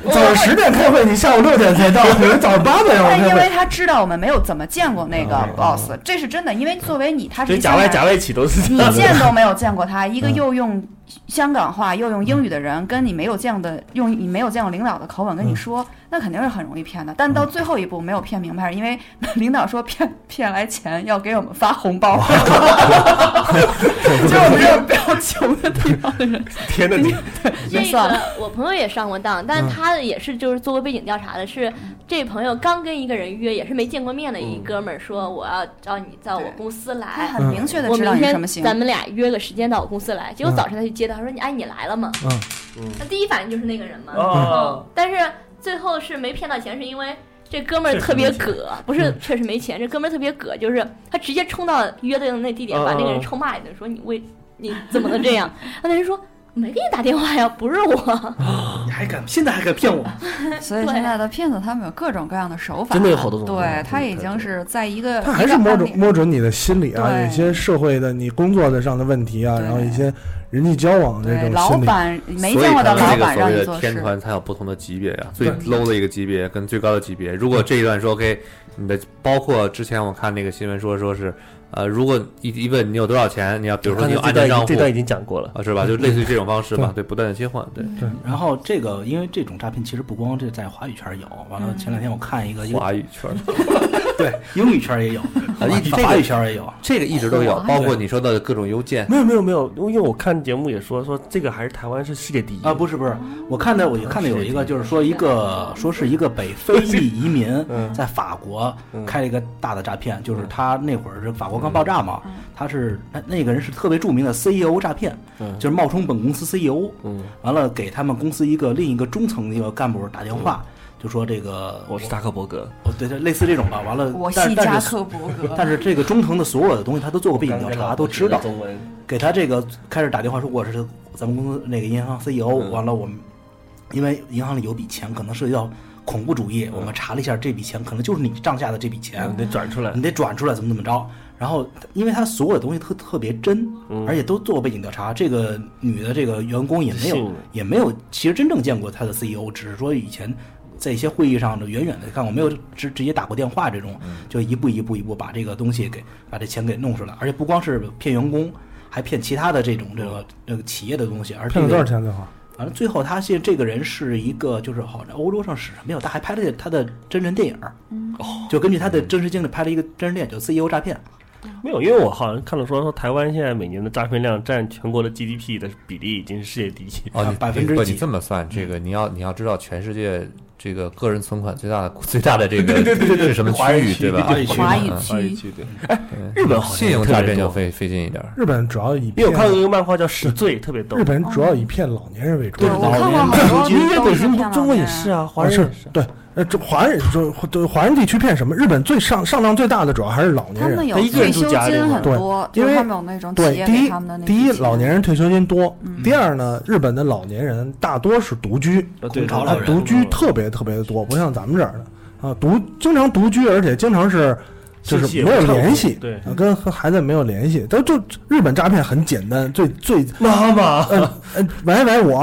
[SPEAKER 1] 早上十点开会，你下午六点才到，你早上八 点让我
[SPEAKER 5] 但
[SPEAKER 1] 开
[SPEAKER 5] 因为
[SPEAKER 1] 会，
[SPEAKER 5] 他知道我们没有怎么见过
[SPEAKER 3] 嗯
[SPEAKER 5] 那个 boss，这是真的，因为作为你他是
[SPEAKER 3] 对，
[SPEAKER 5] 一
[SPEAKER 3] 假
[SPEAKER 5] 香
[SPEAKER 3] 外
[SPEAKER 5] 港
[SPEAKER 3] 假
[SPEAKER 5] 人，
[SPEAKER 3] 外企都是这
[SPEAKER 5] 你
[SPEAKER 3] 样的。嗯
[SPEAKER 5] 见都没有见过 他，一个又用香港话又用英语的人，跟你没有见过的用你没有见过领导的口吻跟
[SPEAKER 3] 嗯
[SPEAKER 5] 你说，那肯定是很容易骗的。但到最后一步没有骗明白，是因为 领导说骗骗来钱要给我们发红 包，就是我们这种比较穷的地方 的人。
[SPEAKER 3] 天哪，你
[SPEAKER 5] 那
[SPEAKER 7] 这
[SPEAKER 5] 算
[SPEAKER 7] 个
[SPEAKER 5] 了
[SPEAKER 7] 我朋友也上过当，但是他也是就是做过背景调查的，是这朋友刚跟一个人约，也是没见过面的一哥们儿说我要找你到我公司
[SPEAKER 5] 他
[SPEAKER 7] 来，
[SPEAKER 5] 很明确的
[SPEAKER 7] 嗯我
[SPEAKER 5] 知道
[SPEAKER 7] 明
[SPEAKER 5] 你什么
[SPEAKER 7] 天
[SPEAKER 5] 嗯型，
[SPEAKER 7] 咱们俩约个时间到我公司来。结果早晨他去接他，他说你哎你来了吗？
[SPEAKER 1] 嗯
[SPEAKER 7] 那第一反应就是那个人嘛。
[SPEAKER 3] 哦，
[SPEAKER 7] 但是最后是没骗到钱，是因为。这哥们儿
[SPEAKER 3] 确实
[SPEAKER 7] 特别
[SPEAKER 3] 没钱
[SPEAKER 7] 葛，不是
[SPEAKER 3] 嗯
[SPEAKER 7] 确实没钱，这哥们儿特别葛，就是他直接冲到约的那地点，
[SPEAKER 3] 哦
[SPEAKER 7] 把那个人臭骂一顿，说你为你怎么能这样？ 那人说没给你打电话呀，不是我。
[SPEAKER 2] 嗯你还敢现在还敢骗我？
[SPEAKER 5] 所以现在的骗子他们有各种各样的手法，
[SPEAKER 1] 真的有好多种方法
[SPEAKER 5] 对他已经是在呃一个
[SPEAKER 1] 他还是摸准摸准你的心理啊，有一些社会的你工作的上的问题啊，然后一些人际交往这
[SPEAKER 5] 对
[SPEAKER 1] 种
[SPEAKER 5] 老
[SPEAKER 1] 心理。
[SPEAKER 5] 板 没
[SPEAKER 6] 所以
[SPEAKER 5] 见过的
[SPEAKER 6] 他们这
[SPEAKER 5] 老
[SPEAKER 6] 个
[SPEAKER 5] 板
[SPEAKER 6] 所
[SPEAKER 5] 让你
[SPEAKER 6] 谓
[SPEAKER 5] 做
[SPEAKER 6] 的
[SPEAKER 5] 事
[SPEAKER 6] 天。团，它有不同的级别呀、最
[SPEAKER 5] 对
[SPEAKER 6] low 的一个级别跟最高的级别。如果这一段说 OK，你的包括之前我看那个新闻说说是，呃，如果一一问你有多少钱，你要比如说你有
[SPEAKER 3] 刚才
[SPEAKER 6] 按
[SPEAKER 3] 这
[SPEAKER 6] 照
[SPEAKER 3] 段
[SPEAKER 6] 账户，
[SPEAKER 3] 已经这段已经讲过了
[SPEAKER 6] 啊，是吧？就类似于这种方式 吧，对，不断的切换，对。
[SPEAKER 2] 然后这个，因为这种诈骗其实不光这在华语圈有，完了
[SPEAKER 6] 嗯
[SPEAKER 2] 前两天我看一个
[SPEAKER 6] 华语圈，
[SPEAKER 2] 对，英语圈也 有，
[SPEAKER 6] 啊一这个
[SPEAKER 2] 法语圈也有，
[SPEAKER 6] 这个一直都有，包括你收到的各种邮件，
[SPEAKER 3] 没有没有没有，因为我看节目也说说这个还是台湾是世界第一
[SPEAKER 2] 啊，不是不是，我看到我
[SPEAKER 3] 嗯
[SPEAKER 2] 就看到有一个，就是说一个说是一个北非
[SPEAKER 3] 嗯
[SPEAKER 2] 裔移民在法国开了一个大的诈骗，
[SPEAKER 3] 嗯
[SPEAKER 2] 就是他那会儿是法国刚爆炸嘛，他是那那个人是特别著名的 CEO 诈骗，
[SPEAKER 3] 嗯
[SPEAKER 2] 就是冒充本公司 CEO，
[SPEAKER 3] 嗯，
[SPEAKER 2] 完了给他们公司一个另一个中层的一个干部打电话，就说这个
[SPEAKER 3] 嗯我是扎克伯格，
[SPEAKER 2] 哦对对，类似这种吧，完了
[SPEAKER 5] 我
[SPEAKER 2] 但
[SPEAKER 5] 系
[SPEAKER 2] 但是
[SPEAKER 5] 扎克伯格
[SPEAKER 2] 但是这个中层的所有的东西他都做过背景调查，都知道
[SPEAKER 3] 中文，
[SPEAKER 2] 给他这个开始打电话说我是咱们公司那个银行 CEO，、完了我们因为银行里有笔钱可能涉及到恐怖主义，我们查了一下这笔钱可能就是你账下的这笔钱，
[SPEAKER 3] 哎你得转出来，
[SPEAKER 2] 你得转出来怎么怎么着。然后，因为他所有的东西特特别真，
[SPEAKER 3] 嗯
[SPEAKER 2] 而且都做过背景调查。这个女的这个员工也没
[SPEAKER 3] 信
[SPEAKER 2] 有
[SPEAKER 3] 了
[SPEAKER 2] 也没有，其实真正见过他的 CEO，只是说以前在一些会议上的远远的看过，没有直直接打过电话这种，
[SPEAKER 3] 嗯
[SPEAKER 2] 就一步一步一步把这个东西给把这钱给弄出来。而且不光是骗员工，还骗其他的这种这个这个企业的东西。而这
[SPEAKER 1] 骗
[SPEAKER 2] 个
[SPEAKER 1] 了多少钱最好？
[SPEAKER 2] 反正最后他现这个人是一个，就是好像欧洲上史上没有，他还拍了他的真人电影儿，就根据他的真实经历拍了一个真人电影，叫《CEO 诈骗》。
[SPEAKER 3] 没有，因为我好像看了说说台湾现在每年的诈骗量占全国的 GDP 的比例已经是世界第一
[SPEAKER 6] 哦，你不你这么算，这个你要你要知道全世界这个个人存款最大的最大的这个是什么区域对吧？嗯
[SPEAKER 3] 对。哎，日本好像
[SPEAKER 6] 信用
[SPEAKER 3] 特别
[SPEAKER 6] 诈骗就
[SPEAKER 3] 多
[SPEAKER 6] 费费劲一点儿。
[SPEAKER 1] 日本主要以
[SPEAKER 3] 因为
[SPEAKER 1] 骗
[SPEAKER 3] 我看过一个漫画叫《死罪》，特别逗。
[SPEAKER 1] 日本主要
[SPEAKER 5] 哦
[SPEAKER 1] 以骗老年人为主，
[SPEAKER 3] 对哎我看过好多因为北京中国也是啊华人也
[SPEAKER 1] 是对，呃，这华人就对华人地区骗什么？日本最上上当最大的主要还是老年
[SPEAKER 5] 他
[SPEAKER 1] 人，
[SPEAKER 5] 们有退休金很多，
[SPEAKER 1] 对，因
[SPEAKER 5] 就是
[SPEAKER 1] 为
[SPEAKER 5] 他们有那种企
[SPEAKER 1] 对
[SPEAKER 5] 业
[SPEAKER 1] 第
[SPEAKER 5] 给
[SPEAKER 1] 一
[SPEAKER 5] 他们的那嗯
[SPEAKER 1] 第一
[SPEAKER 5] 笔钱
[SPEAKER 1] 老年人退休金多，第二呢，日本的老年人大多是独
[SPEAKER 5] 嗯
[SPEAKER 1] 居，
[SPEAKER 2] 对对
[SPEAKER 1] 啊
[SPEAKER 2] 对
[SPEAKER 1] 独
[SPEAKER 3] 嗯
[SPEAKER 1] 居特别特别的多，不像咱们这儿的啊，独经常独居，而且经常是。就是没有联系，
[SPEAKER 3] 对
[SPEAKER 1] 啊跟和孩子没有联系。都就日本诈骗很简单，最最
[SPEAKER 3] 妈妈，
[SPEAKER 1] 嗯嗯，喂喂我，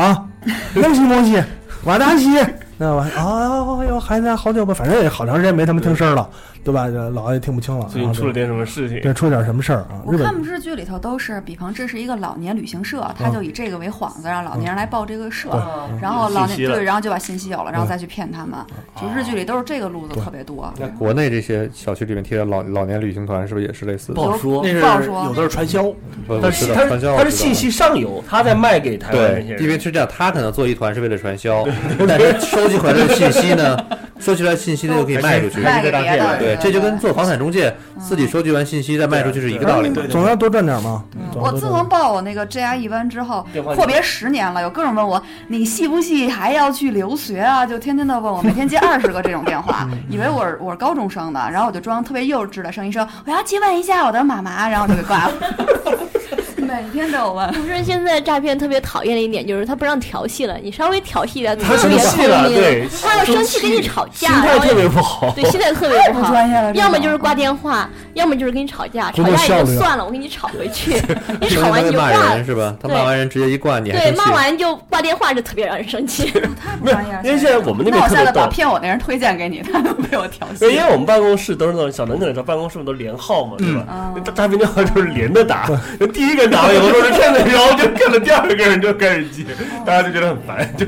[SPEAKER 1] 恭喜恭喜，瓦达西，那完啊哟，孩子好久不，反正也好长时间没他们听声儿了，对吧？这老也听不清了，
[SPEAKER 3] 最近出了点什么事情？
[SPEAKER 1] 对，出了点什么事儿啊？
[SPEAKER 5] 我
[SPEAKER 1] 日本
[SPEAKER 5] 看日剧里头都是，比方这是一个老年旅行社，他就以这个为幌子，让老年人来报这个社
[SPEAKER 1] 嗯，
[SPEAKER 5] 然后老年
[SPEAKER 6] 信息了
[SPEAKER 5] 对，然后就把信息有了，然后
[SPEAKER 6] 嗯
[SPEAKER 5] 再去骗他们。就日剧里都是这个路子特别多。
[SPEAKER 6] 那国内这些小区里面贴的老老年旅行团是不是也是类似的？
[SPEAKER 5] 不好说那是
[SPEAKER 2] 不好说有的是传销
[SPEAKER 6] 我我
[SPEAKER 3] 但
[SPEAKER 6] 知
[SPEAKER 3] 是
[SPEAKER 6] 道
[SPEAKER 3] 它
[SPEAKER 6] 传
[SPEAKER 3] 是
[SPEAKER 6] 销
[SPEAKER 3] 它
[SPEAKER 6] 我知
[SPEAKER 3] 是
[SPEAKER 6] 道
[SPEAKER 3] 信息上游，它在卖给台湾那些
[SPEAKER 6] 对，因
[SPEAKER 3] 人。
[SPEAKER 6] 为是这样，他可能做一团是为了传销，但是收集回来的信息呢， 收集来的信息呢又可以卖出去，
[SPEAKER 1] 卖给别的
[SPEAKER 6] 对，这就跟做房产中介自己收集完信息再卖出去是一个道理。
[SPEAKER 1] 总要多赚点嘛。总要
[SPEAKER 5] 嗯我
[SPEAKER 1] 多
[SPEAKER 5] 自
[SPEAKER 1] 赚点
[SPEAKER 5] 从报我那个 JR 一班之后
[SPEAKER 1] 电话，
[SPEAKER 5] 阔别十年了，有各种问我你系不系，还要去留学啊？就天天的问我，每天接二十个这种电话，以为我是我是高中生呢，然后我就装特别幼稚的声音说我要去问一下我的妈妈，然后我就给挂了。 每天都有问。
[SPEAKER 7] 不是现在诈骗特别讨厌的一点就是他不让调戏了，你稍微调戏一下，
[SPEAKER 3] 他
[SPEAKER 7] 特别
[SPEAKER 3] 生气了
[SPEAKER 7] 聪明
[SPEAKER 3] 对
[SPEAKER 7] 他要生气跟你吵架，
[SPEAKER 3] 心态
[SPEAKER 7] 然后
[SPEAKER 3] 特别不好
[SPEAKER 7] 对，心态特别
[SPEAKER 5] 太
[SPEAKER 7] 好，
[SPEAKER 5] 不专业了这种
[SPEAKER 7] 要么就是挂电话，要么就是跟你吵架，
[SPEAKER 6] 工
[SPEAKER 7] 吵
[SPEAKER 6] 作
[SPEAKER 7] 架也
[SPEAKER 6] 效率
[SPEAKER 7] 就
[SPEAKER 6] 啊
[SPEAKER 7] 算了，我给你吵回 去，你
[SPEAKER 6] 因
[SPEAKER 7] 吵
[SPEAKER 6] 为
[SPEAKER 7] 完
[SPEAKER 6] 他
[SPEAKER 7] 你
[SPEAKER 6] 会
[SPEAKER 7] 就挂
[SPEAKER 6] 骂
[SPEAKER 7] 了
[SPEAKER 6] 人，是吧？他
[SPEAKER 7] 嗯对
[SPEAKER 6] 骂完人直接一挂，你还
[SPEAKER 7] 对，
[SPEAKER 6] 生气
[SPEAKER 7] 骂完就挂电话，就特别让人生气。
[SPEAKER 5] 不专业了
[SPEAKER 3] 因为现在我们那边
[SPEAKER 5] 我
[SPEAKER 3] 特
[SPEAKER 5] 下
[SPEAKER 3] 别
[SPEAKER 5] 次把
[SPEAKER 3] 逗，
[SPEAKER 5] 骗我那人推荐给你，他都被我调戏。
[SPEAKER 3] 因为我们办公室都是那种小能可知道办公室不都连号
[SPEAKER 1] 嗯
[SPEAKER 3] 嘛，对吧？那诈骗电话就是连着打，那第一个人打 完以后说是骗子，然后就骗了第二个人就开始接，
[SPEAKER 1] 哦
[SPEAKER 3] 大家就觉得很烦，就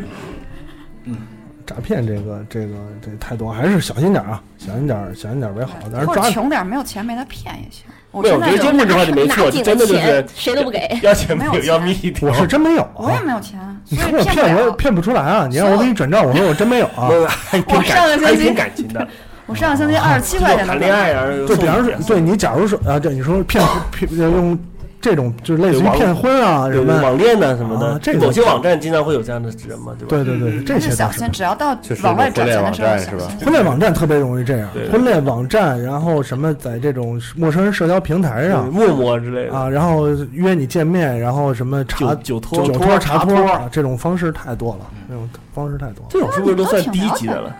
[SPEAKER 1] 诈骗这个这个这太多，还是小心点儿啊，小心点儿，小心点儿为好。但是
[SPEAKER 5] 或
[SPEAKER 1] 抓
[SPEAKER 5] 者穷点儿没有钱没他骗也行。我
[SPEAKER 1] 没有
[SPEAKER 5] 现在
[SPEAKER 1] 我
[SPEAKER 5] 就
[SPEAKER 1] 觉得这么着就没错
[SPEAKER 5] 拿紧了
[SPEAKER 1] 真的就是
[SPEAKER 5] 钱谁都不给，
[SPEAKER 3] 要钱
[SPEAKER 5] 没
[SPEAKER 3] 没
[SPEAKER 5] 有
[SPEAKER 3] 有，要命一条。
[SPEAKER 1] 我是真没有啊，
[SPEAKER 5] 我也 没有钱，
[SPEAKER 1] 你
[SPEAKER 5] 所
[SPEAKER 1] 说
[SPEAKER 5] 以
[SPEAKER 1] 我
[SPEAKER 5] 骗不
[SPEAKER 1] 骗我也
[SPEAKER 5] 了。
[SPEAKER 1] 骗不出来啊！你让我给你转账，我说我真没有啊。
[SPEAKER 5] 我上个星期，
[SPEAKER 3] 情 的，
[SPEAKER 5] 我上个 星期二十七块钱都没有
[SPEAKER 1] 啊就比方说，对你假如说啊，对你说骗骗用这种就是类似于骗婚啊
[SPEAKER 3] 哦对
[SPEAKER 1] 什么
[SPEAKER 3] 网恋呐什么
[SPEAKER 1] 啊
[SPEAKER 3] 的，
[SPEAKER 1] 这个
[SPEAKER 3] 某些网站经常会有这样的人嘛，对
[SPEAKER 1] 对
[SPEAKER 3] 吧？
[SPEAKER 1] 对对这些倒
[SPEAKER 5] 嗯小
[SPEAKER 1] 是
[SPEAKER 5] 心，只要到
[SPEAKER 1] 就是
[SPEAKER 5] 往外
[SPEAKER 1] 这
[SPEAKER 5] 转
[SPEAKER 1] 种
[SPEAKER 5] 钱的
[SPEAKER 1] 婚
[SPEAKER 5] 时候
[SPEAKER 1] 恋
[SPEAKER 5] 小
[SPEAKER 1] 网站
[SPEAKER 5] 心。
[SPEAKER 1] 婚恋网站特别容易这样
[SPEAKER 3] 对，
[SPEAKER 1] 婚恋网站，然后什么在这种陌生社交平台上，
[SPEAKER 3] 对陌陌之类的
[SPEAKER 1] 啊，然后约你见面，然后什么查
[SPEAKER 3] 酒酒托
[SPEAKER 1] 托、酒
[SPEAKER 3] 托
[SPEAKER 1] 茶
[SPEAKER 3] 茶托
[SPEAKER 1] 啊，这种方式太多了，这种方式太多了。
[SPEAKER 3] 这种是不是都算低级的了？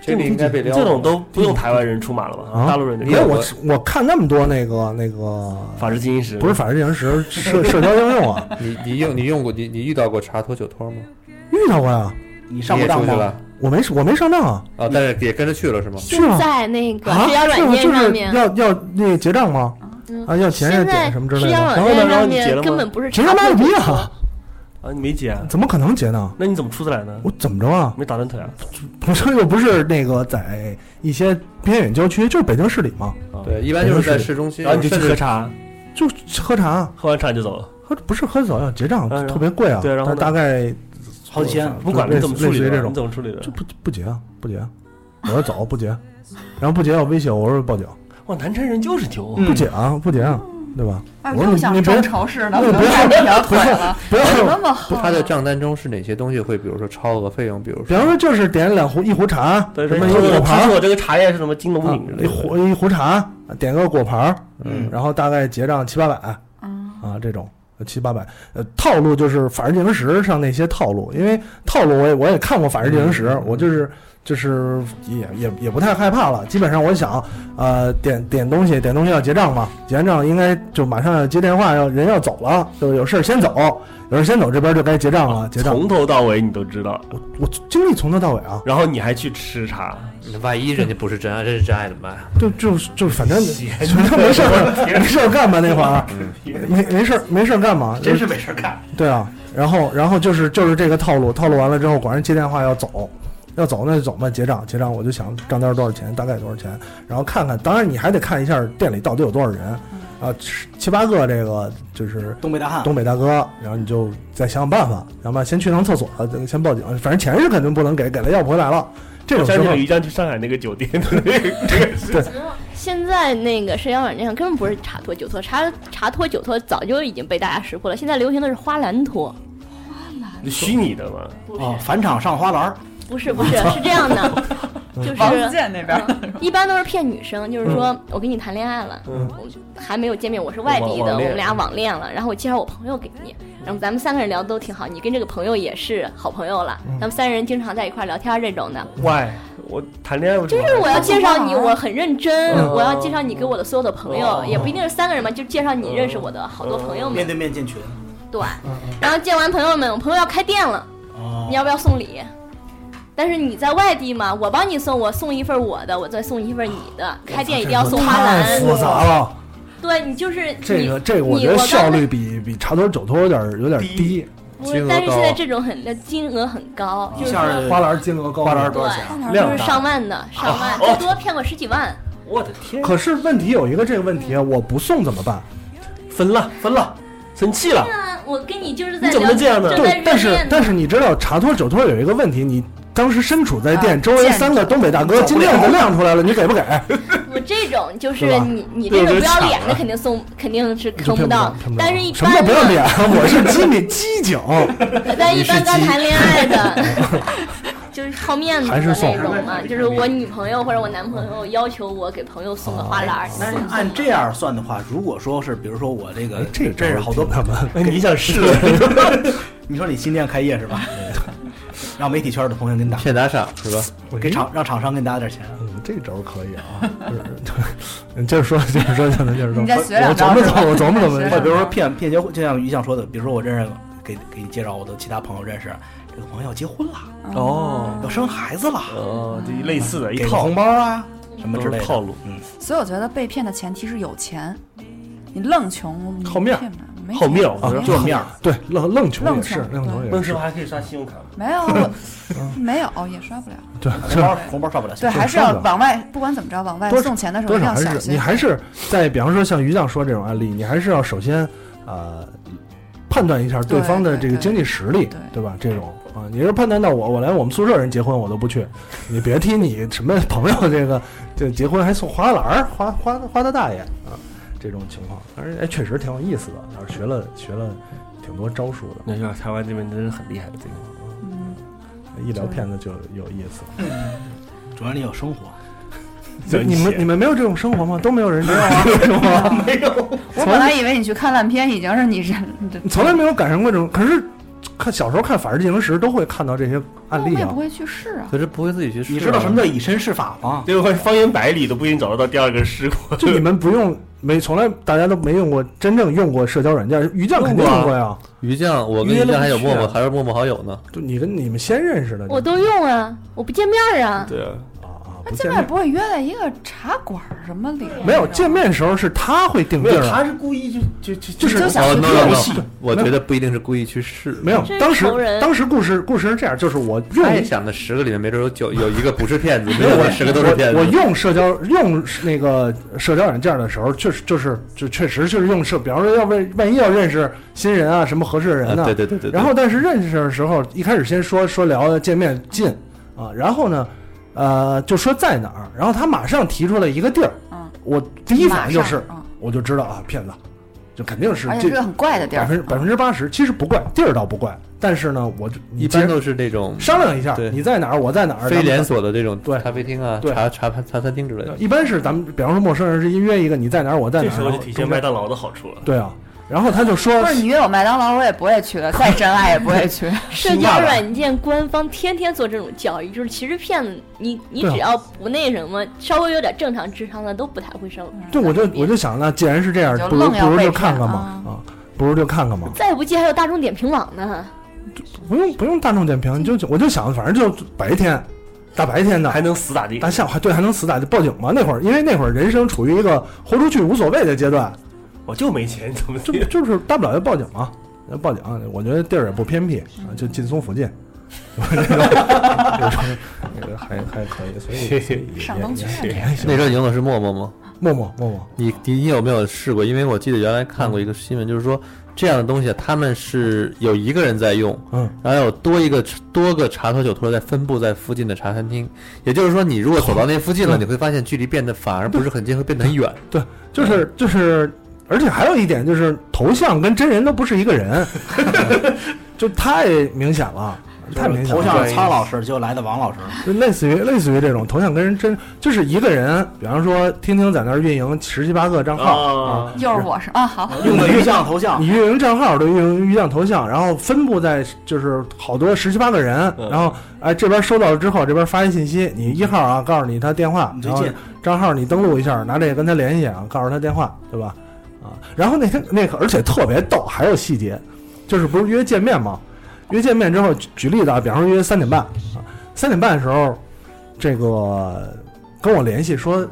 [SPEAKER 1] 这个应该被撩
[SPEAKER 3] 这种都不用台湾人出马了吧？
[SPEAKER 1] 啊，
[SPEAKER 3] 大陆人
[SPEAKER 1] 因为我我看那么多那个那个
[SPEAKER 3] 法制进行时
[SPEAKER 1] 不是法制进行时社社交应用啊，
[SPEAKER 6] 你你用你用过你你遇到过茶托酒托吗？
[SPEAKER 1] 遇到过呀，
[SPEAKER 2] 你
[SPEAKER 6] 上过你也当出去吗了？
[SPEAKER 1] 我没我没上当啊，
[SPEAKER 6] 啊，但是也跟着去了是吗？
[SPEAKER 1] 去了
[SPEAKER 7] 在那个
[SPEAKER 1] 啊，
[SPEAKER 7] 社交软
[SPEAKER 1] 是
[SPEAKER 7] 件上
[SPEAKER 1] 吗就是
[SPEAKER 7] 面，嗯
[SPEAKER 1] 要要那结账吗？啊，要钱
[SPEAKER 7] 现
[SPEAKER 1] 要
[SPEAKER 7] 在
[SPEAKER 1] 点什么之类
[SPEAKER 7] 社
[SPEAKER 1] 的，
[SPEAKER 7] 交
[SPEAKER 1] 然
[SPEAKER 7] 软
[SPEAKER 1] 后
[SPEAKER 7] 件上
[SPEAKER 1] 呢然后你结
[SPEAKER 7] 面
[SPEAKER 1] 了
[SPEAKER 7] 根
[SPEAKER 1] 吗
[SPEAKER 7] 本不是
[SPEAKER 1] 谁他妈
[SPEAKER 7] 查
[SPEAKER 1] 有
[SPEAKER 7] 不
[SPEAKER 1] 逼
[SPEAKER 7] 出
[SPEAKER 1] 啊？
[SPEAKER 3] 啊，你没结啊？
[SPEAKER 1] 怎么可能结呢？
[SPEAKER 3] 那你怎么出得来呢？
[SPEAKER 1] 我怎么着啊？
[SPEAKER 3] 没打断腿啊？
[SPEAKER 1] 我这又不是那个在一些边远郊区，就是北京市里嘛。
[SPEAKER 6] 对，一般就是在市中心，
[SPEAKER 3] 啊嗯然后你就去喝
[SPEAKER 6] 甚至
[SPEAKER 3] 茶，
[SPEAKER 1] 就喝茶，
[SPEAKER 3] 喝完茶就走了。
[SPEAKER 1] 喝不是喝早要结账，
[SPEAKER 3] 嗯然后
[SPEAKER 1] 特别贵啊，
[SPEAKER 3] 对然后
[SPEAKER 1] 但
[SPEAKER 3] 呢
[SPEAKER 1] 大概
[SPEAKER 2] 好几千
[SPEAKER 3] 不管你怎么处
[SPEAKER 1] 类似于
[SPEAKER 3] 理的，
[SPEAKER 1] 这种
[SPEAKER 3] 你怎么处理的？
[SPEAKER 1] 不不结啊，不结啊，我说走不结，然后不结我威胁我说报警，
[SPEAKER 3] 哇，南城人就是牛，
[SPEAKER 1] 不结啊不结啊，对吧？
[SPEAKER 5] 哎，
[SPEAKER 1] 我
[SPEAKER 5] 又
[SPEAKER 1] 说你
[SPEAKER 5] 想
[SPEAKER 1] 别
[SPEAKER 5] 装潮湿呢，
[SPEAKER 1] 你
[SPEAKER 5] 又
[SPEAKER 1] 不要
[SPEAKER 5] 看那条腿了，
[SPEAKER 1] 不要
[SPEAKER 5] 怎么那么横
[SPEAKER 6] 他的账单中是哪些东西会，比如说超额费用，比如
[SPEAKER 1] 比
[SPEAKER 6] 说
[SPEAKER 1] 方说就是点两壶一壶茶，
[SPEAKER 3] 对
[SPEAKER 1] 什
[SPEAKER 3] 对
[SPEAKER 1] 么
[SPEAKER 3] 对
[SPEAKER 1] 一
[SPEAKER 3] 我
[SPEAKER 1] 果
[SPEAKER 3] 我
[SPEAKER 1] 盘
[SPEAKER 3] 听，说这个茶叶是什么金龙井之
[SPEAKER 1] 啊一
[SPEAKER 3] 类的，
[SPEAKER 1] 壶一壶茶，点个果盘，嗯，然后大概结账七八百，啊，这种呃七八百，呃，套路就是法制进行时上那些套路，因为套路我也我也看过法制进行时，我就是就是也也也不太害怕了，基本上我想，呃，点点东西点东西要结账嘛，结完账应该就马上要接电话，要人要走了，就是有事儿先走，有事儿先走，这边就该结账了，结账，
[SPEAKER 3] 啊从头到尾你都知道，
[SPEAKER 1] 我经历从头到尾啊，
[SPEAKER 3] 然后你还去吃茶，
[SPEAKER 6] 万一人家不是真爱，这是真爱怎么办？
[SPEAKER 1] 就就就反正反正没事儿没事儿干吧那会儿，没没事儿没事儿干
[SPEAKER 3] 呃
[SPEAKER 1] 嘛，
[SPEAKER 2] 真是没事儿干。
[SPEAKER 1] 对啊，然后然后就是就是这个套路，套路完了之后，管人接电话要走，要走那就走吧，结账结账，我就想账单多少钱，大概多少钱，然后看看，当然你还得看一下店里到底有多少人，啊，七七八个这个就是
[SPEAKER 2] 东北大汉
[SPEAKER 1] 东北大哥，然后你就再想想办法，要么先去趟厕所，先报警，反正钱是肯定不能给，给了要不回来了，这
[SPEAKER 3] 我
[SPEAKER 1] 种
[SPEAKER 3] 想
[SPEAKER 1] 时
[SPEAKER 3] 起
[SPEAKER 1] 候
[SPEAKER 3] 了于江去上海那个酒店的 那个这个事情，
[SPEAKER 7] 现在那个社交软件上根本不是茶托酒托，茶茶托酒托早就已经被大家识破了。现在流行的是花篮托，
[SPEAKER 3] 虚拟的嘛，
[SPEAKER 2] 啊，返场上花篮儿，
[SPEAKER 7] 不是不是，是这样 的，就是
[SPEAKER 5] 王自健那边儿
[SPEAKER 7] 嗯 一般都是骗女生，就是说我跟你谈恋爱了，
[SPEAKER 3] 嗯
[SPEAKER 7] 我还没有见面，我是外地
[SPEAKER 3] 网
[SPEAKER 7] 的，
[SPEAKER 3] 网
[SPEAKER 7] 我
[SPEAKER 3] 恋嗯
[SPEAKER 7] 们俩网恋了，然后我介绍我朋友给你，然后咱们三个人聊得都挺好，你跟这个朋友也是好朋友
[SPEAKER 3] 嗯
[SPEAKER 7] 了，咱们三人经常在一块儿聊天这种的。
[SPEAKER 3] 喂，我谈恋爱为什
[SPEAKER 7] 就
[SPEAKER 3] 么
[SPEAKER 7] 是我要介绍你，我很认真，
[SPEAKER 3] 嗯
[SPEAKER 7] 我要介绍你给我的所有的朋友，
[SPEAKER 3] 哦
[SPEAKER 7] 也不一定是三个人嘛，就介绍你认识我的好多朋友
[SPEAKER 1] 哦
[SPEAKER 2] 面
[SPEAKER 7] 们。
[SPEAKER 2] 对面建群，
[SPEAKER 7] 对，
[SPEAKER 1] 嗯
[SPEAKER 7] 然后见完朋友们，我朋友要开店了，
[SPEAKER 1] 哦
[SPEAKER 7] 你要不要送礼？但是你在外地嘛，我帮你送，我送一份我的，我再送一份你的。开店一定要送花
[SPEAKER 1] 哦太
[SPEAKER 7] 篮，
[SPEAKER 1] 复杂了。
[SPEAKER 7] 对你就是
[SPEAKER 1] 这
[SPEAKER 7] 你
[SPEAKER 1] 个这个，我
[SPEAKER 7] 你
[SPEAKER 1] 觉得
[SPEAKER 7] 刚
[SPEAKER 1] 效
[SPEAKER 7] 才
[SPEAKER 1] 率比比茶托酒托有点有点低，
[SPEAKER 7] 不是但是现在这种很金额很
[SPEAKER 1] 哦
[SPEAKER 7] 高，就是说
[SPEAKER 1] 花篮金额高，花篮
[SPEAKER 7] 对，就是上万的，上万
[SPEAKER 1] 哦
[SPEAKER 7] 最多骗过十几万。
[SPEAKER 3] 我的天，
[SPEAKER 1] 可是问题有一个这个问题，啊我不送怎么办？
[SPEAKER 3] 分了分了，生气了
[SPEAKER 7] 对，啊，我跟你就是在
[SPEAKER 3] 你怎么能
[SPEAKER 7] 聊
[SPEAKER 3] 这样呢
[SPEAKER 7] 正在
[SPEAKER 1] 对，但
[SPEAKER 7] 热
[SPEAKER 1] 是
[SPEAKER 7] 恋
[SPEAKER 1] 但是你知道茶托酒托有一个问题，你当时身处在
[SPEAKER 7] 啊
[SPEAKER 1] 店，周围
[SPEAKER 7] 见
[SPEAKER 1] 三个东北大哥，今天我亮出来了，你 给不给？
[SPEAKER 7] 我这种就
[SPEAKER 1] 对
[SPEAKER 7] 是
[SPEAKER 1] 吧
[SPEAKER 7] 你你这
[SPEAKER 1] 对
[SPEAKER 7] 个
[SPEAKER 1] 我
[SPEAKER 7] 不
[SPEAKER 1] 就
[SPEAKER 7] 要
[SPEAKER 1] 抢
[SPEAKER 7] 脸的
[SPEAKER 1] 了
[SPEAKER 7] 肯定送肯定是坑
[SPEAKER 1] 就骗
[SPEAKER 7] 不
[SPEAKER 1] 不
[SPEAKER 7] 到
[SPEAKER 1] 了骗不，
[SPEAKER 7] 但是一
[SPEAKER 1] 什么叫
[SPEAKER 7] 般
[SPEAKER 1] 不要脸啊
[SPEAKER 7] 的，？
[SPEAKER 1] 我是机敏机警，
[SPEAKER 7] 但一
[SPEAKER 1] 你是
[SPEAKER 7] 般刚
[SPEAKER 1] 鸡
[SPEAKER 7] 谈恋爱 的，就是靠面子的
[SPEAKER 1] 还是
[SPEAKER 7] 那
[SPEAKER 1] 送
[SPEAKER 7] 种嘛，就是我女朋友或者我男朋友要求我给朋友送个花篮儿，
[SPEAKER 1] 哦
[SPEAKER 2] 但是
[SPEAKER 7] 送
[SPEAKER 2] 按这样算的话，如果说是比如说我这
[SPEAKER 6] 哎
[SPEAKER 2] 个
[SPEAKER 1] 呃这
[SPEAKER 2] 认识好多
[SPEAKER 1] 他们，
[SPEAKER 3] 哎，你想试？
[SPEAKER 2] 你说你新店开业是 吧？让媒体圈的朋友给你打，
[SPEAKER 6] 骗打赏是吧？
[SPEAKER 2] 给厂让厂商给你打点钱。
[SPEAKER 1] 嗯这招可以啊。 你接着说，接着说，接着说接着说。
[SPEAKER 5] 你再学两
[SPEAKER 1] 我
[SPEAKER 5] 招
[SPEAKER 1] 琢磨
[SPEAKER 5] 是吧
[SPEAKER 1] 琢磨，我琢磨琢
[SPEAKER 5] 学
[SPEAKER 1] 磨
[SPEAKER 5] 两。
[SPEAKER 2] 或者比如说骗骗结婚，就像于酱说的，比如说我认识了给给你介绍我的其他朋友认识，这个朋友要结婚了，
[SPEAKER 7] 嗯
[SPEAKER 3] 哦
[SPEAKER 2] 要生孩子了，
[SPEAKER 3] 哦，这类似的一
[SPEAKER 2] 给个
[SPEAKER 3] 套
[SPEAKER 2] 红包啊什么
[SPEAKER 3] 都
[SPEAKER 2] 之类
[SPEAKER 3] 是
[SPEAKER 2] 的
[SPEAKER 3] 套路，
[SPEAKER 2] 嗯，
[SPEAKER 5] 所以我觉得被骗的前提是有钱，你愣穷，你
[SPEAKER 3] 好面儿
[SPEAKER 5] 骗不了没
[SPEAKER 3] 好面儿我觉得
[SPEAKER 5] 钱
[SPEAKER 2] 就是面儿。
[SPEAKER 1] 对，愣愣穷也
[SPEAKER 5] 愣
[SPEAKER 1] 是，
[SPEAKER 5] 穷
[SPEAKER 1] 愣穷也
[SPEAKER 3] 那
[SPEAKER 1] 是
[SPEAKER 3] 时候。还可以刷信用卡吗？
[SPEAKER 5] 没有，我没有也刷不了。
[SPEAKER 1] 对，
[SPEAKER 2] 红包红包刷不了
[SPEAKER 3] 啊
[SPEAKER 5] 对，
[SPEAKER 2] 钱，
[SPEAKER 5] 还是要往外，不管怎么着，往外
[SPEAKER 1] 多
[SPEAKER 5] 送钱的时候
[SPEAKER 1] 多
[SPEAKER 5] 一定
[SPEAKER 1] 少
[SPEAKER 5] 要
[SPEAKER 1] 还
[SPEAKER 5] 小
[SPEAKER 1] 是你
[SPEAKER 5] 心。
[SPEAKER 1] 还是在，比方说像于酱说这种案例，你还是要首先呃判断一下对方的这个经济实力，
[SPEAKER 5] 对
[SPEAKER 1] 对吧？这种啊，你是判断到我，我连我们宿舍人结婚我都不去，你别提你什么朋友这个这结婚还送花篮儿，花花花他大爷啊！这种情况，而且哎，确实挺有意思的，然后学了学了挺多招数的。
[SPEAKER 3] 那就是台湾这边真是很厉害的这个，
[SPEAKER 5] 嗯，
[SPEAKER 1] 一聊骗子就有意思。
[SPEAKER 2] 主要你有生活，
[SPEAKER 1] 就你们你们没有这种生活吗？ 都没有人这样
[SPEAKER 2] 啊？
[SPEAKER 1] 没有，
[SPEAKER 5] 我本来以为你去看烂片已经是你人，
[SPEAKER 1] 从来没有赶上过这种。可是看小时候看《法制进行时》都会看到这些案
[SPEAKER 5] 我
[SPEAKER 1] 例
[SPEAKER 5] 也
[SPEAKER 1] 啊
[SPEAKER 5] 不。会去试啊。
[SPEAKER 6] 可是不会自己去试、
[SPEAKER 2] 你知道什么叫以身试法吗？
[SPEAKER 3] 这个方圆百里都不一定找得到第二个师过。
[SPEAKER 1] 就你们不用没从来大家都没用过真正用过社交软 件，于酱肯定用过呀。
[SPEAKER 6] 鱼酱，我跟
[SPEAKER 1] 约
[SPEAKER 6] 鱼
[SPEAKER 1] 了
[SPEAKER 6] 酱还有
[SPEAKER 1] 不去
[SPEAKER 6] 陌
[SPEAKER 1] 啊
[SPEAKER 6] 陌，还是陌陌好友呢。
[SPEAKER 1] 就你跟你们先认识的，
[SPEAKER 7] 我都用啊，我不见面儿啊。
[SPEAKER 3] 对啊，
[SPEAKER 5] 那见面不会约在一个茶馆儿什么里？
[SPEAKER 1] 没有见面时候是他会定
[SPEAKER 3] 没
[SPEAKER 1] 地
[SPEAKER 3] 有，
[SPEAKER 1] 儿
[SPEAKER 3] 他
[SPEAKER 1] 啊，
[SPEAKER 3] 是故意就就就
[SPEAKER 1] 就是
[SPEAKER 6] 哦
[SPEAKER 1] 想去
[SPEAKER 6] no, no,
[SPEAKER 1] 游
[SPEAKER 6] no,
[SPEAKER 1] 戏
[SPEAKER 6] 我
[SPEAKER 1] 没有
[SPEAKER 6] 觉得不一定是故意去试。
[SPEAKER 1] 没有
[SPEAKER 7] 这是
[SPEAKER 1] 当时
[SPEAKER 7] 仇人
[SPEAKER 1] 当时故事故事是这样，就是我用
[SPEAKER 6] 他也想的十个里面，没准有九有一个不是骗子，没
[SPEAKER 1] 没有
[SPEAKER 6] 有
[SPEAKER 1] 我
[SPEAKER 6] 十个都是骗子。
[SPEAKER 1] 我用社交用那个社交软件的时候，确实就是就确实就是用社，比方说要问万一要认识新人啊，什么合适的人呢、
[SPEAKER 6] 啊对对对对对
[SPEAKER 1] 然后但是认识的时候，一开始先说说聊的见面近啊，然后呢，呃，就说在哪儿，然后他马上提出了一个地儿，
[SPEAKER 5] 嗯，
[SPEAKER 1] 我第一反应就
[SPEAKER 5] 马
[SPEAKER 1] 是
[SPEAKER 5] 上嗯，
[SPEAKER 1] 我就知道啊，骗子，就肯定是
[SPEAKER 5] 而且
[SPEAKER 1] 这
[SPEAKER 5] 哎是个很怪的地
[SPEAKER 1] 百分
[SPEAKER 5] 儿嗯
[SPEAKER 1] 之，百分之八十，其实不怪，地儿倒不怪，但是呢，我就
[SPEAKER 6] 一般都是这种
[SPEAKER 1] 商量一下
[SPEAKER 6] 对，
[SPEAKER 1] 你在哪儿，我在哪儿，咱
[SPEAKER 6] 非
[SPEAKER 1] 们
[SPEAKER 6] 连锁的这种
[SPEAKER 1] 对
[SPEAKER 6] 咖啡厅啊、
[SPEAKER 1] 对
[SPEAKER 6] 茶茶茶餐厅之类的。
[SPEAKER 1] 呃一般是咱们，比方说陌生人是约一个你在哪儿，我在
[SPEAKER 3] 这
[SPEAKER 1] 哪儿，
[SPEAKER 3] 时候
[SPEAKER 1] 然
[SPEAKER 3] 就
[SPEAKER 1] 后
[SPEAKER 3] 体
[SPEAKER 1] 中
[SPEAKER 3] 现
[SPEAKER 1] 间
[SPEAKER 3] 麦当劳的好处了。
[SPEAKER 1] 对啊，然后他就说
[SPEAKER 5] 不是你约我麦当劳，我也不会去的，再真爱也不会去。
[SPEAKER 7] 社交软件官方天天做这种教育，就是其实骗子你，你
[SPEAKER 1] 对啊
[SPEAKER 7] 只要不那什么，稍微有点正常智商的都不太会受。
[SPEAKER 1] 对，我就我就想，那既然是这样
[SPEAKER 5] 你，就
[SPEAKER 1] 不如
[SPEAKER 5] 愣要
[SPEAKER 1] 不如
[SPEAKER 5] 被
[SPEAKER 1] 就
[SPEAKER 5] 骗
[SPEAKER 1] 看看嘛
[SPEAKER 5] 啊
[SPEAKER 1] 啊，不如就看看嘛，
[SPEAKER 7] 再不济还有大众点评网呢，
[SPEAKER 1] 不用不用大众点评，你就我就想，反正就白天，大白天的
[SPEAKER 3] 还。能死打的，
[SPEAKER 1] 大下午还对还能死打就报警吗？那会儿因为那会儿人生处于一个豁出去无所谓的阶段，
[SPEAKER 3] 我就没钱，怎么
[SPEAKER 1] 就
[SPEAKER 3] 地
[SPEAKER 1] 就是大不了就报警嘛，那报警，啊我觉得地儿也不偏僻啊，就劲松附近， 那个还还可以，所以所以也
[SPEAKER 5] 上东区
[SPEAKER 1] 也也还行
[SPEAKER 6] 那时候你用的是陌陌吗？
[SPEAKER 1] 默默默默，
[SPEAKER 6] 你你你有没有试过？因为我记得原来看过一个新闻，就是说这样的东西，啊他们是有一个人在用，
[SPEAKER 1] 嗯，
[SPEAKER 6] 然后有多一个多个茶托酒托在分布在附近的茶餐厅。也就是说，你如果走到那附近了，
[SPEAKER 1] 对
[SPEAKER 6] 你会发现距离变得反而不是很近，会变得很远。
[SPEAKER 1] 对，就是就是，而且还有一点就是头像跟真人都不是一个 人，就太明显了，太明显
[SPEAKER 2] 头
[SPEAKER 1] 了。
[SPEAKER 2] 像是苍老师，就来的王老 师，
[SPEAKER 1] 就类似于类似于这种头像跟人真就是一个人，比方说听听在那儿运营十七八个账号，
[SPEAKER 3] 啊？
[SPEAKER 5] 又是我是啊，好，
[SPEAKER 2] 用的鱼酱头像
[SPEAKER 1] 你，运营账号对运营鱼酱头像，然后分布在就是好多十七八个人，
[SPEAKER 3] 嗯
[SPEAKER 1] 然后哎这边收到了之后，这边发一信息，你一号啊告诉你他电话，
[SPEAKER 2] 你最
[SPEAKER 1] 然后
[SPEAKER 2] 近
[SPEAKER 1] 账号你登录一下，拿这个跟他联系啊，告诉他电话，对吧？啊，然后那天那个而且特别逗，还有细节，就是不是约见面吗？约见面之后，举举例子啊，比方说约三点半啊，三点半的时候，这个跟我联系说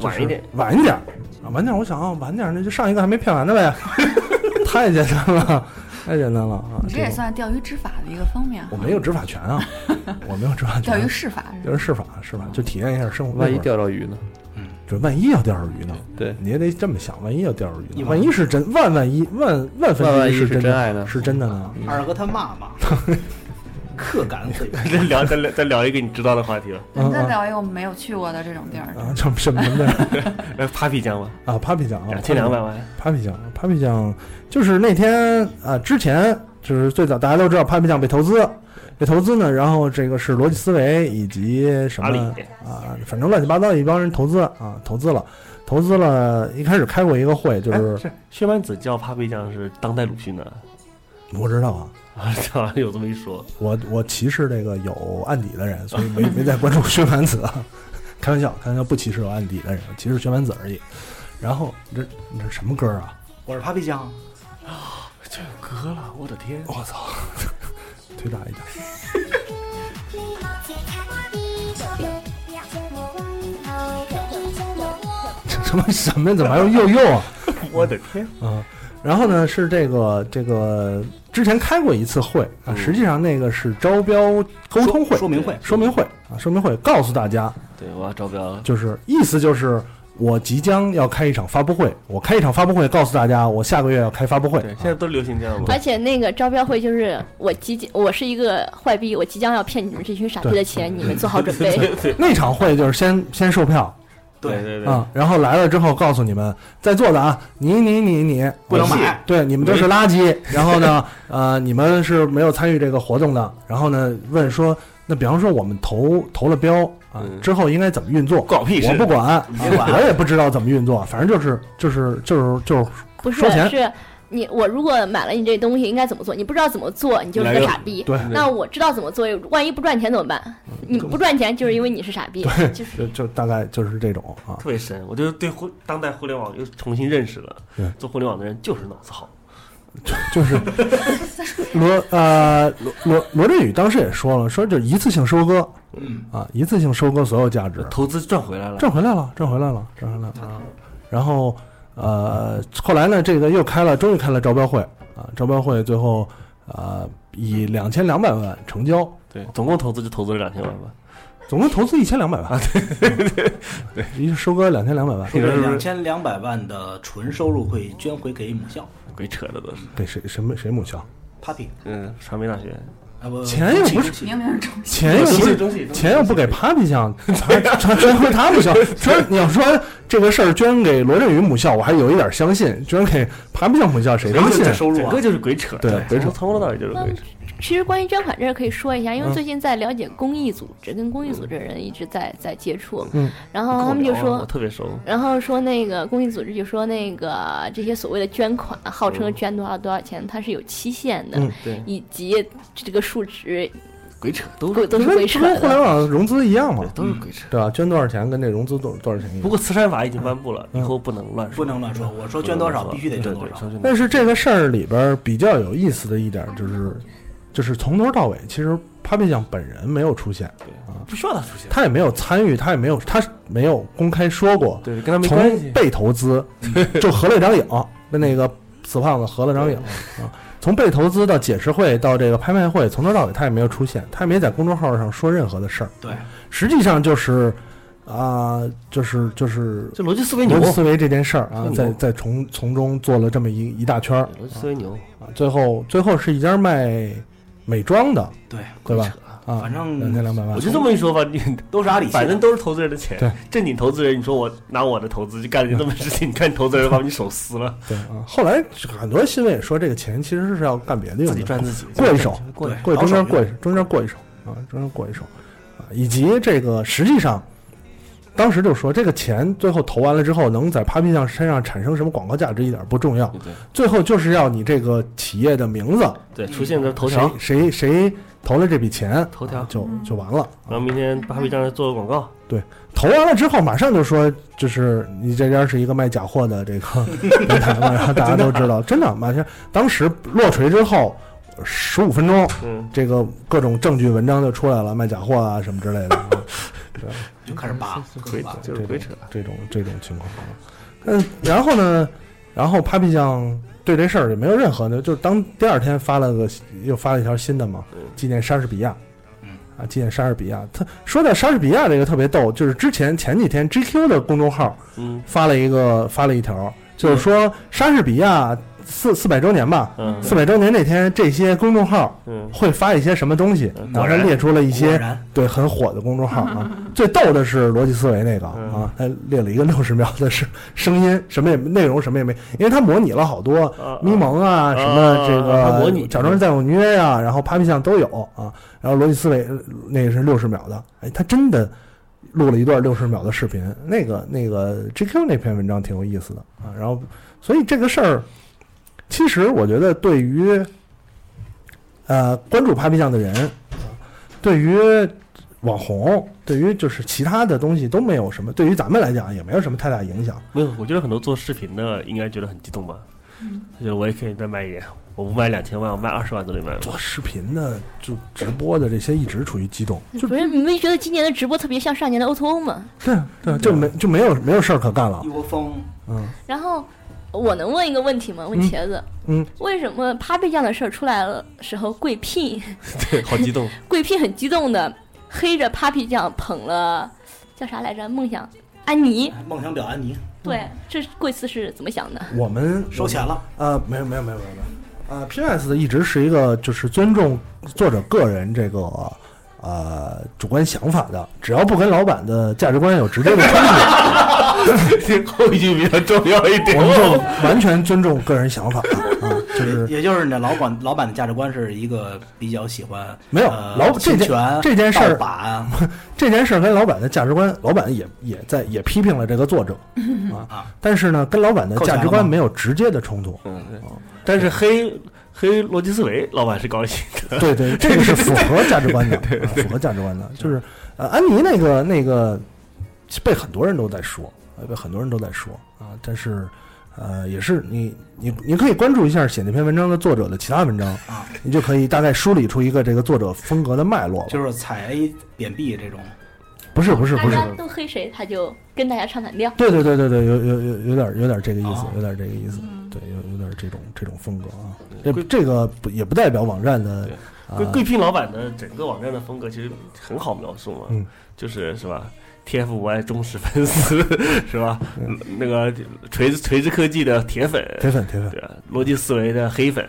[SPEAKER 3] 晚一点，
[SPEAKER 1] 晚一点儿，啊，晚点儿，我想啊，晚点儿那就上一个还没骗完的呗， 太简单了，太简单了啊！
[SPEAKER 5] 你这
[SPEAKER 1] 个
[SPEAKER 5] 也算钓鱼执法的一个方面啊。
[SPEAKER 1] 我没有执法权 啊，我没有执法
[SPEAKER 5] 钓
[SPEAKER 1] 权
[SPEAKER 5] 鱼，试法是吧，
[SPEAKER 1] 就是试法试法，就体验一下生活。
[SPEAKER 6] 万一
[SPEAKER 1] 那会儿，
[SPEAKER 6] 钓到鱼呢？
[SPEAKER 1] 就万一要钓着鱼呢？
[SPEAKER 6] 对，
[SPEAKER 1] 你也得这么想，万一要钓着鱼
[SPEAKER 2] 一
[SPEAKER 1] 呢，
[SPEAKER 2] 万
[SPEAKER 1] 万一是真，万万一万万分
[SPEAKER 6] 万万一
[SPEAKER 1] 之
[SPEAKER 6] 是
[SPEAKER 1] 真的
[SPEAKER 6] 真爱呢
[SPEAKER 1] 是真的呢？
[SPEAKER 2] 二哥他骂 骂，刻感嘴。
[SPEAKER 3] 再聊再聊再聊一个你知道的话题吧。
[SPEAKER 5] 你再
[SPEAKER 1] 嗯
[SPEAKER 5] 聊一个我们没有去过的这种地儿，
[SPEAKER 1] 啊，什么什么的
[SPEAKER 3] 呃，Papi 酱吧，
[SPEAKER 1] 啊？Papi 酱啊，
[SPEAKER 3] 两千两百万，
[SPEAKER 1] Papi 酱，Papi 酱就是那天啊，之前就是最早大家都知道 Papi 酱被投资，被投资呢，然后这个是逻辑思维以及什
[SPEAKER 3] 阿里
[SPEAKER 1] 么啊，反正乱七八糟一帮人投资啊，投资了，投资了，一开始开过一个会，就是
[SPEAKER 3] 哎薛蛮子叫 Papi 酱是当代鲁迅的，
[SPEAKER 1] 我知道啊，
[SPEAKER 3] 啊，这玩意儿有这么一说。
[SPEAKER 1] 我我歧视这个有案底的人，所以没没再关注薛蛮子啊，开玩笑，开玩笑，不歧视有案底的人，歧视薛蛮子而已。然后这你这什么歌啊？
[SPEAKER 2] 我是 Papi 酱，
[SPEAKER 3] 啊这有歌了，我的天！
[SPEAKER 1] 我操， 推大一点。 什么什么？怎么还有又又啊？
[SPEAKER 3] 我的天！
[SPEAKER 1] 啊，然后呢是这个这个之前开过一次会
[SPEAKER 3] 嗯
[SPEAKER 1] 啊，实际上那个是招标沟通会、
[SPEAKER 2] 说明会，
[SPEAKER 1] 说明会啊，说明会告诉大家，
[SPEAKER 3] 对，我要招标了。
[SPEAKER 1] 就是意思就是我即将要开一场发布会，我开一场发布会告诉大家，我下个月要开发布会
[SPEAKER 3] 对，，现在都流行这样嘛。
[SPEAKER 7] 而且那个招标会就是我即将，我是一个坏逼， 我即将要骗你们这群傻逼的钱，你们做好准备。
[SPEAKER 1] 那场会就是先先售票，
[SPEAKER 2] 对
[SPEAKER 3] 对
[SPEAKER 1] 啊，然后来了之后告诉你们，在座的啊，你你你你
[SPEAKER 2] 不能买
[SPEAKER 1] 对，你们都是垃圾。然后呢， 呃，你们是没有参与这个活动的。然后呢，问说，那比方说我们投投了标啊，之后应该怎么运作？
[SPEAKER 8] 搞屁事
[SPEAKER 1] 我不管，啊
[SPEAKER 8] 你别管
[SPEAKER 1] 我也不知道怎么运作，反正就是就是就是就是
[SPEAKER 7] 不是
[SPEAKER 1] 收钱，
[SPEAKER 7] 是。你我如果买了你这东西，应该怎么做？你不知道怎么做，你就是
[SPEAKER 1] 来
[SPEAKER 7] 个
[SPEAKER 1] 个
[SPEAKER 7] 傻逼。
[SPEAKER 1] 对嗯
[SPEAKER 7] 那我知道怎么做，万一不赚钱怎么办？你不赚钱就是因为你是傻逼。
[SPEAKER 1] 对，
[SPEAKER 7] 就是
[SPEAKER 1] 就就大概就是这种啊。
[SPEAKER 3] 特别深，我就对互当代互联网又重新认识了
[SPEAKER 1] 对。
[SPEAKER 3] 做互联网的人就是脑子好，
[SPEAKER 1] 就是罗呃罗罗罗振宇当时也说了，说就一次性收割，
[SPEAKER 2] 嗯
[SPEAKER 1] 啊，一次性收割所有价值，
[SPEAKER 3] 投资赚回来了。
[SPEAKER 1] 赚回来了，赚回来了，赚回来了。啊然后呃，后来呢，这个又开了，终于开了招标会啊，招标会最后呃以两千两百万成交，
[SPEAKER 3] 对，总共投资就投资了两千万吧。
[SPEAKER 1] 总共投资一千两百万，对 对对，一收割两千两百万，
[SPEAKER 2] 说这两千两百万的纯收入会捐回给母校
[SPEAKER 3] 鬼扯的都是。
[SPEAKER 1] 给谁什么谁母校？
[SPEAKER 2] Papi
[SPEAKER 3] 嗯，传媒大学。
[SPEAKER 2] 啊不，
[SPEAKER 1] 钱又不是
[SPEAKER 5] 明明是中戏
[SPEAKER 1] 钱又不是钱又不给 Papi 酱，传传传回他母校。说你要说这个事儿捐给罗振宇母校，我还有一点相信；捐给 Papi 酱母校，谁相信？
[SPEAKER 3] 整个就是鬼扯，
[SPEAKER 1] 对鬼扯
[SPEAKER 3] 从头到尾就是鬼扯。
[SPEAKER 7] 其实关于捐款这儿可以说一下，因为
[SPEAKER 3] 嗯
[SPEAKER 7] 最近在了解公益组织，跟公益组织的人一直在在接触。
[SPEAKER 3] 嗯
[SPEAKER 7] 然后他们就说
[SPEAKER 3] 我，特别熟，
[SPEAKER 7] 然后说那个公益组织就说那个这些所谓的捐款，号称捐多少多少钱，它是有期限的
[SPEAKER 1] 嗯，
[SPEAKER 3] 对
[SPEAKER 7] 以及这个数值
[SPEAKER 3] 鬼扯都
[SPEAKER 7] 鬼都
[SPEAKER 1] 这
[SPEAKER 7] 是
[SPEAKER 1] 跟
[SPEAKER 7] 鬼
[SPEAKER 1] 这
[SPEAKER 7] 扯
[SPEAKER 1] 跟互联
[SPEAKER 7] 的。
[SPEAKER 1] 网融资一样嘛，
[SPEAKER 3] 都是鬼扯，
[SPEAKER 1] 对吧？捐多少钱跟这融资多多少钱一样。
[SPEAKER 3] 不过慈善法已经颁布了，以后不能乱
[SPEAKER 2] 不
[SPEAKER 3] 说，
[SPEAKER 2] 能乱说。我说捐多少必须得捐多少。
[SPEAKER 1] 但是这个事儿里边比较有意思的一点就是，就是从头到尾，其实 Papi 酱本人没有出现啊，
[SPEAKER 3] 不需要他出现。
[SPEAKER 1] 他也没有参与，他也没有，他没有公开说过，
[SPEAKER 3] 对，跟他没
[SPEAKER 1] 从
[SPEAKER 3] 关系
[SPEAKER 1] 被投资，就合了一张影，跟那个死胖子合了张影啊。从被投资到解释会到这个拍卖会，从头到尾他也没有出现，他也没在公众号上说任何的事儿。
[SPEAKER 2] 对，
[SPEAKER 1] 实际上就是啊、就是就是
[SPEAKER 3] 就逻辑思维牛
[SPEAKER 1] 逻辑思维这件事儿啊
[SPEAKER 3] 牛，
[SPEAKER 1] 在在从从中做了这么一一大圈儿。
[SPEAKER 3] 逻辑思维牛，
[SPEAKER 1] 啊最后最后是一家卖美妆的，
[SPEAKER 2] 对
[SPEAKER 1] 对吧？啊，
[SPEAKER 2] 反正
[SPEAKER 1] 两千两百万，
[SPEAKER 3] 我就这么一说吧，你
[SPEAKER 2] 都是阿里系的
[SPEAKER 3] 反正都是投资人的钱。
[SPEAKER 1] 对，
[SPEAKER 3] 正经投资人，你说我拿我的投资去干了件这么事情，你看你投资人把你手撕了，
[SPEAKER 1] 对啊，后来很多新闻也说，这个钱其实是要干别的用的，
[SPEAKER 3] 自己赚自己
[SPEAKER 1] 过一手，
[SPEAKER 3] 过一手
[SPEAKER 1] 过
[SPEAKER 3] 对
[SPEAKER 1] 中间
[SPEAKER 3] 老手
[SPEAKER 1] 过一手，中间过一手啊，中间过一手啊，以及这个实际上，当时就说这个钱最后投完了之后，能在 Papi 酱身上产生什么广告价值一点不重要，最后就是要你这个企业的名字，
[SPEAKER 3] 对，出现个头条，
[SPEAKER 1] 谁谁谁投了这笔钱，头
[SPEAKER 3] 条
[SPEAKER 1] 就就完了。
[SPEAKER 3] 然后明天巴菲特做个广告，
[SPEAKER 1] 对，投完了之后，马上就说，就是你这边是一个卖假货的这个平台嘛，然后大家都知道， 真的，马上当时落锤之后，十五分钟，
[SPEAKER 3] 嗯，
[SPEAKER 1] 这个各种证据文章就出来了，卖假货啊什么之类 的，啊对
[SPEAKER 2] 就开始扒，各种扒
[SPEAKER 3] 就是鬼扯，
[SPEAKER 1] 这种这种情况。嗯，然后呢，然后 Papi 酱对这事儿也没有任何的，就是当第二天发了个又发了一条新的嘛，
[SPEAKER 3] 嗯
[SPEAKER 1] 纪念莎士比亚。啊，纪念莎士比亚。他说到莎士比亚这个特别逗，就是之前前几天 GQ 的公众号
[SPEAKER 3] 嗯
[SPEAKER 1] 发了一个发了一条，就是说莎士比亚四四百周年吧
[SPEAKER 3] 嗯，
[SPEAKER 1] 四百周年那天这些公众号
[SPEAKER 3] 嗯
[SPEAKER 1] 会发一些什么东西，
[SPEAKER 3] 果
[SPEAKER 1] 然后
[SPEAKER 3] 然
[SPEAKER 1] 列出了一
[SPEAKER 3] 嗯果
[SPEAKER 1] 些
[SPEAKER 3] 然
[SPEAKER 1] 对很火的公众号啊。最逗的是逻辑思维那个啊，他列了一个六十秒的声声音，什么也内容什么也没，因为他模拟了好多咪蒙啊什么这
[SPEAKER 3] 啊
[SPEAKER 1] 个
[SPEAKER 3] 模拟
[SPEAKER 1] 假装是在纽约呀，然后 Papi 酱都有啊。然后逻辑思维呃那个是六十秒的，哎，他真的录了一段六十秒的视频，那个那个 GQ 那篇文章挺有意思的啊。然后，所以这个事儿，其实我觉得对于呃关注 Papi 酱的人，啊对于网红，对于就是其他的东西都没有什么，对于咱们来讲也没有什么太大影响。
[SPEAKER 3] 没有，我觉得很多做视频的应该觉得很激动吧，他觉得我也可以再卖一点，我不卖两千万，我卖二十万都得卖。
[SPEAKER 1] 做视频的就直播的这些一直处于激动，
[SPEAKER 7] 不是你们觉得今年的直播特别像上年的 O to O 吗？
[SPEAKER 1] 对啊对啊，就没就没有没有事儿可干了
[SPEAKER 2] 一，窝蜂，
[SPEAKER 1] 嗯
[SPEAKER 7] 然后我能问一个问题吗？问
[SPEAKER 1] 嗯
[SPEAKER 7] 茄子，
[SPEAKER 1] 嗯，
[SPEAKER 7] 为什么 Papi 酱的事儿出来了时候，贵聘
[SPEAKER 3] 对，好激 动，
[SPEAKER 7] 贵聘很激动的黑着 Papi 酱捧了叫啥来着？梦想安妮。
[SPEAKER 2] 梦想表安妮
[SPEAKER 7] 对，这贵司是怎么想的？
[SPEAKER 1] 我们
[SPEAKER 2] 收钱了。
[SPEAKER 1] 呃，没有没有没有没有没有，呃，PS 一直是一个就是尊重作者个人这个呃主观想法的，只要不跟老板的价值观有直接的冲突，
[SPEAKER 3] 后一句比较重要一点
[SPEAKER 1] 我们就完全尊重个人想法啊，就是
[SPEAKER 2] 也就是你的老板老板的价值观是一个比较喜欢
[SPEAKER 1] 没有
[SPEAKER 2] 呃
[SPEAKER 1] 老这
[SPEAKER 2] 侵
[SPEAKER 1] 件
[SPEAKER 2] 权
[SPEAKER 1] 这件事儿
[SPEAKER 2] 盗版
[SPEAKER 1] 这件事儿跟老板的价值观，老板也也在也批评了这个作者啊，但是呢，跟老板的价值
[SPEAKER 3] 扣钱了
[SPEAKER 1] 观
[SPEAKER 3] 吗
[SPEAKER 1] 没有直接的冲突。
[SPEAKER 3] 嗯，对 但是黑黑逻辑思维，老板是高兴 的。
[SPEAKER 1] 对对，这个是符合价值观的，
[SPEAKER 3] 对对
[SPEAKER 1] 啊符合价值观的。就是呃，安妮那个那个被很多人都在说，呃被很多人都在说啊，但是呃，也是你你你可以关注一下写那篇文章的作者的其他文章
[SPEAKER 2] 啊，
[SPEAKER 1] 你就可以大概梳理出一个这个作者风格的脉络了。
[SPEAKER 2] 就是踩 A 贬 B 这 种，
[SPEAKER 1] 不是不是不是
[SPEAKER 7] 大，家都黑谁，他就跟大家唱反调。
[SPEAKER 1] 对对对对对，有有有有点有点这个意思
[SPEAKER 3] 啊
[SPEAKER 7] 哦，
[SPEAKER 1] 有点这个意思，对，有有点这种这种风格啊。这这个不也不代表网站的啊
[SPEAKER 3] 贵贵聘老板的整个网站的风格其实很好描述嘛，
[SPEAKER 1] 嗯
[SPEAKER 3] 就是是吧？TF 无爱忠实粉丝 是吧？那个锤子锤子科技的嗯铁粉，
[SPEAKER 1] 铁粉铁粉
[SPEAKER 3] 对啊，逻辑思维的黑粉，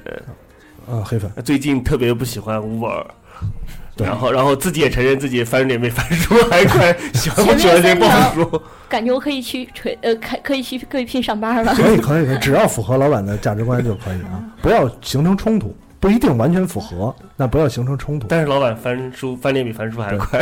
[SPEAKER 1] 啊黑粉，
[SPEAKER 3] 最近特别不喜欢 Uber。
[SPEAKER 1] 对
[SPEAKER 3] 然后，然后自己也承认自己翻脸没翻出来，快喜欢不喜欢谁不好说。
[SPEAKER 7] 感觉我可以去锤呃，可可以去贵聘上班 了。
[SPEAKER 1] 可以可以可以，只要符合老板的价值观就可以啊，不要形成冲突，不一定完全符合，那不要形成冲突。
[SPEAKER 3] 但是老板翻书翻脸比翻书还快，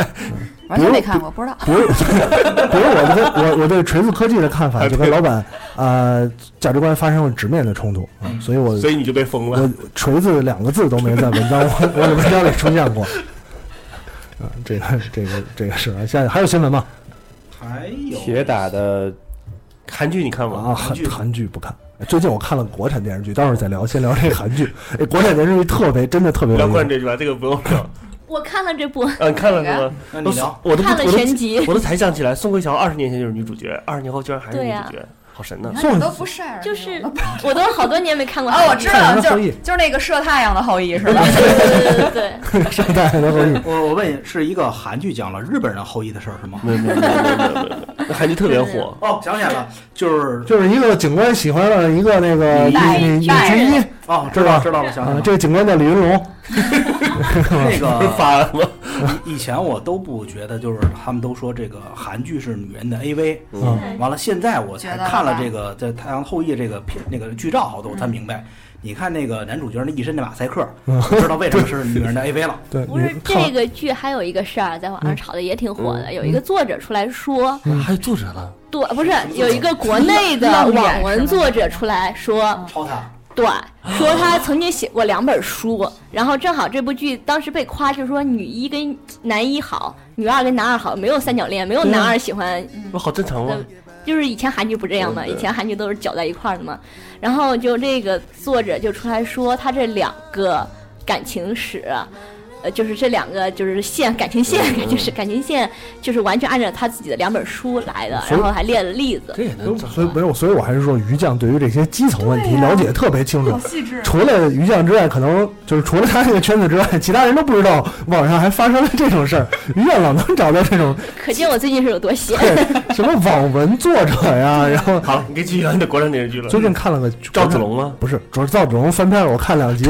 [SPEAKER 5] 完全没看过，不知道。
[SPEAKER 1] 比如，比如我对我我对锤子科技的看法就跟老板呃价值观发生了直面的冲突啊，所以我
[SPEAKER 3] 所以你就被封了
[SPEAKER 1] 我。锤子两个字都没在文章我 我的文章里出现过啊，这个这个这个是啊，下还有新闻吗？
[SPEAKER 2] 还有
[SPEAKER 1] 铁打
[SPEAKER 3] 的韩剧你看吗？
[SPEAKER 1] 啊，韩韩剧不看。最近我看了国产电视剧，待会儿再聊，先聊这个韩剧。哎，国产电视剧特别，真的特别
[SPEAKER 3] 不
[SPEAKER 1] 有
[SPEAKER 3] 要
[SPEAKER 1] 意思
[SPEAKER 3] 灌。这句吧，这个不用聊。
[SPEAKER 7] 我看了这部，
[SPEAKER 3] 嗯，看了是吗？
[SPEAKER 7] 那
[SPEAKER 3] 都
[SPEAKER 7] 你聊
[SPEAKER 3] 我都不
[SPEAKER 7] 看了
[SPEAKER 3] 我都
[SPEAKER 7] 全集
[SPEAKER 3] 我都才想起来，宋慧乔二十年前就是女主角，二十年后居然还是
[SPEAKER 7] 对
[SPEAKER 3] 女
[SPEAKER 7] 呀
[SPEAKER 3] 主角，好神呐！
[SPEAKER 5] 你都不晒，
[SPEAKER 7] 就是我都好多年没看过。
[SPEAKER 5] 哦，我知道了，
[SPEAKER 2] 看人的
[SPEAKER 5] 就
[SPEAKER 2] 后裔
[SPEAKER 5] 就是那个射太阳的后裔是 吧？
[SPEAKER 2] 是
[SPEAKER 1] 代的后裔。
[SPEAKER 2] 我我问你，是一个韩剧讲了日本人后裔的事儿是吗？
[SPEAKER 3] 没有没有没有没有，那韩剧特别火。
[SPEAKER 2] 哦，想起来了，就是
[SPEAKER 1] 就是一个警官喜欢了一个那个
[SPEAKER 2] 女
[SPEAKER 1] 女女女
[SPEAKER 2] 白
[SPEAKER 1] 军医
[SPEAKER 2] 人，哦
[SPEAKER 1] 是
[SPEAKER 2] 知道
[SPEAKER 1] 吧？
[SPEAKER 2] 知道了想起来
[SPEAKER 1] 啊
[SPEAKER 2] 了，
[SPEAKER 1] 这个警官叫李云龙。
[SPEAKER 2] 那 个
[SPEAKER 3] 发了。
[SPEAKER 2] 以以前我都不觉得，就是他们都说这个韩剧是女人的 AV，
[SPEAKER 1] 嗯
[SPEAKER 2] 完了现在我才
[SPEAKER 5] 觉得了
[SPEAKER 2] 看了
[SPEAKER 5] 吧
[SPEAKER 2] 这个在《太阳后裔》这个片那个剧照好多，我才明白。你看那个男主角那一身的马赛 克，
[SPEAKER 1] 嗯
[SPEAKER 2] 我知道为什么是女人的 AV 了。
[SPEAKER 1] 对，
[SPEAKER 7] 不是这个剧还有一个事儿，在网上炒的也挺火
[SPEAKER 3] 嗯
[SPEAKER 7] 的，有一个作者出来说，
[SPEAKER 2] 嗯
[SPEAKER 3] 还有作者呢？
[SPEAKER 7] 对，不是有一个国内的网文作者出来说，
[SPEAKER 2] 抄他，
[SPEAKER 7] 对，说他曾经写过两本书，然后正好这部剧当时被夸，就是说女一跟男一好，女二跟男二好，没有三角恋，没有男二喜欢
[SPEAKER 3] 不好正常吗？
[SPEAKER 7] 就是以前韩剧不这样嘛，以前韩剧都是搅在一块儿的嘛。然后就这个作者就出来说，他这两个感情史，呃，就是这两个就是线感情线，就是感情线，就是完全按照他自己的两本书来的，
[SPEAKER 1] 所以
[SPEAKER 7] 然后还列了例子。
[SPEAKER 1] 所以没有，所以我还是说于酱对于这些基层问题了解特别清楚
[SPEAKER 7] 好细
[SPEAKER 5] 啊
[SPEAKER 7] 致。
[SPEAKER 1] 除了于酱之外，可能就是除了他这个圈子之外，其他人都不知道网上还发生了这种事儿。于酱老能找到这种
[SPEAKER 7] 可见我最近是有多 闲。
[SPEAKER 1] 对什么网文作者呀，然后
[SPEAKER 3] 好，你可以继续聊你的国产电视剧了。
[SPEAKER 1] 最近看了个
[SPEAKER 3] 赵子龙吗？
[SPEAKER 1] 不是，主要是赵子龙翻拍了，我看两集，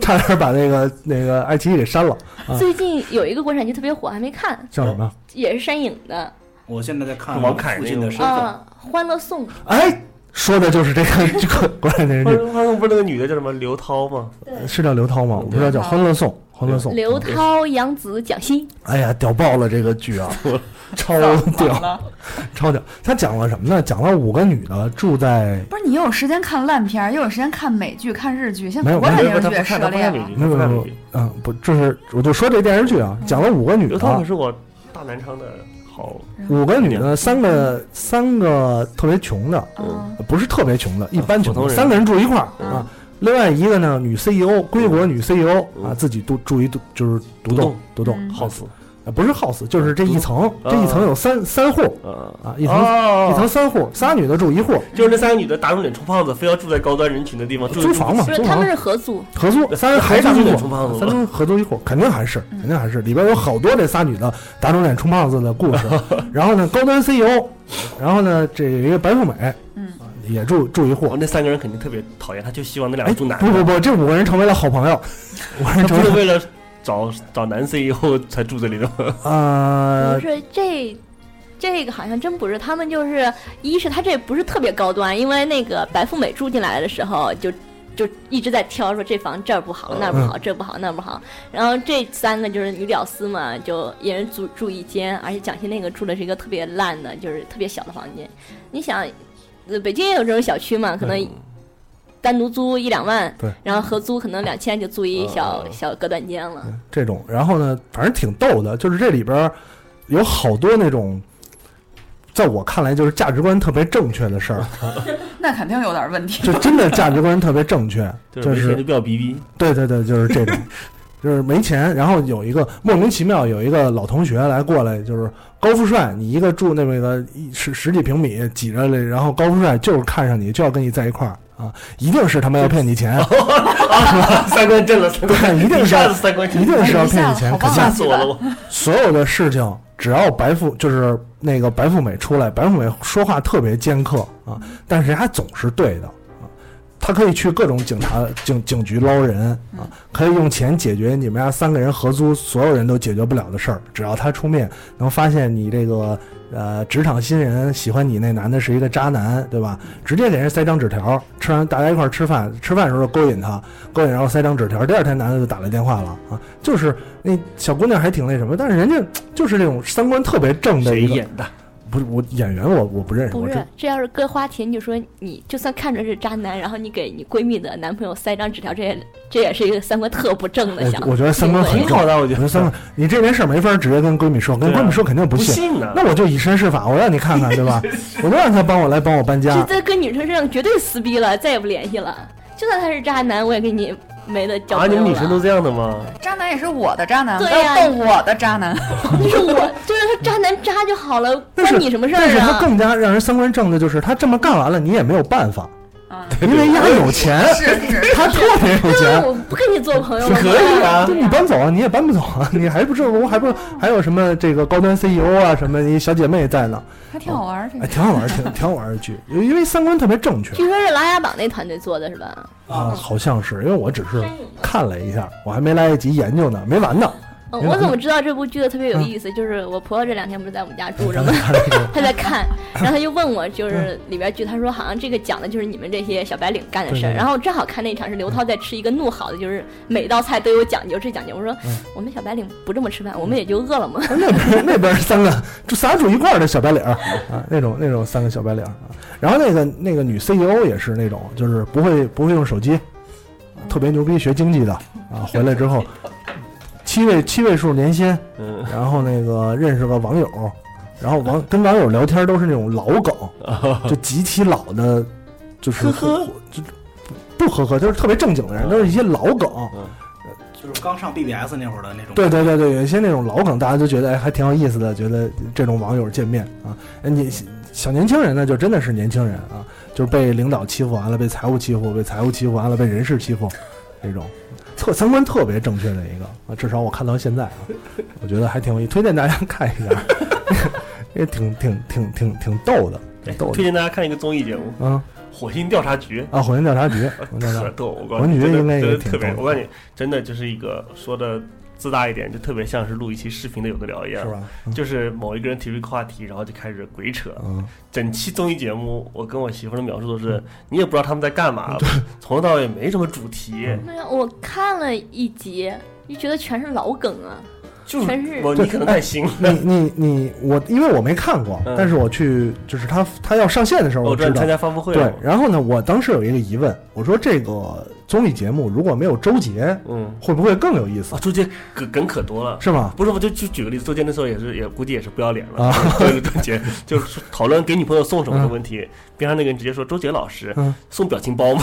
[SPEAKER 1] 差点把那个那个爱奇艺给删了啊。
[SPEAKER 7] 最近有一个国产剧特别火，还没看，
[SPEAKER 1] 叫什么？
[SPEAKER 7] 也是山影的，
[SPEAKER 2] 我现在在看
[SPEAKER 1] 王凯
[SPEAKER 2] 父
[SPEAKER 1] 那
[SPEAKER 2] 亲
[SPEAKER 1] 个
[SPEAKER 2] 的
[SPEAKER 1] 吗
[SPEAKER 2] 身份，
[SPEAKER 7] 嗯，《欢乐颂》。
[SPEAKER 1] 哎，说的就是这 个这个国产电视
[SPEAKER 3] 欢
[SPEAKER 1] 剧，
[SPEAKER 3] 乐欢乐不是那个女的叫什么刘涛吗？
[SPEAKER 1] 是叫刘涛吗？我不知道叫《欢乐颂》，《欢乐颂》。
[SPEAKER 7] 刘涛、杨紫、蒋欣，
[SPEAKER 1] 哎呀，屌爆了这个剧 啊，超屌，超屌！他讲了什么呢？讲了五个女的住在
[SPEAKER 5] 不是你又有时间看烂片儿，又有时间看美剧、看日剧，现
[SPEAKER 1] 没
[SPEAKER 5] 在
[SPEAKER 1] 有
[SPEAKER 5] 国产
[SPEAKER 1] 没有
[SPEAKER 5] 电视剧也涉猎了。
[SPEAKER 1] 没有没有没有，嗯，不，就是我就说这电视剧啊，讲了五个女
[SPEAKER 3] 刘涛可
[SPEAKER 1] 的，
[SPEAKER 3] 是我大南昌的好。
[SPEAKER 7] 嗯
[SPEAKER 1] 五个女的，三个三个特别穷的，
[SPEAKER 3] 嗯
[SPEAKER 1] 不是特别穷的，一般穷
[SPEAKER 3] 啊普通
[SPEAKER 1] 的，
[SPEAKER 3] 人
[SPEAKER 1] 三个人住一块儿啊。另外一个呢，女 CEO，归国女 CEO 啊，
[SPEAKER 3] 嗯
[SPEAKER 1] 自己独住一独就是独栋独栋
[SPEAKER 7] 嗯
[SPEAKER 3] house，
[SPEAKER 1] 啊不是 house，就是这
[SPEAKER 3] 嗯
[SPEAKER 1] 一层，这一层有三三户啊，一层
[SPEAKER 3] 哦
[SPEAKER 1] 一层三户，仨女的住一户，
[SPEAKER 3] 就是那三个女的打肿脸充胖子，非要住在高端人群的地方，住
[SPEAKER 1] 租房嘛
[SPEAKER 7] 不是他们是合租，
[SPEAKER 1] 合租，三人
[SPEAKER 3] 还
[SPEAKER 1] 合
[SPEAKER 3] 打
[SPEAKER 1] 租
[SPEAKER 3] 肿
[SPEAKER 1] 一
[SPEAKER 3] 脸
[SPEAKER 1] 伙
[SPEAKER 3] 充胖子，
[SPEAKER 1] 三人合租一伙，肯定还是，
[SPEAKER 7] 嗯
[SPEAKER 1] 肯定还是里边有好多这仨女的打肿脸充胖子的故 事。然后呢，高端 CEO，然后呢，这有一个白富美，啊
[SPEAKER 5] 嗯，
[SPEAKER 1] 也住住一户。哎
[SPEAKER 3] 那三个人肯哦定特别讨厌，他就希望那俩人住男的。
[SPEAKER 1] 不不不，这五个人成为了好朋友，
[SPEAKER 3] 他不是为了找找男 CEO 才住这里的吗？
[SPEAKER 1] 啊
[SPEAKER 7] 不，是这。这个好像真不是，他们就是一是他这不是特别高端，因为那个白富美住进来的时候就就一直在挑说这房这儿不好那儿不好这不好那儿不好，然后这三个就是女屌丝嘛，就一人住住一间，而且蒋欣那个住的是一个特别烂的，就是特别小的房间。你想，呃北京也有这种小区嘛，可能单独租一两万，
[SPEAKER 1] 对啊
[SPEAKER 7] 然后合租可能两千就租一小、小隔断间了。
[SPEAKER 1] 这种，然后呢，反正挺逗的，就是这里边儿有好多那种，在我看来就是价值观特别正确的事 儿，
[SPEAKER 5] 那肯定有点问题。
[SPEAKER 1] 就真的价值观特别正 确，
[SPEAKER 3] 就
[SPEAKER 1] 就
[SPEAKER 3] 是没钱就是不要逼 逼。
[SPEAKER 1] 对对对，就是这 种，就是没钱，然后有一个莫名其妙有一个老同学来过来，就是高富帅，你一个住那么个一十十几平米挤着来，然后高富帅就是看上你，就要跟你在一块儿。啊，一定是他妈要骗你 钱，
[SPEAKER 3] 三观正了，三观
[SPEAKER 1] 对，一定
[SPEAKER 3] 一
[SPEAKER 1] 是
[SPEAKER 3] 下子三观正
[SPEAKER 1] 一定是要骗你
[SPEAKER 5] 一下子
[SPEAKER 1] 钱，
[SPEAKER 5] 好
[SPEAKER 1] 可
[SPEAKER 5] 棒
[SPEAKER 1] 见
[SPEAKER 5] 啊
[SPEAKER 3] 吓死我 了！我
[SPEAKER 1] 所有的事情，只要白富就是那个白富美出来，白富美说话特别尖刻啊，但是她总是对的啊，她可以去各种警察警警局捞人啊，可以用钱解决你们家三个人合租所有人都解决不了的事儿，只要她出面能发现你这个呃职场新人喜欢你那男的是一个渣男，对吧？直接给人塞张纸条，吃完大家一块儿吃饭，吃饭的时候勾引他，勾引然后塞张纸条，第二天男的就打来电话了啊，就是那小姑娘还挺那什么，但是人家就是这种三观特别正的
[SPEAKER 3] 谁
[SPEAKER 1] 一个，
[SPEAKER 3] 演的？
[SPEAKER 1] 不是我演员我我不认识，
[SPEAKER 7] 不
[SPEAKER 1] 我
[SPEAKER 7] 是
[SPEAKER 1] 这，
[SPEAKER 7] 这要是搁花田，你就说你就算看着是渣男，然后你给你闺蜜的男朋友塞张纸条，这也这也是一个三观特不正的想法。
[SPEAKER 1] 哎我我觉得三观很
[SPEAKER 3] 挺
[SPEAKER 1] 正
[SPEAKER 3] 好。的，我
[SPEAKER 1] 我
[SPEAKER 3] 觉
[SPEAKER 1] 觉
[SPEAKER 3] 得
[SPEAKER 1] 得三观，你这件事儿没法直接跟闺蜜说，跟
[SPEAKER 3] 对啊
[SPEAKER 1] 闺蜜说肯定
[SPEAKER 3] 不
[SPEAKER 1] 不信。
[SPEAKER 3] 信呢。啊
[SPEAKER 1] 那我就以身试法，我让你看看，对吧？我就让他帮我来帮我搬
[SPEAKER 7] 这
[SPEAKER 1] 家。
[SPEAKER 7] 这跟女生身上绝对撕逼了，再也不联系了。就算他是渣男，我也跟你没得交
[SPEAKER 3] 啊，
[SPEAKER 7] 朋
[SPEAKER 3] 你
[SPEAKER 7] 友
[SPEAKER 3] 们
[SPEAKER 7] 了。
[SPEAKER 3] 女 生都这样的吗？
[SPEAKER 5] 渣男也是我的渣男，
[SPEAKER 7] 对
[SPEAKER 5] 不要
[SPEAKER 7] 呀
[SPEAKER 5] 动我的渣男。
[SPEAKER 7] 就是我，就是他渣男渣就好了，
[SPEAKER 1] 但是
[SPEAKER 7] 关你什么事
[SPEAKER 1] 但
[SPEAKER 7] 儿
[SPEAKER 1] 是他
[SPEAKER 7] 啊？
[SPEAKER 1] 更加让人三观正的就是，他这么干完了，你也没有办法，
[SPEAKER 5] 啊，
[SPEAKER 1] 因为丫有钱，
[SPEAKER 5] 是是，
[SPEAKER 1] 他特别有
[SPEAKER 7] 对啊
[SPEAKER 1] 钱。
[SPEAKER 7] 我不跟你做朋友了。
[SPEAKER 3] 可以 啊
[SPEAKER 1] 就你搬走啊，你也搬不走啊，你还不这我还不还有什么这个高端 CEO 啊，什么一小姐妹在呢，
[SPEAKER 5] 还挺好玩儿。这
[SPEAKER 1] 哎，
[SPEAKER 5] 个
[SPEAKER 1] 挺好玩儿，挺挺好玩儿的剧，因为三观特别正确
[SPEAKER 7] 据说是琅琊榜那团队做的是吧？
[SPEAKER 1] 啊，好像是，因为我只是
[SPEAKER 7] 山影
[SPEAKER 1] 看了一下，我还没来得及研究呢，没完呢。
[SPEAKER 7] 嗯，
[SPEAKER 1] 没
[SPEAKER 7] 我
[SPEAKER 1] 有
[SPEAKER 7] 怎么知道这部剧的特别有
[SPEAKER 3] 嗯
[SPEAKER 7] 意思？就是我婆婆这两天不是在我们家住着吗？ 她在看，然后她就问我，
[SPEAKER 3] 嗯
[SPEAKER 7] 就是里边剧，她说好像这个讲的就是你们这些小白领干的事
[SPEAKER 1] 对对
[SPEAKER 7] 儿。
[SPEAKER 1] 对
[SPEAKER 7] 然后正好看那一场是刘涛在吃一个怒好的，就是每道菜都有讲究，这讲究。我说
[SPEAKER 3] 嗯
[SPEAKER 7] 我们小白领不这么吃饭，我们也就饿了嘛。
[SPEAKER 1] 那边那边三个就仨住一块儿的小白领儿啊，那种那种三个小白领儿啊。然后那个那个女 CEO 也是那种，就是不会不会用手机，啊特别牛逼学经济的啊。回来之后，七位七位数年薪，
[SPEAKER 3] 嗯
[SPEAKER 1] 然后那个认识个网友，然后网跟网友聊天都是那种老梗， 就极其老的，就是
[SPEAKER 3] 呵嗯呵
[SPEAKER 1] 就不呵呵，就是特别正经的人，都是一些老梗。
[SPEAKER 2] 就是刚上 BBS 那会儿的那种。
[SPEAKER 1] 对对对对，有一些那种老梗，大家就觉得哎还挺有意思的，觉得这种网友见面啊，哎你小年轻人呢，就真的是年轻人啊，就是被领导欺负完了，被财务欺负，被财务欺负完了，被人事欺负，这种特三观特别正确的一个啊，至少我看到现在啊，我觉得还挺有意，推荐大家 看一下，也挺挺挺挺挺逗的，挺逗
[SPEAKER 3] 推
[SPEAKER 1] 的
[SPEAKER 3] 荐大家看一个综艺节目
[SPEAKER 1] 啊
[SPEAKER 3] 《火星调查局》。
[SPEAKER 1] 啊！火箭调查 局，火箭调
[SPEAKER 3] 特
[SPEAKER 1] 查
[SPEAKER 3] 逗，我告诉
[SPEAKER 1] 我
[SPEAKER 3] 你，
[SPEAKER 1] 觉得
[SPEAKER 3] 真
[SPEAKER 1] 应该也
[SPEAKER 3] 的真的
[SPEAKER 1] 挺
[SPEAKER 3] 特别，
[SPEAKER 1] 逗的
[SPEAKER 3] 我告诉你，真的就是一个说的自大一点，就特别像是录一期视频的有的聊一样，
[SPEAKER 1] 是吧？嗯
[SPEAKER 3] 就是某一个人提出一个话题，然后就开始鬼扯。
[SPEAKER 1] 嗯，
[SPEAKER 3] 整期综艺节目，我跟我媳妇儿的描述都是，你也不知道他们在干嘛，从头到尾没什么主题，
[SPEAKER 1] 嗯
[SPEAKER 7] 没有，我看了一集，就觉得全是老梗啊，
[SPEAKER 3] 就是
[SPEAKER 7] 全是
[SPEAKER 3] 我你可能太新
[SPEAKER 1] 你
[SPEAKER 3] 了。
[SPEAKER 1] 你你我，因为我没看过
[SPEAKER 3] 嗯，
[SPEAKER 1] 但是我去就是他他要上线的时候，
[SPEAKER 3] 我
[SPEAKER 1] 我
[SPEAKER 3] 知
[SPEAKER 1] 知
[SPEAKER 3] 道你
[SPEAKER 1] 道
[SPEAKER 3] 参加发布会
[SPEAKER 1] 对
[SPEAKER 3] 了，，
[SPEAKER 1] 然后呢，我当时有一个疑问，我说这个综艺节目如果没有周杰，
[SPEAKER 3] 嗯，
[SPEAKER 1] 会不会更有意思
[SPEAKER 3] 啊，？周杰梗梗可多了。
[SPEAKER 1] 是吗？
[SPEAKER 3] 啊不是，我就就举个例子，周杰那时候也是，也估计也是不要脸了。
[SPEAKER 1] 啊
[SPEAKER 3] 对，周杰就是讨论给女朋友送什么的问题，边上那个人直接说：“周杰老师、
[SPEAKER 1] 嗯
[SPEAKER 3] 送表情包吗？”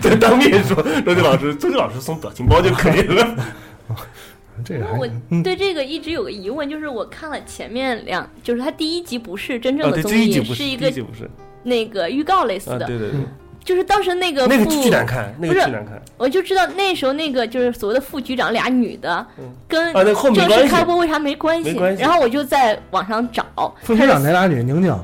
[SPEAKER 3] 就当面说：“周杰老师，周杰老师送表情包就可以了。
[SPEAKER 1] 这个
[SPEAKER 7] 那
[SPEAKER 1] 还
[SPEAKER 7] 我
[SPEAKER 1] 嗯
[SPEAKER 7] 对这个一直有个疑问，就是我看了前面两，就是它第一集不是真”正
[SPEAKER 3] 啊，对，
[SPEAKER 7] 的综
[SPEAKER 3] 这一
[SPEAKER 7] 艺，
[SPEAKER 3] 集不
[SPEAKER 7] 是
[SPEAKER 3] 第
[SPEAKER 7] 一
[SPEAKER 3] 一
[SPEAKER 7] 个
[SPEAKER 3] 集不是
[SPEAKER 7] 那个预告类似
[SPEAKER 3] 啊，
[SPEAKER 7] 的，
[SPEAKER 3] 对对对，
[SPEAKER 7] 就是当时那个
[SPEAKER 3] 那个
[SPEAKER 7] 副
[SPEAKER 3] 巨难看，那个
[SPEAKER 7] 不是
[SPEAKER 3] 巨难看啊
[SPEAKER 7] 我就知道那时候那个就是所谓的副局长俩女的
[SPEAKER 3] 嗯，
[SPEAKER 7] 跟，
[SPEAKER 3] 那后面
[SPEAKER 7] 正
[SPEAKER 3] 没关
[SPEAKER 7] 式
[SPEAKER 3] 系
[SPEAKER 7] 开播为啥没关
[SPEAKER 3] 没关系
[SPEAKER 7] 然后我就在网上找，
[SPEAKER 1] 副局长
[SPEAKER 7] 他
[SPEAKER 1] 那俩女宁宁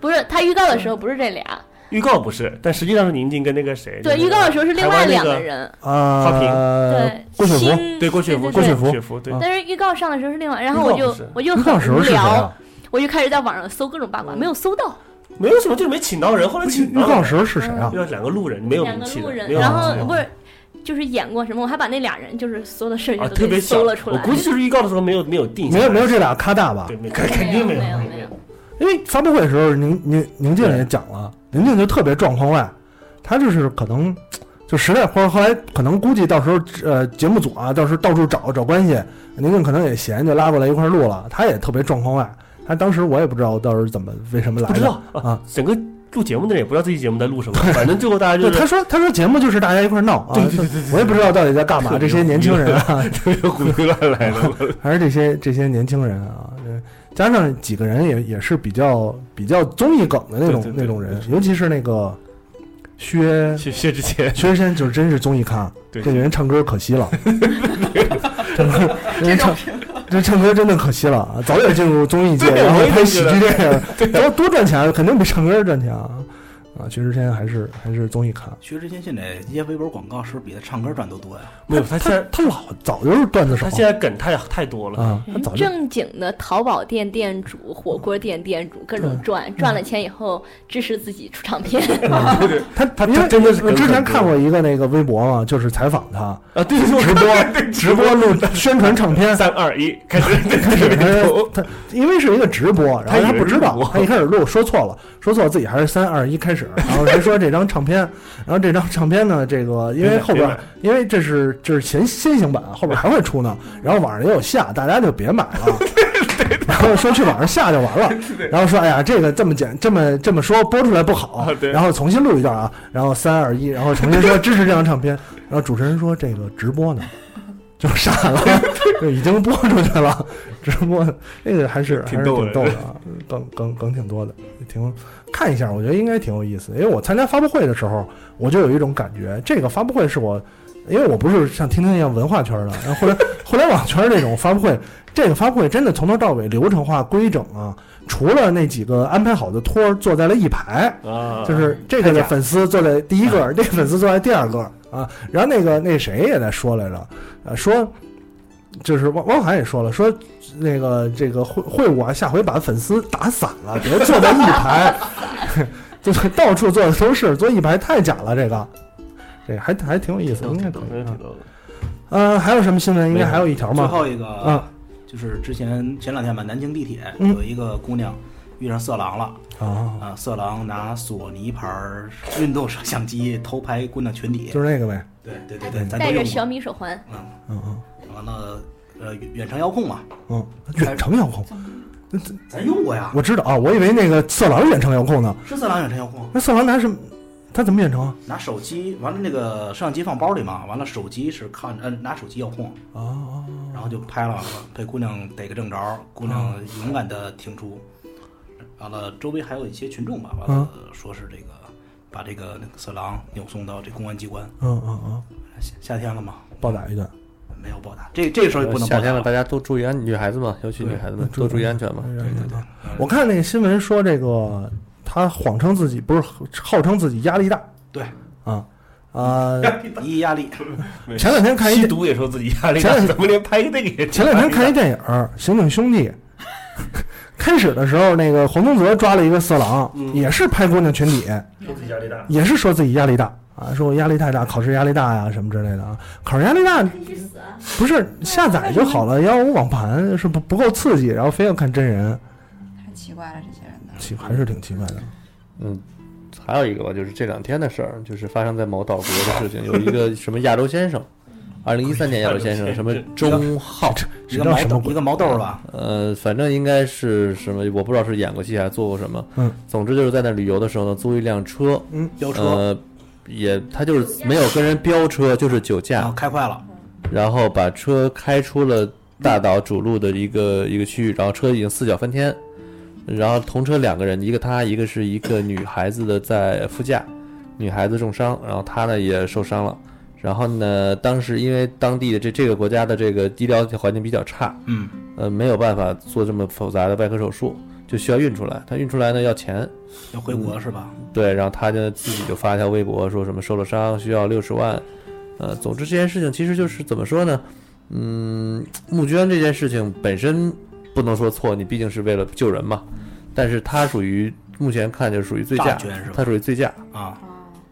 [SPEAKER 7] 不是他预告的时候不是这俩，
[SPEAKER 3] 预告不是，但实际上是宁静跟那个谁。
[SPEAKER 7] 对，
[SPEAKER 3] 那个
[SPEAKER 7] 预告的时候是另外两个人。
[SPEAKER 3] 哎台
[SPEAKER 1] 呃
[SPEAKER 3] 湾那个花瓶，
[SPEAKER 7] 对，郭雪芙，芙，
[SPEAKER 3] 对郭雪郭雪
[SPEAKER 7] 芙，
[SPEAKER 3] 雪芙，对。
[SPEAKER 7] 但是预告上的时候是另外，然后我
[SPEAKER 3] 预告
[SPEAKER 7] 就
[SPEAKER 3] 不是
[SPEAKER 7] 我就
[SPEAKER 1] 预告
[SPEAKER 7] 很
[SPEAKER 1] 时
[SPEAKER 7] 无
[SPEAKER 1] 候是谁
[SPEAKER 7] 聊
[SPEAKER 1] 啊，
[SPEAKER 7] 我就开始在网上搜各种八卦，没有搜到。
[SPEAKER 3] 没有什么，就是没请到人，后来请到
[SPEAKER 1] 预告时候是谁啊？
[SPEAKER 3] 要两个路人，没有
[SPEAKER 7] 两
[SPEAKER 3] 名
[SPEAKER 7] 个
[SPEAKER 3] 气
[SPEAKER 7] 路
[SPEAKER 3] 的，
[SPEAKER 7] 人，
[SPEAKER 3] 嗯没有
[SPEAKER 7] 然
[SPEAKER 3] 名气
[SPEAKER 7] 后
[SPEAKER 3] 的
[SPEAKER 7] 不是就是演过什么，我还把那俩人就是所有的事
[SPEAKER 3] 啊，
[SPEAKER 7] 情
[SPEAKER 3] 特
[SPEAKER 7] 都
[SPEAKER 3] 别
[SPEAKER 7] 给
[SPEAKER 3] 小，
[SPEAKER 7] 搜了出来。
[SPEAKER 3] 我估计就是预告的时候没有没有定下
[SPEAKER 1] 没
[SPEAKER 3] 来，
[SPEAKER 1] 有没有这俩咔大吧？
[SPEAKER 3] 对，没肯肯定没有，没有。
[SPEAKER 1] 因为发布会的时候，宁宁宁静也讲了，宁静就特别状况外，她就是可能就实在慌，后来可能估计到时候呃节目组啊，到时候到处找找关系，宁静可能也闲，就拉过来一块儿录了，她也特别状况外。她当时我也不知道到时候怎么为什么来
[SPEAKER 3] 不知
[SPEAKER 1] 的
[SPEAKER 3] 道啊，整个录节目的人也不知道自己节目在录什么，反正最后大家就
[SPEAKER 1] 对，
[SPEAKER 3] 是
[SPEAKER 1] 他说他说节目就是大家一块儿闹啊，
[SPEAKER 3] 对对对对 对
[SPEAKER 1] 我也不知道到底在干嘛，
[SPEAKER 3] 特别
[SPEAKER 1] 这些年轻人啊，
[SPEAKER 3] 特别胡乱来的。
[SPEAKER 1] 还是这些这些年轻人啊，呃加上几个人也也是比较比较综艺梗的那种
[SPEAKER 3] 对对对
[SPEAKER 1] 那种人，尤其是那个薛
[SPEAKER 3] 谢谢之前，
[SPEAKER 1] 薛之谦，就是真是综艺咖，
[SPEAKER 3] 对
[SPEAKER 1] 这个人唱歌可 惜了，唱歌人唱这唱歌真的可惜了啊，早点进入综艺界，
[SPEAKER 3] 对
[SPEAKER 1] 然后
[SPEAKER 3] 我也
[SPEAKER 1] 拍喜
[SPEAKER 3] 觉得
[SPEAKER 1] 剧电影，多多赚钱，啊肯定比唱歌赚钱啊。啊，薛之谦还是还是综艺咖，
[SPEAKER 2] 薛之谦现在接微博广告是不是比他唱歌赚都多呀？
[SPEAKER 3] 没有，他现在
[SPEAKER 1] 他老早就是段子手
[SPEAKER 3] 他现在梗太太多了
[SPEAKER 1] 啊，他早就
[SPEAKER 7] 嗯正经的淘宝店店主、火锅店店主，各种赚，赚了钱以后支持自己出唱片。
[SPEAKER 3] 对对，
[SPEAKER 1] 他他
[SPEAKER 3] 他真的是
[SPEAKER 1] 我
[SPEAKER 3] 梗
[SPEAKER 1] 之前
[SPEAKER 3] 很多
[SPEAKER 1] 看过一个那个微博嘛，就是采访他
[SPEAKER 3] 啊，对
[SPEAKER 1] 直播直播录宣传唱片，
[SPEAKER 3] 三二一开始，
[SPEAKER 1] 开始他他因为是一个直播，然后他不知道，他一开始录说错了，说错了自己还是三二一开始，然后谁说这张唱片，然后这张唱片呢，这个因为后
[SPEAKER 3] 别
[SPEAKER 1] 边
[SPEAKER 3] 买
[SPEAKER 1] 因为这是这是前先行版，后边还会出呢，然后网上也有下，大家就别买了。然后说去网上下就完了，然后说哎呀，这个这么简这么这么说播出来不好，然后重新录一段啊，然后三二一，然后重新说支持这张唱片，然后主持人说这个直播呢就闪了，就已经播出去了，直播那个还是还
[SPEAKER 3] 挺
[SPEAKER 1] 是
[SPEAKER 3] 逗的
[SPEAKER 1] 挺逗的啊，梗梗梗挺多的，挺看一下，我觉得应该挺有意思，因为我参加发布会的时候，我就有一种感觉，这个发布会是我。因为我不是像听听一样文化圈的，然后互联互联网圈这种发布会，这个发布会真的从头到尾流程化规整啊，除了那几个安排好的托儿坐在了一排，
[SPEAKER 3] 啊，
[SPEAKER 1] 就是这个的粉丝坐在第一个，这个粉丝坐在第二个啊，然后那个那谁也在说来着，呃，说就是汪汪涵也说了，说那个这个会会务啊，下回把粉丝打散了，别坐在一排， 就是到处坐的都是，坐一排太假了，这个，这还还挺有意思，应该可以啊。呃，还有什么新闻？应该还有一条
[SPEAKER 2] 最
[SPEAKER 1] 吗？
[SPEAKER 2] 后一个
[SPEAKER 3] 嗯
[SPEAKER 1] 啊，
[SPEAKER 2] 就是之前前两天吧，南京地铁
[SPEAKER 1] 嗯
[SPEAKER 2] 有一个姑娘遇上色狼了。
[SPEAKER 1] 啊，
[SPEAKER 2] 啊，色狼拿索尼牌儿运动摄像机偷拍姑娘裙底，
[SPEAKER 1] 就是嗯那个呗。
[SPEAKER 2] 对对对对，咱都
[SPEAKER 7] 戴着
[SPEAKER 2] 用
[SPEAKER 7] 小
[SPEAKER 2] 过。
[SPEAKER 7] 米手环，
[SPEAKER 1] 嗯嗯
[SPEAKER 2] 完了，呃，远远程遥控嘛，
[SPEAKER 1] 嗯，远程遥控，
[SPEAKER 2] 咱用过呀，
[SPEAKER 1] 我知道啊，我以为那个色狼远程遥控呢。
[SPEAKER 2] 是色狼远程遥控，
[SPEAKER 1] 那色狼拿什么？他怎么远程啊？
[SPEAKER 2] 拿手机，完了那个摄像机放包里嘛，完了手机是看，呃，拿手机遥控，
[SPEAKER 1] 哦，哦
[SPEAKER 2] 然后就拍了，被姑娘逮个正着，姑娘勇敢的挺出，完了周围还有一些群众吧，
[SPEAKER 1] 嗯
[SPEAKER 2] 完了说是这个把这个那个色狼扭送到这公安机关，
[SPEAKER 1] 嗯嗯
[SPEAKER 2] 夏夏天了嘛，
[SPEAKER 1] 嗯，暴打一顿。
[SPEAKER 2] 没有报答，这这时候也不能报
[SPEAKER 6] 夏天
[SPEAKER 2] 答
[SPEAKER 6] 呃了，，大家都注意安，女孩子嘛，尤其女孩子们多注意安全嘛。
[SPEAKER 1] 对对对，我看那个新闻说，这个他谎称自己不是号称自己压力大
[SPEAKER 2] 对，
[SPEAKER 1] 啊啊、
[SPEAKER 2] 一压力，
[SPEAKER 1] 前两天看一
[SPEAKER 3] 啊吸毒也说自己压力
[SPEAKER 1] 前
[SPEAKER 3] 大，
[SPEAKER 1] 两
[SPEAKER 3] 怎么连拍那个也？
[SPEAKER 1] 前两天看一电影儿《刑警兄弟》，开始的时候那个黄宗泽抓了一个色狼，
[SPEAKER 3] 嗯
[SPEAKER 1] 也是拍姑娘裙底，
[SPEAKER 3] 说自己压力大，
[SPEAKER 1] 也是说自己压力大啊，说我压力太大，考试压力大呀、什么之类的啊。考试压力大不是下载就好了，要我网盘是不不够刺激，然后非要看真人，
[SPEAKER 5] 太奇怪了，这些人的
[SPEAKER 1] 奇还是挺奇怪的。
[SPEAKER 6] 嗯，还有一个吧，就是这两天的事儿，就是发生在某岛国的事情，有一个什么亚洲 先生，二零一三年亚洲先生，什么钟浩，
[SPEAKER 2] 一个毛豆，一个毛豆吧，
[SPEAKER 6] 呃，反正应该是什么，我不知道是演过戏还是做过什么。
[SPEAKER 1] 嗯，
[SPEAKER 6] 总之就是在那旅游的时候呢，租一辆车，
[SPEAKER 1] 嗯
[SPEAKER 2] 飙车
[SPEAKER 6] 呃，也他就是没有跟人飙车，就是酒驾，
[SPEAKER 2] 然后开快了，
[SPEAKER 6] 然后把车开出了大岛主路的一个一个区域，然后车已经四脚翻天，然后同车两个人，一个他，一个是一个女孩子的在副驾，女孩子重伤，然后他呢也受伤了。然后呢，当时因为当地的这这个国家的这个医疗环境比较差，
[SPEAKER 2] 嗯，
[SPEAKER 6] 呃，没有办法做这么复杂的外科手术，就需要运出来，他运出来呢要钱，
[SPEAKER 2] 要回国是吧？
[SPEAKER 6] 对，然后他就自己就发一条微博，说什么受了伤，需要六十万。呃，总之这件事情其实就是怎么说呢？嗯，募捐这件事情本身不能说错，你毕竟是为了救人嘛。但是它属于目前看就属于醉驾
[SPEAKER 2] 大捐是吧，
[SPEAKER 6] 它属于醉驾
[SPEAKER 2] 啊。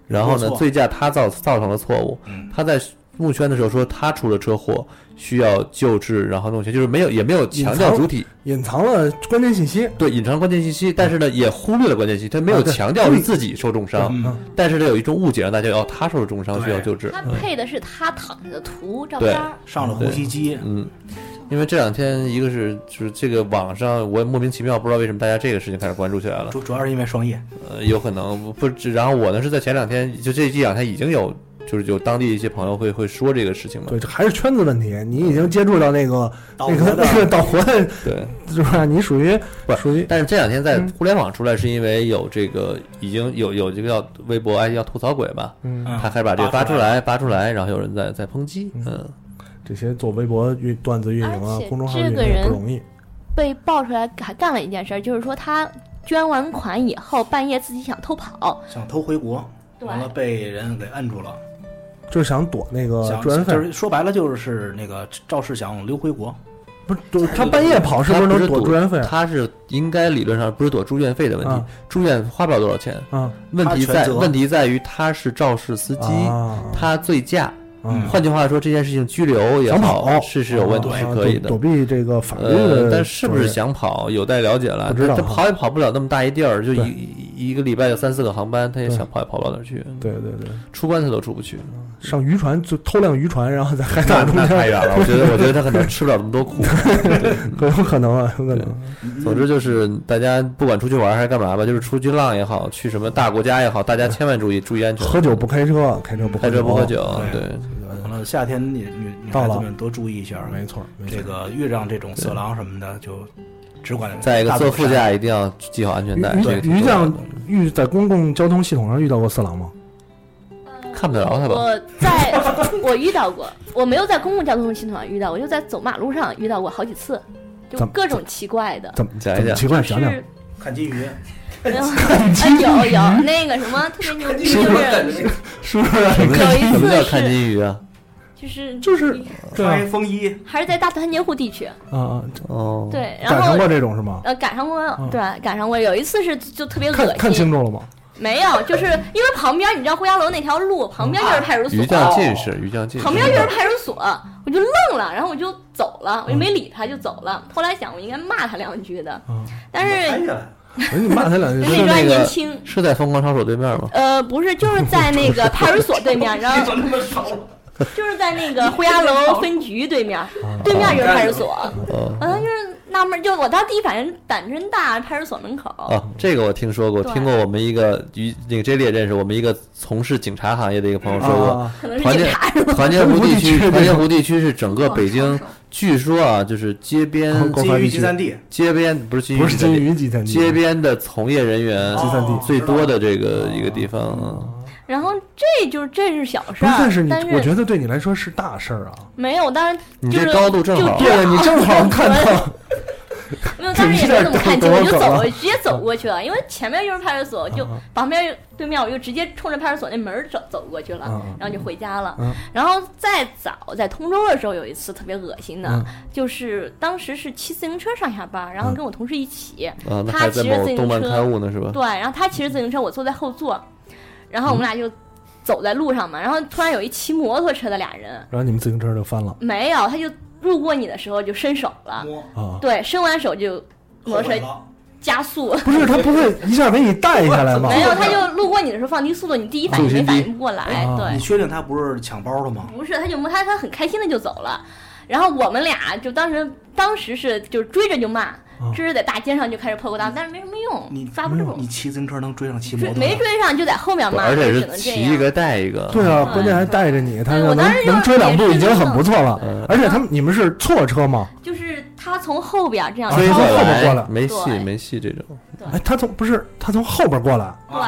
[SPEAKER 6] 然后
[SPEAKER 2] 没
[SPEAKER 6] 呢，
[SPEAKER 2] 错嗯
[SPEAKER 6] 醉驾他造造成了错误，他在募捐的时候说他出了车祸，需要救治，然后弄钱，就是没有也没有强调主体，
[SPEAKER 1] 隐藏了关键信息，
[SPEAKER 6] 对，隐藏关键信息，但是呢，也忽略了关键信息，他没有
[SPEAKER 1] 啊对
[SPEAKER 6] 强调自己受重伤，
[SPEAKER 1] 嗯
[SPEAKER 6] 但是呢，有一种误解让大家哦，他受了重伤需要救治，
[SPEAKER 7] 他配的是他躺着的图照
[SPEAKER 6] 对
[SPEAKER 7] 片儿，，
[SPEAKER 2] 上了呼吸机，
[SPEAKER 6] 嗯，因为这两天一个是就是这个网上我也莫名其妙不知道为什么大家这个事情开始关注起来了，
[SPEAKER 2] 主主要是因为双叶，
[SPEAKER 6] 呃，有可能不不止。然后我呢是在前两天，就这这两天已经有，就是有当地一些朋友会会说这个事情嘛。
[SPEAKER 1] 对，这还是圈子问题。你已经接触到那个
[SPEAKER 6] 导
[SPEAKER 1] 那
[SPEAKER 6] 嗯活
[SPEAKER 1] 个
[SPEAKER 6] 的
[SPEAKER 1] 那个导活的，
[SPEAKER 6] 对，
[SPEAKER 1] 是吧？你属于
[SPEAKER 6] 不
[SPEAKER 1] 属于，
[SPEAKER 6] 但是这两天在
[SPEAKER 1] 嗯
[SPEAKER 6] 互联网出来，是因为有这个已经有有这个要微博哎要吐槽鬼嘛，
[SPEAKER 1] 嗯
[SPEAKER 6] 他还把这个
[SPEAKER 1] 扒
[SPEAKER 6] 发
[SPEAKER 1] 出
[SPEAKER 6] 出
[SPEAKER 1] 来
[SPEAKER 6] 来发出来，然后有人在在抨击，嗯，
[SPEAKER 1] 这些做微博运段子运营啊
[SPEAKER 7] 而且，
[SPEAKER 1] 公众号
[SPEAKER 7] 这
[SPEAKER 1] 运
[SPEAKER 7] 个
[SPEAKER 1] 营
[SPEAKER 7] 人
[SPEAKER 1] 不容易。
[SPEAKER 7] 被爆出来还干了一件事儿，就是说他捐完款以后半夜自己想偷跑，
[SPEAKER 2] 想偷回国，
[SPEAKER 7] 对
[SPEAKER 2] 完了被人给摁住了。
[SPEAKER 1] 就是想躲那
[SPEAKER 6] 呃
[SPEAKER 1] 个
[SPEAKER 2] 想
[SPEAKER 1] 助燃
[SPEAKER 2] 就是
[SPEAKER 1] 费，
[SPEAKER 2] 说白了就是那个肇事想溜回国，
[SPEAKER 1] 不是躲他半夜跑哦是
[SPEAKER 6] 他
[SPEAKER 1] 不
[SPEAKER 6] 不
[SPEAKER 1] 是能
[SPEAKER 6] 躲
[SPEAKER 1] 躲助燃费？
[SPEAKER 6] 他是应该理论上不是躲住院费的问题
[SPEAKER 1] 啊，
[SPEAKER 6] 住院花不了多少钱，
[SPEAKER 1] 啊，
[SPEAKER 6] 问题
[SPEAKER 1] 他全
[SPEAKER 6] 在
[SPEAKER 1] 责
[SPEAKER 6] 问题在于他是肇事司机
[SPEAKER 1] 啊，
[SPEAKER 6] 他醉驾
[SPEAKER 1] 嗯。
[SPEAKER 6] 换句话说，这件事情拘留也
[SPEAKER 1] 想
[SPEAKER 6] 好
[SPEAKER 1] 跑
[SPEAKER 6] 是是有问题，
[SPEAKER 1] 啊
[SPEAKER 6] 是可以的。
[SPEAKER 1] 躲躲避这个法律
[SPEAKER 6] 呃
[SPEAKER 1] 的，
[SPEAKER 6] 但是不
[SPEAKER 1] 责
[SPEAKER 6] 是
[SPEAKER 1] 任
[SPEAKER 6] 想跑，有待了解了。
[SPEAKER 1] 不知道
[SPEAKER 6] 他他
[SPEAKER 1] 哈
[SPEAKER 6] 跑也跑不了那么大一地儿，就
[SPEAKER 1] 对
[SPEAKER 6] 一一个礼拜有三四个航班，他也想跑也跑不到哪儿去。
[SPEAKER 1] 对对对，
[SPEAKER 6] 出关他都出不去，
[SPEAKER 1] 啊上渔船就偷辆渔船，然后在 海
[SPEAKER 6] 那
[SPEAKER 1] 岛中
[SPEAKER 6] 那
[SPEAKER 1] 间，
[SPEAKER 6] 太远了。我觉得，我觉得他可能吃不了那么 多苦。
[SPEAKER 1] 可有可能啊，有可能。
[SPEAKER 6] 总之就是，大家不管出去玩还是干嘛吧，就是出去浪也好，去什么大国家也好，大家千万注意注意安全，
[SPEAKER 1] 喝酒不开车，开车不
[SPEAKER 6] 开车不喝酒。
[SPEAKER 2] 对
[SPEAKER 6] 对，
[SPEAKER 2] 完了夏天女女女
[SPEAKER 1] 到
[SPEAKER 2] 孩
[SPEAKER 1] 了
[SPEAKER 2] 子们多注意一下，
[SPEAKER 1] 没错，没错
[SPEAKER 2] 这个遇上这种色狼什么的就只管
[SPEAKER 6] 再一个
[SPEAKER 2] 大
[SPEAKER 6] 坐
[SPEAKER 2] 肚
[SPEAKER 6] 副
[SPEAKER 2] 山
[SPEAKER 6] 驾一定要系好安全带。
[SPEAKER 1] 于
[SPEAKER 6] 这个挺
[SPEAKER 1] 于于
[SPEAKER 6] 重要
[SPEAKER 1] 酱
[SPEAKER 6] 的
[SPEAKER 1] 遇在公共交通系统上遇到过色狼吗？
[SPEAKER 6] 看不了他吧？
[SPEAKER 7] 我在 我遇到过，我没有在公共交通系统上遇到，我就在走马路上遇到过好几次，就
[SPEAKER 1] 怎么
[SPEAKER 7] 各种奇怪的。
[SPEAKER 1] 怎么
[SPEAKER 6] 讲一
[SPEAKER 1] 怎么
[SPEAKER 6] 讲
[SPEAKER 1] 奇怪，
[SPEAKER 7] 是
[SPEAKER 1] 讲讲。
[SPEAKER 2] 看金
[SPEAKER 3] 啊
[SPEAKER 2] 鱼，
[SPEAKER 7] 没有，哎有有那个什么特别牛逼， 就是啊
[SPEAKER 6] 是不是？什 么
[SPEAKER 7] 有一次
[SPEAKER 6] 什么叫
[SPEAKER 7] 是
[SPEAKER 6] 看金鱼啊？
[SPEAKER 7] 就是就是
[SPEAKER 1] 对啊
[SPEAKER 2] 穿一风衣，
[SPEAKER 7] 还是在大团结湖地区，
[SPEAKER 1] 啊啊，
[SPEAKER 6] 哦，
[SPEAKER 7] 对，然
[SPEAKER 1] 赶上
[SPEAKER 7] 后
[SPEAKER 1] 过这种是吗？
[SPEAKER 7] 呃赶上过，对，赶上过，有一次是就就特别恶
[SPEAKER 1] 看
[SPEAKER 7] 心，
[SPEAKER 1] 看清楚 了吗？
[SPEAKER 7] 没有，就是因为旁边你知道呼家楼那条路旁边就是派出所，
[SPEAKER 6] 鱼酱近视，鱼酱近视。
[SPEAKER 7] 哦旁边就是派出所，我就愣了，然后我就走了，我就
[SPEAKER 1] 嗯
[SPEAKER 7] 没理他，就走了。后来想我应该骂他两句的，但
[SPEAKER 2] 拍
[SPEAKER 7] 是
[SPEAKER 2] 下来，
[SPEAKER 1] 哎你骂他两 句，
[SPEAKER 7] 那
[SPEAKER 6] 是
[SPEAKER 7] 段
[SPEAKER 6] 那
[SPEAKER 7] 年
[SPEAKER 6] 个
[SPEAKER 7] 轻
[SPEAKER 6] 是在疯狂抄手对面吗？
[SPEAKER 7] 呃不是，就是在那个派出所对面，然后就是在那个呼家楼分局对
[SPEAKER 1] 啊
[SPEAKER 7] 面，对面就是派出所。
[SPEAKER 6] 哦
[SPEAKER 7] 我当时就是纳闷，就我当时第一反应胆真大，派出所门口。
[SPEAKER 1] 啊
[SPEAKER 6] 哦，这个我听说过，
[SPEAKER 7] 对
[SPEAKER 6] 听过我们一个于那个 J 也认识我们一个从事警察行业的一个朋友说
[SPEAKER 1] 啊
[SPEAKER 7] 可
[SPEAKER 6] 过，
[SPEAKER 7] 能是
[SPEAKER 6] 团
[SPEAKER 7] 警
[SPEAKER 6] 结
[SPEAKER 7] 察是吧哦
[SPEAKER 6] 团结湖地
[SPEAKER 1] 团结湖地区
[SPEAKER 6] 区，团结湖地区是整个北京，据说啊，就是街边
[SPEAKER 1] 高高
[SPEAKER 2] 金
[SPEAKER 1] 发
[SPEAKER 2] 鱼
[SPEAKER 1] 地
[SPEAKER 2] 集
[SPEAKER 1] 区
[SPEAKER 2] 散地，
[SPEAKER 6] 街边不是 金鱼
[SPEAKER 1] 不是
[SPEAKER 6] 集散
[SPEAKER 1] 金
[SPEAKER 6] 地
[SPEAKER 1] 鱼集散地，
[SPEAKER 6] 街边的从业人员
[SPEAKER 1] 集散地
[SPEAKER 6] 最多的这个
[SPEAKER 7] 哦
[SPEAKER 6] 一个地方啊。
[SPEAKER 7] 然后这就是这是小事
[SPEAKER 1] 不是，
[SPEAKER 7] 儿，
[SPEAKER 1] 但是你
[SPEAKER 7] 但，
[SPEAKER 1] 我觉得对你来说是大事儿 啊。
[SPEAKER 7] 没有，当时
[SPEAKER 6] 你
[SPEAKER 7] 就是
[SPEAKER 6] 这高度正好
[SPEAKER 7] 就
[SPEAKER 1] 对，你正 好看到，
[SPEAKER 7] 没有，当时也没怎么看清，
[SPEAKER 1] 这
[SPEAKER 7] 我
[SPEAKER 1] 有点
[SPEAKER 7] 就
[SPEAKER 1] 儿
[SPEAKER 7] 走
[SPEAKER 1] 狗
[SPEAKER 7] 了，直接走过去了，因为前面就是派出所，
[SPEAKER 1] 啊
[SPEAKER 7] 就旁边对面，我就直接冲着派出所那门儿走走过去了
[SPEAKER 1] 嗯嗯，
[SPEAKER 7] 然后就回家了
[SPEAKER 1] 嗯。
[SPEAKER 7] 然后再早在通州的时候，有一次特别恶心的
[SPEAKER 1] 嗯，
[SPEAKER 7] 就是当时是骑自行车上下班，然后跟我同事一起
[SPEAKER 6] 啊，，那
[SPEAKER 7] 他
[SPEAKER 6] 还在
[SPEAKER 7] 骑着
[SPEAKER 6] 某
[SPEAKER 7] 自行
[SPEAKER 6] 动漫
[SPEAKER 7] 车
[SPEAKER 6] 刊，物呢是吧？
[SPEAKER 7] 对，然后他骑着自行车，我坐在后座，然后我们俩就走在路上嘛，然后突然有一骑摩托车的俩人，
[SPEAKER 1] 然后你们自行车就翻了
[SPEAKER 7] 没有，他就路过你的时候就伸手了，
[SPEAKER 2] 摸
[SPEAKER 1] 啊！
[SPEAKER 7] 对，伸完手就摩托车
[SPEAKER 2] 了
[SPEAKER 7] 加速。
[SPEAKER 1] 不是，他不会一下给你带下来吗？
[SPEAKER 7] 没有，他就路过你的时候放低速度，你第一反应没反应过来，
[SPEAKER 1] 啊
[SPEAKER 7] 对
[SPEAKER 2] 你，确定他不是抢包的吗？
[SPEAKER 7] 不是，他就摸他，他很开心的就走了。然后我们俩就当时当时是就是追着就骂，这是在大街上就开始破口大骂，但是没什么
[SPEAKER 2] 你
[SPEAKER 7] 用，抓不住
[SPEAKER 2] 你，骑自行车能追上骑摩
[SPEAKER 7] 追
[SPEAKER 2] 托？
[SPEAKER 7] 没追上就在后面
[SPEAKER 6] 不
[SPEAKER 7] 骂，
[SPEAKER 6] 而
[SPEAKER 7] 就
[SPEAKER 6] 且
[SPEAKER 7] 只
[SPEAKER 6] 是
[SPEAKER 7] 能这
[SPEAKER 6] 骑一
[SPEAKER 7] 样。
[SPEAKER 6] 个带一个，
[SPEAKER 1] 对啊，关键还带着你，他
[SPEAKER 7] 对
[SPEAKER 1] 要
[SPEAKER 7] 我
[SPEAKER 1] 能
[SPEAKER 7] 当时就
[SPEAKER 1] 能追两步
[SPEAKER 7] 也
[SPEAKER 1] 已
[SPEAKER 7] 是
[SPEAKER 1] 经很不错
[SPEAKER 6] 嗯
[SPEAKER 1] 了。而且他们你们是错车吗？
[SPEAKER 7] 就是他从后边这样
[SPEAKER 6] 追
[SPEAKER 7] 超
[SPEAKER 6] 过
[SPEAKER 1] 后边过
[SPEAKER 6] 来
[SPEAKER 1] 来
[SPEAKER 6] 没戏
[SPEAKER 7] 对
[SPEAKER 6] 没戏这种。
[SPEAKER 5] 啊
[SPEAKER 1] 哎，他从不是他从后边过来，
[SPEAKER 7] 对，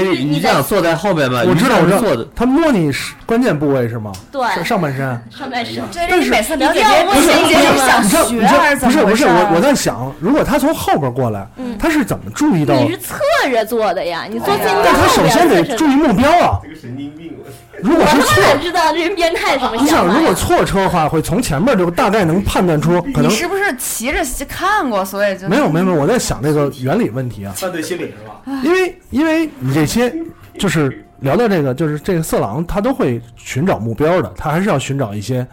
[SPEAKER 9] 所以你想坐在后边吧？
[SPEAKER 1] 我知道，我
[SPEAKER 9] 你
[SPEAKER 1] 知
[SPEAKER 9] 想
[SPEAKER 1] 道
[SPEAKER 9] 坐的，，
[SPEAKER 1] 他摸你是关键部位是吗？
[SPEAKER 7] 对
[SPEAKER 1] 上上半身。
[SPEAKER 7] 上
[SPEAKER 5] 哎
[SPEAKER 7] 半身。
[SPEAKER 5] 但是每次了解
[SPEAKER 7] 要
[SPEAKER 5] 别人情节是想
[SPEAKER 1] 你知道你
[SPEAKER 5] 学
[SPEAKER 1] 知道
[SPEAKER 5] 还是怎
[SPEAKER 1] 不
[SPEAKER 5] 么
[SPEAKER 1] 是
[SPEAKER 5] 回
[SPEAKER 1] 不是
[SPEAKER 5] 事
[SPEAKER 1] 我
[SPEAKER 5] 啊？
[SPEAKER 1] 我在想，如果他从后边过来，
[SPEAKER 7] 嗯
[SPEAKER 1] 他是怎么注意到？
[SPEAKER 7] 你是侧着坐的呀，你
[SPEAKER 5] 哎
[SPEAKER 7] 坐近
[SPEAKER 1] 但
[SPEAKER 7] 在
[SPEAKER 1] 他
[SPEAKER 7] 后
[SPEAKER 1] 首
[SPEAKER 7] 边
[SPEAKER 1] 先得
[SPEAKER 7] 侧着
[SPEAKER 1] 注意目标啊。
[SPEAKER 3] 这个神经病，
[SPEAKER 1] 如果
[SPEAKER 7] 我
[SPEAKER 1] 是
[SPEAKER 7] 他
[SPEAKER 1] 错
[SPEAKER 7] 妈哪知道这人变态什么
[SPEAKER 1] 你想，
[SPEAKER 7] 想法呀？
[SPEAKER 1] 如果错车的话，会从前面就大概能判断出可
[SPEAKER 5] 你
[SPEAKER 1] 能
[SPEAKER 5] 是不是骑着看过，所以就
[SPEAKER 1] 没有没有没有，我在想这个
[SPEAKER 5] 嗯
[SPEAKER 1] 原理问题啊，
[SPEAKER 2] 犯罪心理是吧？
[SPEAKER 1] 因为因为你这些就是聊到这个，就是这个色狼他都会寻找目标的，他还是要寻找一些，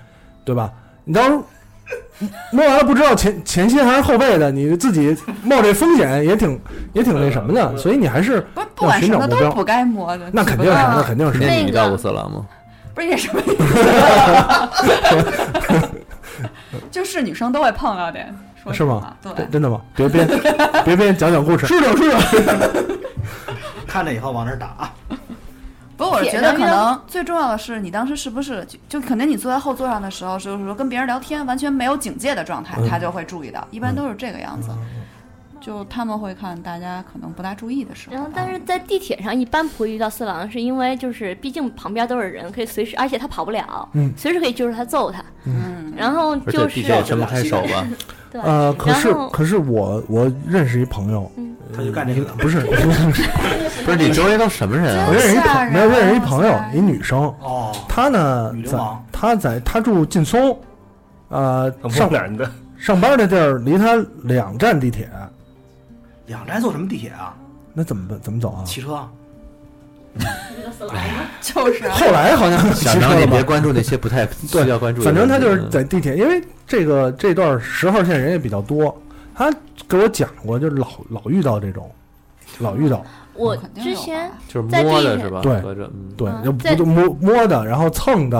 [SPEAKER 1] 对吧？你到时候摸完了不知道前前心还是后背的，你自己冒这风险也挺也挺那什么
[SPEAKER 2] 嗯
[SPEAKER 1] 的，所以你还是
[SPEAKER 5] 不
[SPEAKER 1] 要
[SPEAKER 5] 管什
[SPEAKER 1] 寻找
[SPEAKER 5] 么
[SPEAKER 1] 目
[SPEAKER 5] 都
[SPEAKER 1] 标
[SPEAKER 5] 不。该摸的，
[SPEAKER 1] 那肯定是，
[SPEAKER 5] 啊
[SPEAKER 1] 那肯定是。
[SPEAKER 5] 那
[SPEAKER 6] 遇
[SPEAKER 5] 个
[SPEAKER 6] 到过色狼吗？
[SPEAKER 5] 不是 也什么意思？就是女生都会碰到的，说
[SPEAKER 1] 是吗？
[SPEAKER 5] 啊对
[SPEAKER 1] 真真的吗？别 编，别编，讲讲故事。
[SPEAKER 2] 是的，是的。看着以后往那儿打啊！
[SPEAKER 5] 不过我
[SPEAKER 7] 铁
[SPEAKER 5] 觉
[SPEAKER 7] 的
[SPEAKER 5] 得可
[SPEAKER 7] 呢
[SPEAKER 5] 能最重要的是，你当时是不是就就肯定你坐在后座上的时候，就是说跟别人聊天完全没有警戒的状态，
[SPEAKER 1] 嗯
[SPEAKER 5] 他就会注意到，一般都是这个样子。就他们会看大家可能不大注意的时候。
[SPEAKER 7] 然后，但是在地铁上一般不会遇到色狼，是因为就是毕竟旁边都是人，可以随时，而且他跑不了，
[SPEAKER 1] 嗯
[SPEAKER 7] 随时可以揪着他揍他。
[SPEAKER 5] 嗯，
[SPEAKER 7] 然后
[SPEAKER 6] 而
[SPEAKER 7] 就是
[SPEAKER 6] 且地铁也伸不开手 吧？
[SPEAKER 7] 对，
[SPEAKER 1] 呃，可是
[SPEAKER 7] 然后
[SPEAKER 1] 可是我我认识一朋友，
[SPEAKER 5] 嗯
[SPEAKER 2] 嗯他就干这个
[SPEAKER 1] 不是不是
[SPEAKER 6] 不是你周围都什么人啊
[SPEAKER 1] 我？认识一
[SPEAKER 5] 吓人
[SPEAKER 1] 朋没有认识一朋友，一女生
[SPEAKER 2] 哦，
[SPEAKER 1] 她呢
[SPEAKER 2] 女流
[SPEAKER 1] 在
[SPEAKER 2] 氓
[SPEAKER 1] 她在她住劲松，呃
[SPEAKER 3] 很
[SPEAKER 1] 上
[SPEAKER 3] 男的，
[SPEAKER 1] 上班的地儿离她两站地铁，
[SPEAKER 2] 两站坐什么地铁啊？
[SPEAKER 1] 那怎么办？怎 么走啊？
[SPEAKER 2] 骑车啊？
[SPEAKER 5] 就是啊
[SPEAKER 1] 后来好像骑
[SPEAKER 6] 想
[SPEAKER 1] 车
[SPEAKER 6] 让你
[SPEAKER 1] 了
[SPEAKER 6] 别
[SPEAKER 1] 吧？
[SPEAKER 6] 关注那些不太需要关注的
[SPEAKER 1] 反
[SPEAKER 6] 人。嗯
[SPEAKER 1] 正她就是在地铁，因为这个这段十号线人也比较多，她给我讲过，就是老老遇到这种，老遇到。
[SPEAKER 7] 我
[SPEAKER 5] 肯定
[SPEAKER 7] 之
[SPEAKER 5] 有吧
[SPEAKER 7] 前
[SPEAKER 6] 就是
[SPEAKER 7] 在
[SPEAKER 6] 摸
[SPEAKER 7] 地
[SPEAKER 6] 的
[SPEAKER 7] 铁
[SPEAKER 6] 是吧？
[SPEAKER 1] 对
[SPEAKER 6] 合着嗯
[SPEAKER 1] 对，
[SPEAKER 7] 嗯
[SPEAKER 1] 就
[SPEAKER 7] 在
[SPEAKER 1] 不就摸摸的，然后蹭的，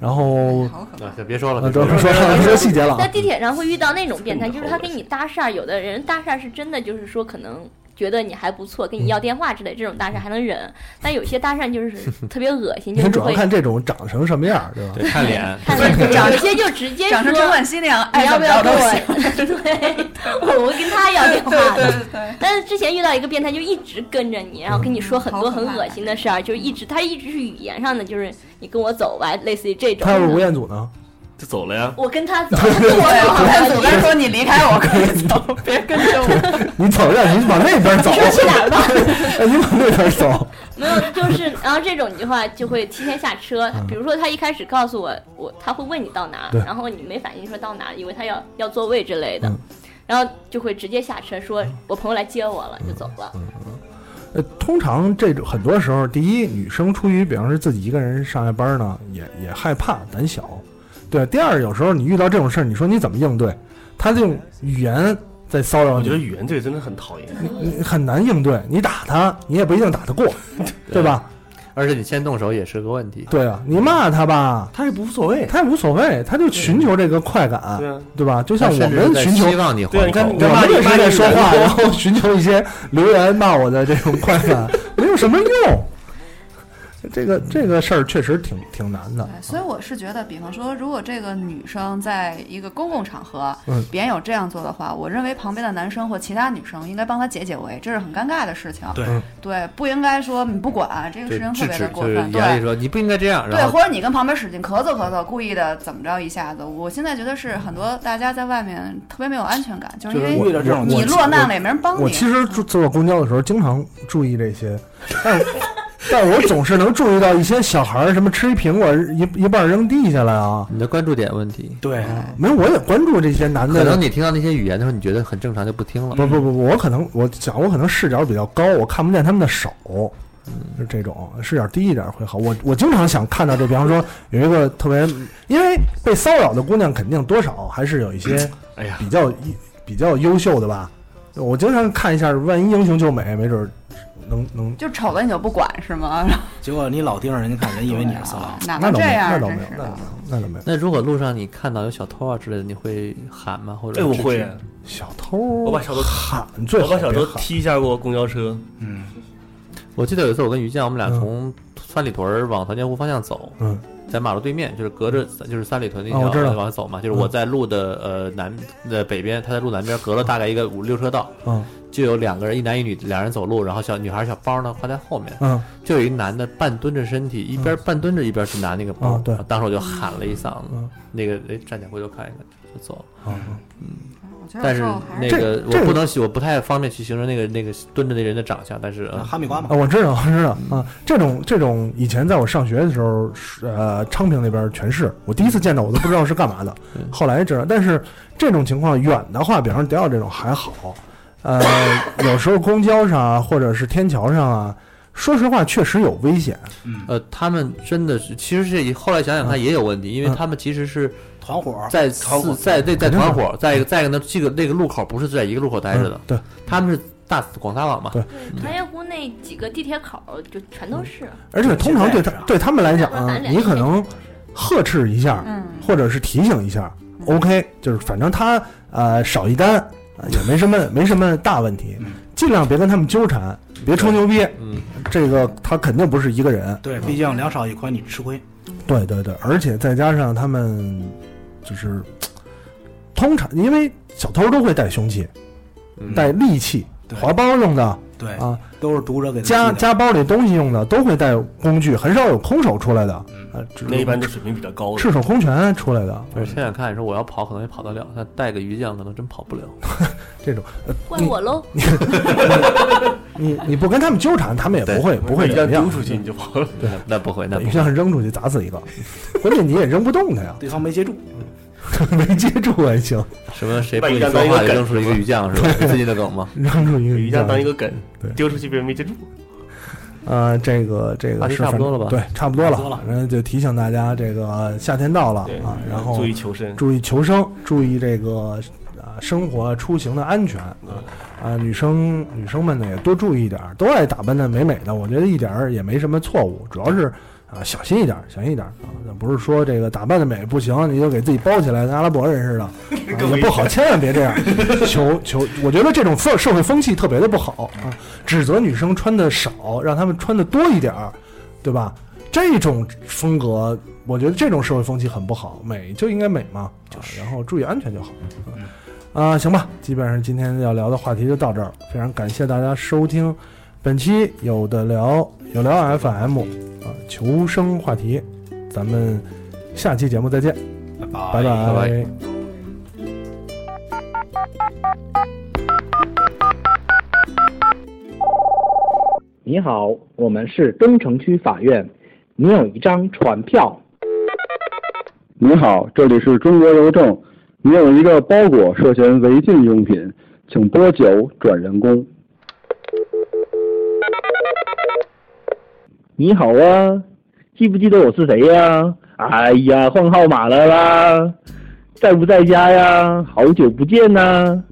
[SPEAKER 1] 然
[SPEAKER 2] 哎
[SPEAKER 1] 后
[SPEAKER 5] 好可怕。
[SPEAKER 6] 啊，别说了，
[SPEAKER 1] 呃，
[SPEAKER 6] 别
[SPEAKER 1] 说
[SPEAKER 6] 说了。
[SPEAKER 1] 说说细节了
[SPEAKER 7] 在
[SPEAKER 1] 啊，嗯
[SPEAKER 7] 地铁上会遇到那种变态，就是他跟你搭讪，有的人搭讪是真的，就是说可能觉得你还不错，
[SPEAKER 1] 嗯
[SPEAKER 7] 跟你要电话之类，这种搭讪还能忍。但有些搭讪就是 特别恶心，就
[SPEAKER 1] 你
[SPEAKER 7] 是
[SPEAKER 1] 主要
[SPEAKER 7] 会
[SPEAKER 1] 看这种长成什么样，对吧？
[SPEAKER 6] 对，看脸，
[SPEAKER 7] 看见有些就直接
[SPEAKER 5] 长成
[SPEAKER 7] 说
[SPEAKER 5] 陈冠希那样，
[SPEAKER 7] 你
[SPEAKER 5] 爱
[SPEAKER 7] 要
[SPEAKER 5] 怎
[SPEAKER 7] 不
[SPEAKER 5] 么
[SPEAKER 7] 要跟
[SPEAKER 5] 着都
[SPEAKER 7] 我
[SPEAKER 5] 行。？
[SPEAKER 7] 对，我跟他要电话
[SPEAKER 5] 对
[SPEAKER 7] 的。
[SPEAKER 5] 对对，
[SPEAKER 7] 但是之前遇到一个变态，就一直跟着你，然后跟你说很多
[SPEAKER 5] 好可
[SPEAKER 7] 很
[SPEAKER 5] 怕
[SPEAKER 7] 恶心的事儿，就是一直他一直是语言上的，就是你跟我走吧，类似于这种。
[SPEAKER 1] 他要是吴彦祖呢？
[SPEAKER 3] 就走了呀。
[SPEAKER 7] 我跟他走，他跟我走，
[SPEAKER 5] 我跟祖哥说你离开我可以走，别跟着我。
[SPEAKER 1] 你走着，你往那边走，
[SPEAKER 7] 说 去哪儿吧？
[SPEAKER 1] 哎你往那边走，
[SPEAKER 7] 没有，就是，然后这种的话就会提前下车。比如说，他一开始告诉我，我他会问你到哪
[SPEAKER 1] 嗯对
[SPEAKER 7] 儿，然后你没反应说到哪儿，以为他要要座位之类的
[SPEAKER 1] 嗯，
[SPEAKER 7] 然后就会直接下车说我朋友来接我了，就走了。
[SPEAKER 1] 嗯呃，通常这种很多时候，第一，女生出于比方说自己一个人上下班呢，也也害怕胆小，对。啊第二，有时候你遇到这种事儿，你说你怎么应对？他就用语言在骚扰
[SPEAKER 3] 我觉得
[SPEAKER 1] 你，
[SPEAKER 3] 语言这个真的很讨厌。
[SPEAKER 1] 你很难应对。你打他，你也不一定打得过，对吧？
[SPEAKER 6] 而且你先动手也是个问题。
[SPEAKER 1] 对啊，你骂他吧，
[SPEAKER 8] 他也无所谓。
[SPEAKER 1] 他也无所谓，他就寻求这个快感，
[SPEAKER 3] 对啊
[SPEAKER 1] 对吧？就
[SPEAKER 6] 就
[SPEAKER 1] 像我们寻求
[SPEAKER 6] 希，望你还
[SPEAKER 3] 对啊，你看，
[SPEAKER 6] 手
[SPEAKER 3] 你
[SPEAKER 1] 我
[SPEAKER 3] 看骂
[SPEAKER 1] 们
[SPEAKER 3] 你
[SPEAKER 1] 也是
[SPEAKER 3] 骂
[SPEAKER 1] 在
[SPEAKER 3] 你
[SPEAKER 1] 说 话，然
[SPEAKER 3] 人
[SPEAKER 1] 后寻求一些留言骂我的这种快感，没有什么用。这个这个事儿确实挺挺难的，
[SPEAKER 5] 对，所以我是觉得，比方说，如果这个女生在一个公共场合，
[SPEAKER 1] 嗯
[SPEAKER 5] 别人有这样做的话，我认为旁边的男生或其他女生应该帮他解解围，这是很尴尬的事情。
[SPEAKER 2] 对
[SPEAKER 1] 嗯
[SPEAKER 5] 对，不应该说你不管，这个
[SPEAKER 6] 就
[SPEAKER 5] 事情特
[SPEAKER 6] 制
[SPEAKER 5] 别
[SPEAKER 6] 止
[SPEAKER 5] 的，过
[SPEAKER 6] 就是
[SPEAKER 5] 分。
[SPEAKER 6] 严厉
[SPEAKER 5] 对。
[SPEAKER 6] 说你不应该这样，
[SPEAKER 5] 对，
[SPEAKER 6] 然后
[SPEAKER 5] 或者你跟旁边使劲咳嗽咳嗽，故意的怎么着一下子，我现在觉得是很多大家在外面特别没有安全感，就是因
[SPEAKER 2] 就是
[SPEAKER 5] 为
[SPEAKER 2] 遇到这种
[SPEAKER 5] 你
[SPEAKER 2] 我
[SPEAKER 5] 落难了也没人帮你。
[SPEAKER 1] 我其实坐坐公交的时候经常注意这些，但但我总是能注意到一些小孩儿什么吃一苹果一一半扔地下来啊，
[SPEAKER 6] 你的关注点问题。
[SPEAKER 2] 对，
[SPEAKER 1] 没有我也关注这些男的。
[SPEAKER 6] 可能你听到那些语言的时候，你觉得很正常，就不听
[SPEAKER 3] 啊
[SPEAKER 6] 了。
[SPEAKER 1] 不不不，我可能我想我可能视角比较高，我看不见他们的手，
[SPEAKER 3] 嗯
[SPEAKER 1] 是这种视角低一点会好。我我经常想看到这，比方说有一个特别，因为被骚扰的姑娘肯定多少还是有一些
[SPEAKER 3] 哎呀，
[SPEAKER 1] 比较比较优秀的吧。我经常看一下，万一英雄救美，没准儿能能。
[SPEAKER 5] 就瞅了你就不管是吗？
[SPEAKER 2] 结果你老盯着人家看，人以为你是色狼。
[SPEAKER 5] 哪
[SPEAKER 1] 那倒
[SPEAKER 5] 能这
[SPEAKER 1] 没有，那
[SPEAKER 5] 样？
[SPEAKER 1] 倒
[SPEAKER 5] 真
[SPEAKER 1] 没有
[SPEAKER 5] 是，
[SPEAKER 1] 那
[SPEAKER 5] 的
[SPEAKER 1] 倒没有，那倒没有。
[SPEAKER 6] 那如果路上你看到有小偷啊之类的，你会喊吗？或者
[SPEAKER 3] 哎，我
[SPEAKER 6] 制止
[SPEAKER 3] 会，
[SPEAKER 1] 小偷，
[SPEAKER 3] 我
[SPEAKER 1] 我
[SPEAKER 3] 把小偷
[SPEAKER 1] 喊最
[SPEAKER 3] 我
[SPEAKER 1] 好
[SPEAKER 3] 把小
[SPEAKER 1] 别
[SPEAKER 3] 偷
[SPEAKER 1] 喊
[SPEAKER 3] 踢下过公交车，
[SPEAKER 2] 嗯，
[SPEAKER 6] 我记得有一次我跟于酱，我们俩
[SPEAKER 1] 嗯
[SPEAKER 6] 从三里屯儿往团结湖方向走，
[SPEAKER 1] 嗯，
[SPEAKER 6] 在马路对面，就是隔着就是三里屯那
[SPEAKER 1] 哦
[SPEAKER 6] 条
[SPEAKER 1] 我知道嗯
[SPEAKER 6] 往下走嘛，就是我在路的呃南的北边，他在路南边隔了大概一个五六车道，
[SPEAKER 1] 嗯，
[SPEAKER 6] 就有两个人，一男一女，两人走路，然后小女孩小包呢挎在后面，
[SPEAKER 1] 嗯，
[SPEAKER 6] 就有一男的半蹲着身体，一边半蹲着一边去拿那个包，
[SPEAKER 1] 哦对
[SPEAKER 6] 当时我就喊了一嗓子，
[SPEAKER 1] 嗯
[SPEAKER 6] 那个哎站起来回头看一看就走了。
[SPEAKER 1] 嗯
[SPEAKER 5] 觉得
[SPEAKER 6] 但
[SPEAKER 5] 有时
[SPEAKER 6] 是
[SPEAKER 5] 候还
[SPEAKER 6] 那
[SPEAKER 5] 这
[SPEAKER 6] 个
[SPEAKER 1] 这
[SPEAKER 6] 我不能喜，我不太方便去形容那个那个蹲着那人的长相，但是呃
[SPEAKER 2] 哈密瓜嘛
[SPEAKER 1] 啊，我知道，我知道啊，这种这种以前在我上学的时候，是呃，昌平那边全是，我第一次见到我都不知道是干嘛的，后来知道。但是这种情况远的话，比方说迪奥这种还好，呃，有时候公交上啊，或者是天桥上啊，说实话确实有危险。
[SPEAKER 6] 呃，他们真的是，其实是后来想想看
[SPEAKER 1] 嗯
[SPEAKER 6] 也有问题，因为他们其实是
[SPEAKER 2] 团伙
[SPEAKER 6] 在四在那在
[SPEAKER 1] 肯定是嗯
[SPEAKER 6] 团伙，在一个在一个呢，这个那个路口不是在一个路口待着的，
[SPEAKER 1] 对，
[SPEAKER 6] 他们是大广撒网嘛，对，
[SPEAKER 1] 嗯
[SPEAKER 7] 团结湖那几个地铁口儿就全都是。
[SPEAKER 1] 而且通常对他对他们来讲啊，你可能呵斥一下，
[SPEAKER 7] 嗯
[SPEAKER 1] 或者是提醒一下，OK，就是反正他呃少一单呃也没什么没什么大问题，尽量别跟他们纠缠，别吹牛逼，
[SPEAKER 6] 嗯，
[SPEAKER 1] 这个他肯定不是一个人，
[SPEAKER 2] 对，毕竟两少一宽，你吃亏。
[SPEAKER 1] 对对对，而且再加上他们就是通常因为小偷都会带凶器，带利器，划包用的，
[SPEAKER 2] 对
[SPEAKER 1] 啊，
[SPEAKER 2] 都是读者给他寄
[SPEAKER 1] 夹
[SPEAKER 2] 的
[SPEAKER 1] 夹包里东西用的都会带工具，很少有空手出来的，啊，只
[SPEAKER 3] 那一般都水平比较高的。
[SPEAKER 1] 赤手空拳出来的，
[SPEAKER 6] 就是现在看说我要跑可能也跑得了，但带个鱼酱可能真跑不了。
[SPEAKER 1] 这种呃
[SPEAKER 7] 怪我喽！
[SPEAKER 1] 你你不跟他们纠缠，他们也不会不会
[SPEAKER 3] 一
[SPEAKER 1] 怎
[SPEAKER 3] 旦
[SPEAKER 1] 么样
[SPEAKER 3] 丢出去你就跑了。
[SPEAKER 1] 对，
[SPEAKER 6] 那不会，那不
[SPEAKER 1] 你
[SPEAKER 6] 会。
[SPEAKER 1] 像扔出去砸死一个，关键你也扔不动 他呀，
[SPEAKER 2] 对方没接住，
[SPEAKER 1] 没接住
[SPEAKER 3] 啊
[SPEAKER 1] 还行，
[SPEAKER 6] 什么谁不跟你说话就扔出一个鱼酱是吧？是最近的梗吗？
[SPEAKER 1] 扔出一个
[SPEAKER 3] 鱼酱当一个梗
[SPEAKER 1] 对，
[SPEAKER 3] 丢出去别人没接住。
[SPEAKER 1] 呃，这个这个
[SPEAKER 3] 话题
[SPEAKER 1] 是
[SPEAKER 3] 差不
[SPEAKER 1] 反
[SPEAKER 3] 多了吧
[SPEAKER 1] 对，差不多了，
[SPEAKER 3] 差不多了
[SPEAKER 1] 反正就提醒大家，这个夏天到了啊，然后
[SPEAKER 3] 注意求生
[SPEAKER 1] 注意求生，注意这个啊生活出行的安全啊啊，女生女生们呢也多注意一点儿，都爱打扮的美美的，我觉得一点儿也没什么错误，主要是啊小心一点儿，小心一点儿啊，那不是说这个打扮的美不行，你就给自己包起来，跟阿拉伯人似的，啊
[SPEAKER 3] 更
[SPEAKER 1] 也不好，千万别这样，求求，我觉得这种社社会风气特别的不好啊，指责女生穿的少，让她们穿的多一点儿，对吧？这种风格，我觉得这种社会风气很不好，美就应该美嘛，啊然后注意安全就好。啊，行吧，基本上今天要聊的话题就到这儿了，非常感谢大家收听本期有的聊有聊 FM 啊求生话题，咱们下期节目再见，拜
[SPEAKER 6] 拜拜
[SPEAKER 10] 你好，我们是东城区法院，你有一张传票。
[SPEAKER 11] 您好，这里是中国邮政，您有一个包裹涉嫌违禁用品，请拨九转人工。
[SPEAKER 10] 你好啊，记不记得我是谁呀、哎呀，换号码了啦，在不在家呀？好久不见呐、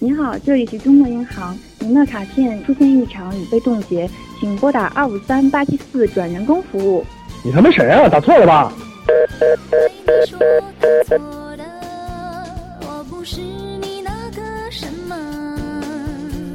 [SPEAKER 12] 您好，这里是中国银行，您的卡片出现异常已被冻结，请拨打二五三八七四转人工服务。
[SPEAKER 10] 你他妈谁啊？打错了吧？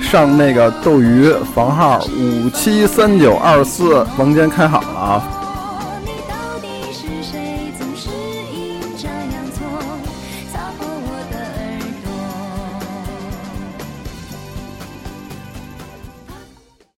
[SPEAKER 13] 上那个斗鱼房号五七三九二四房间开好了啊，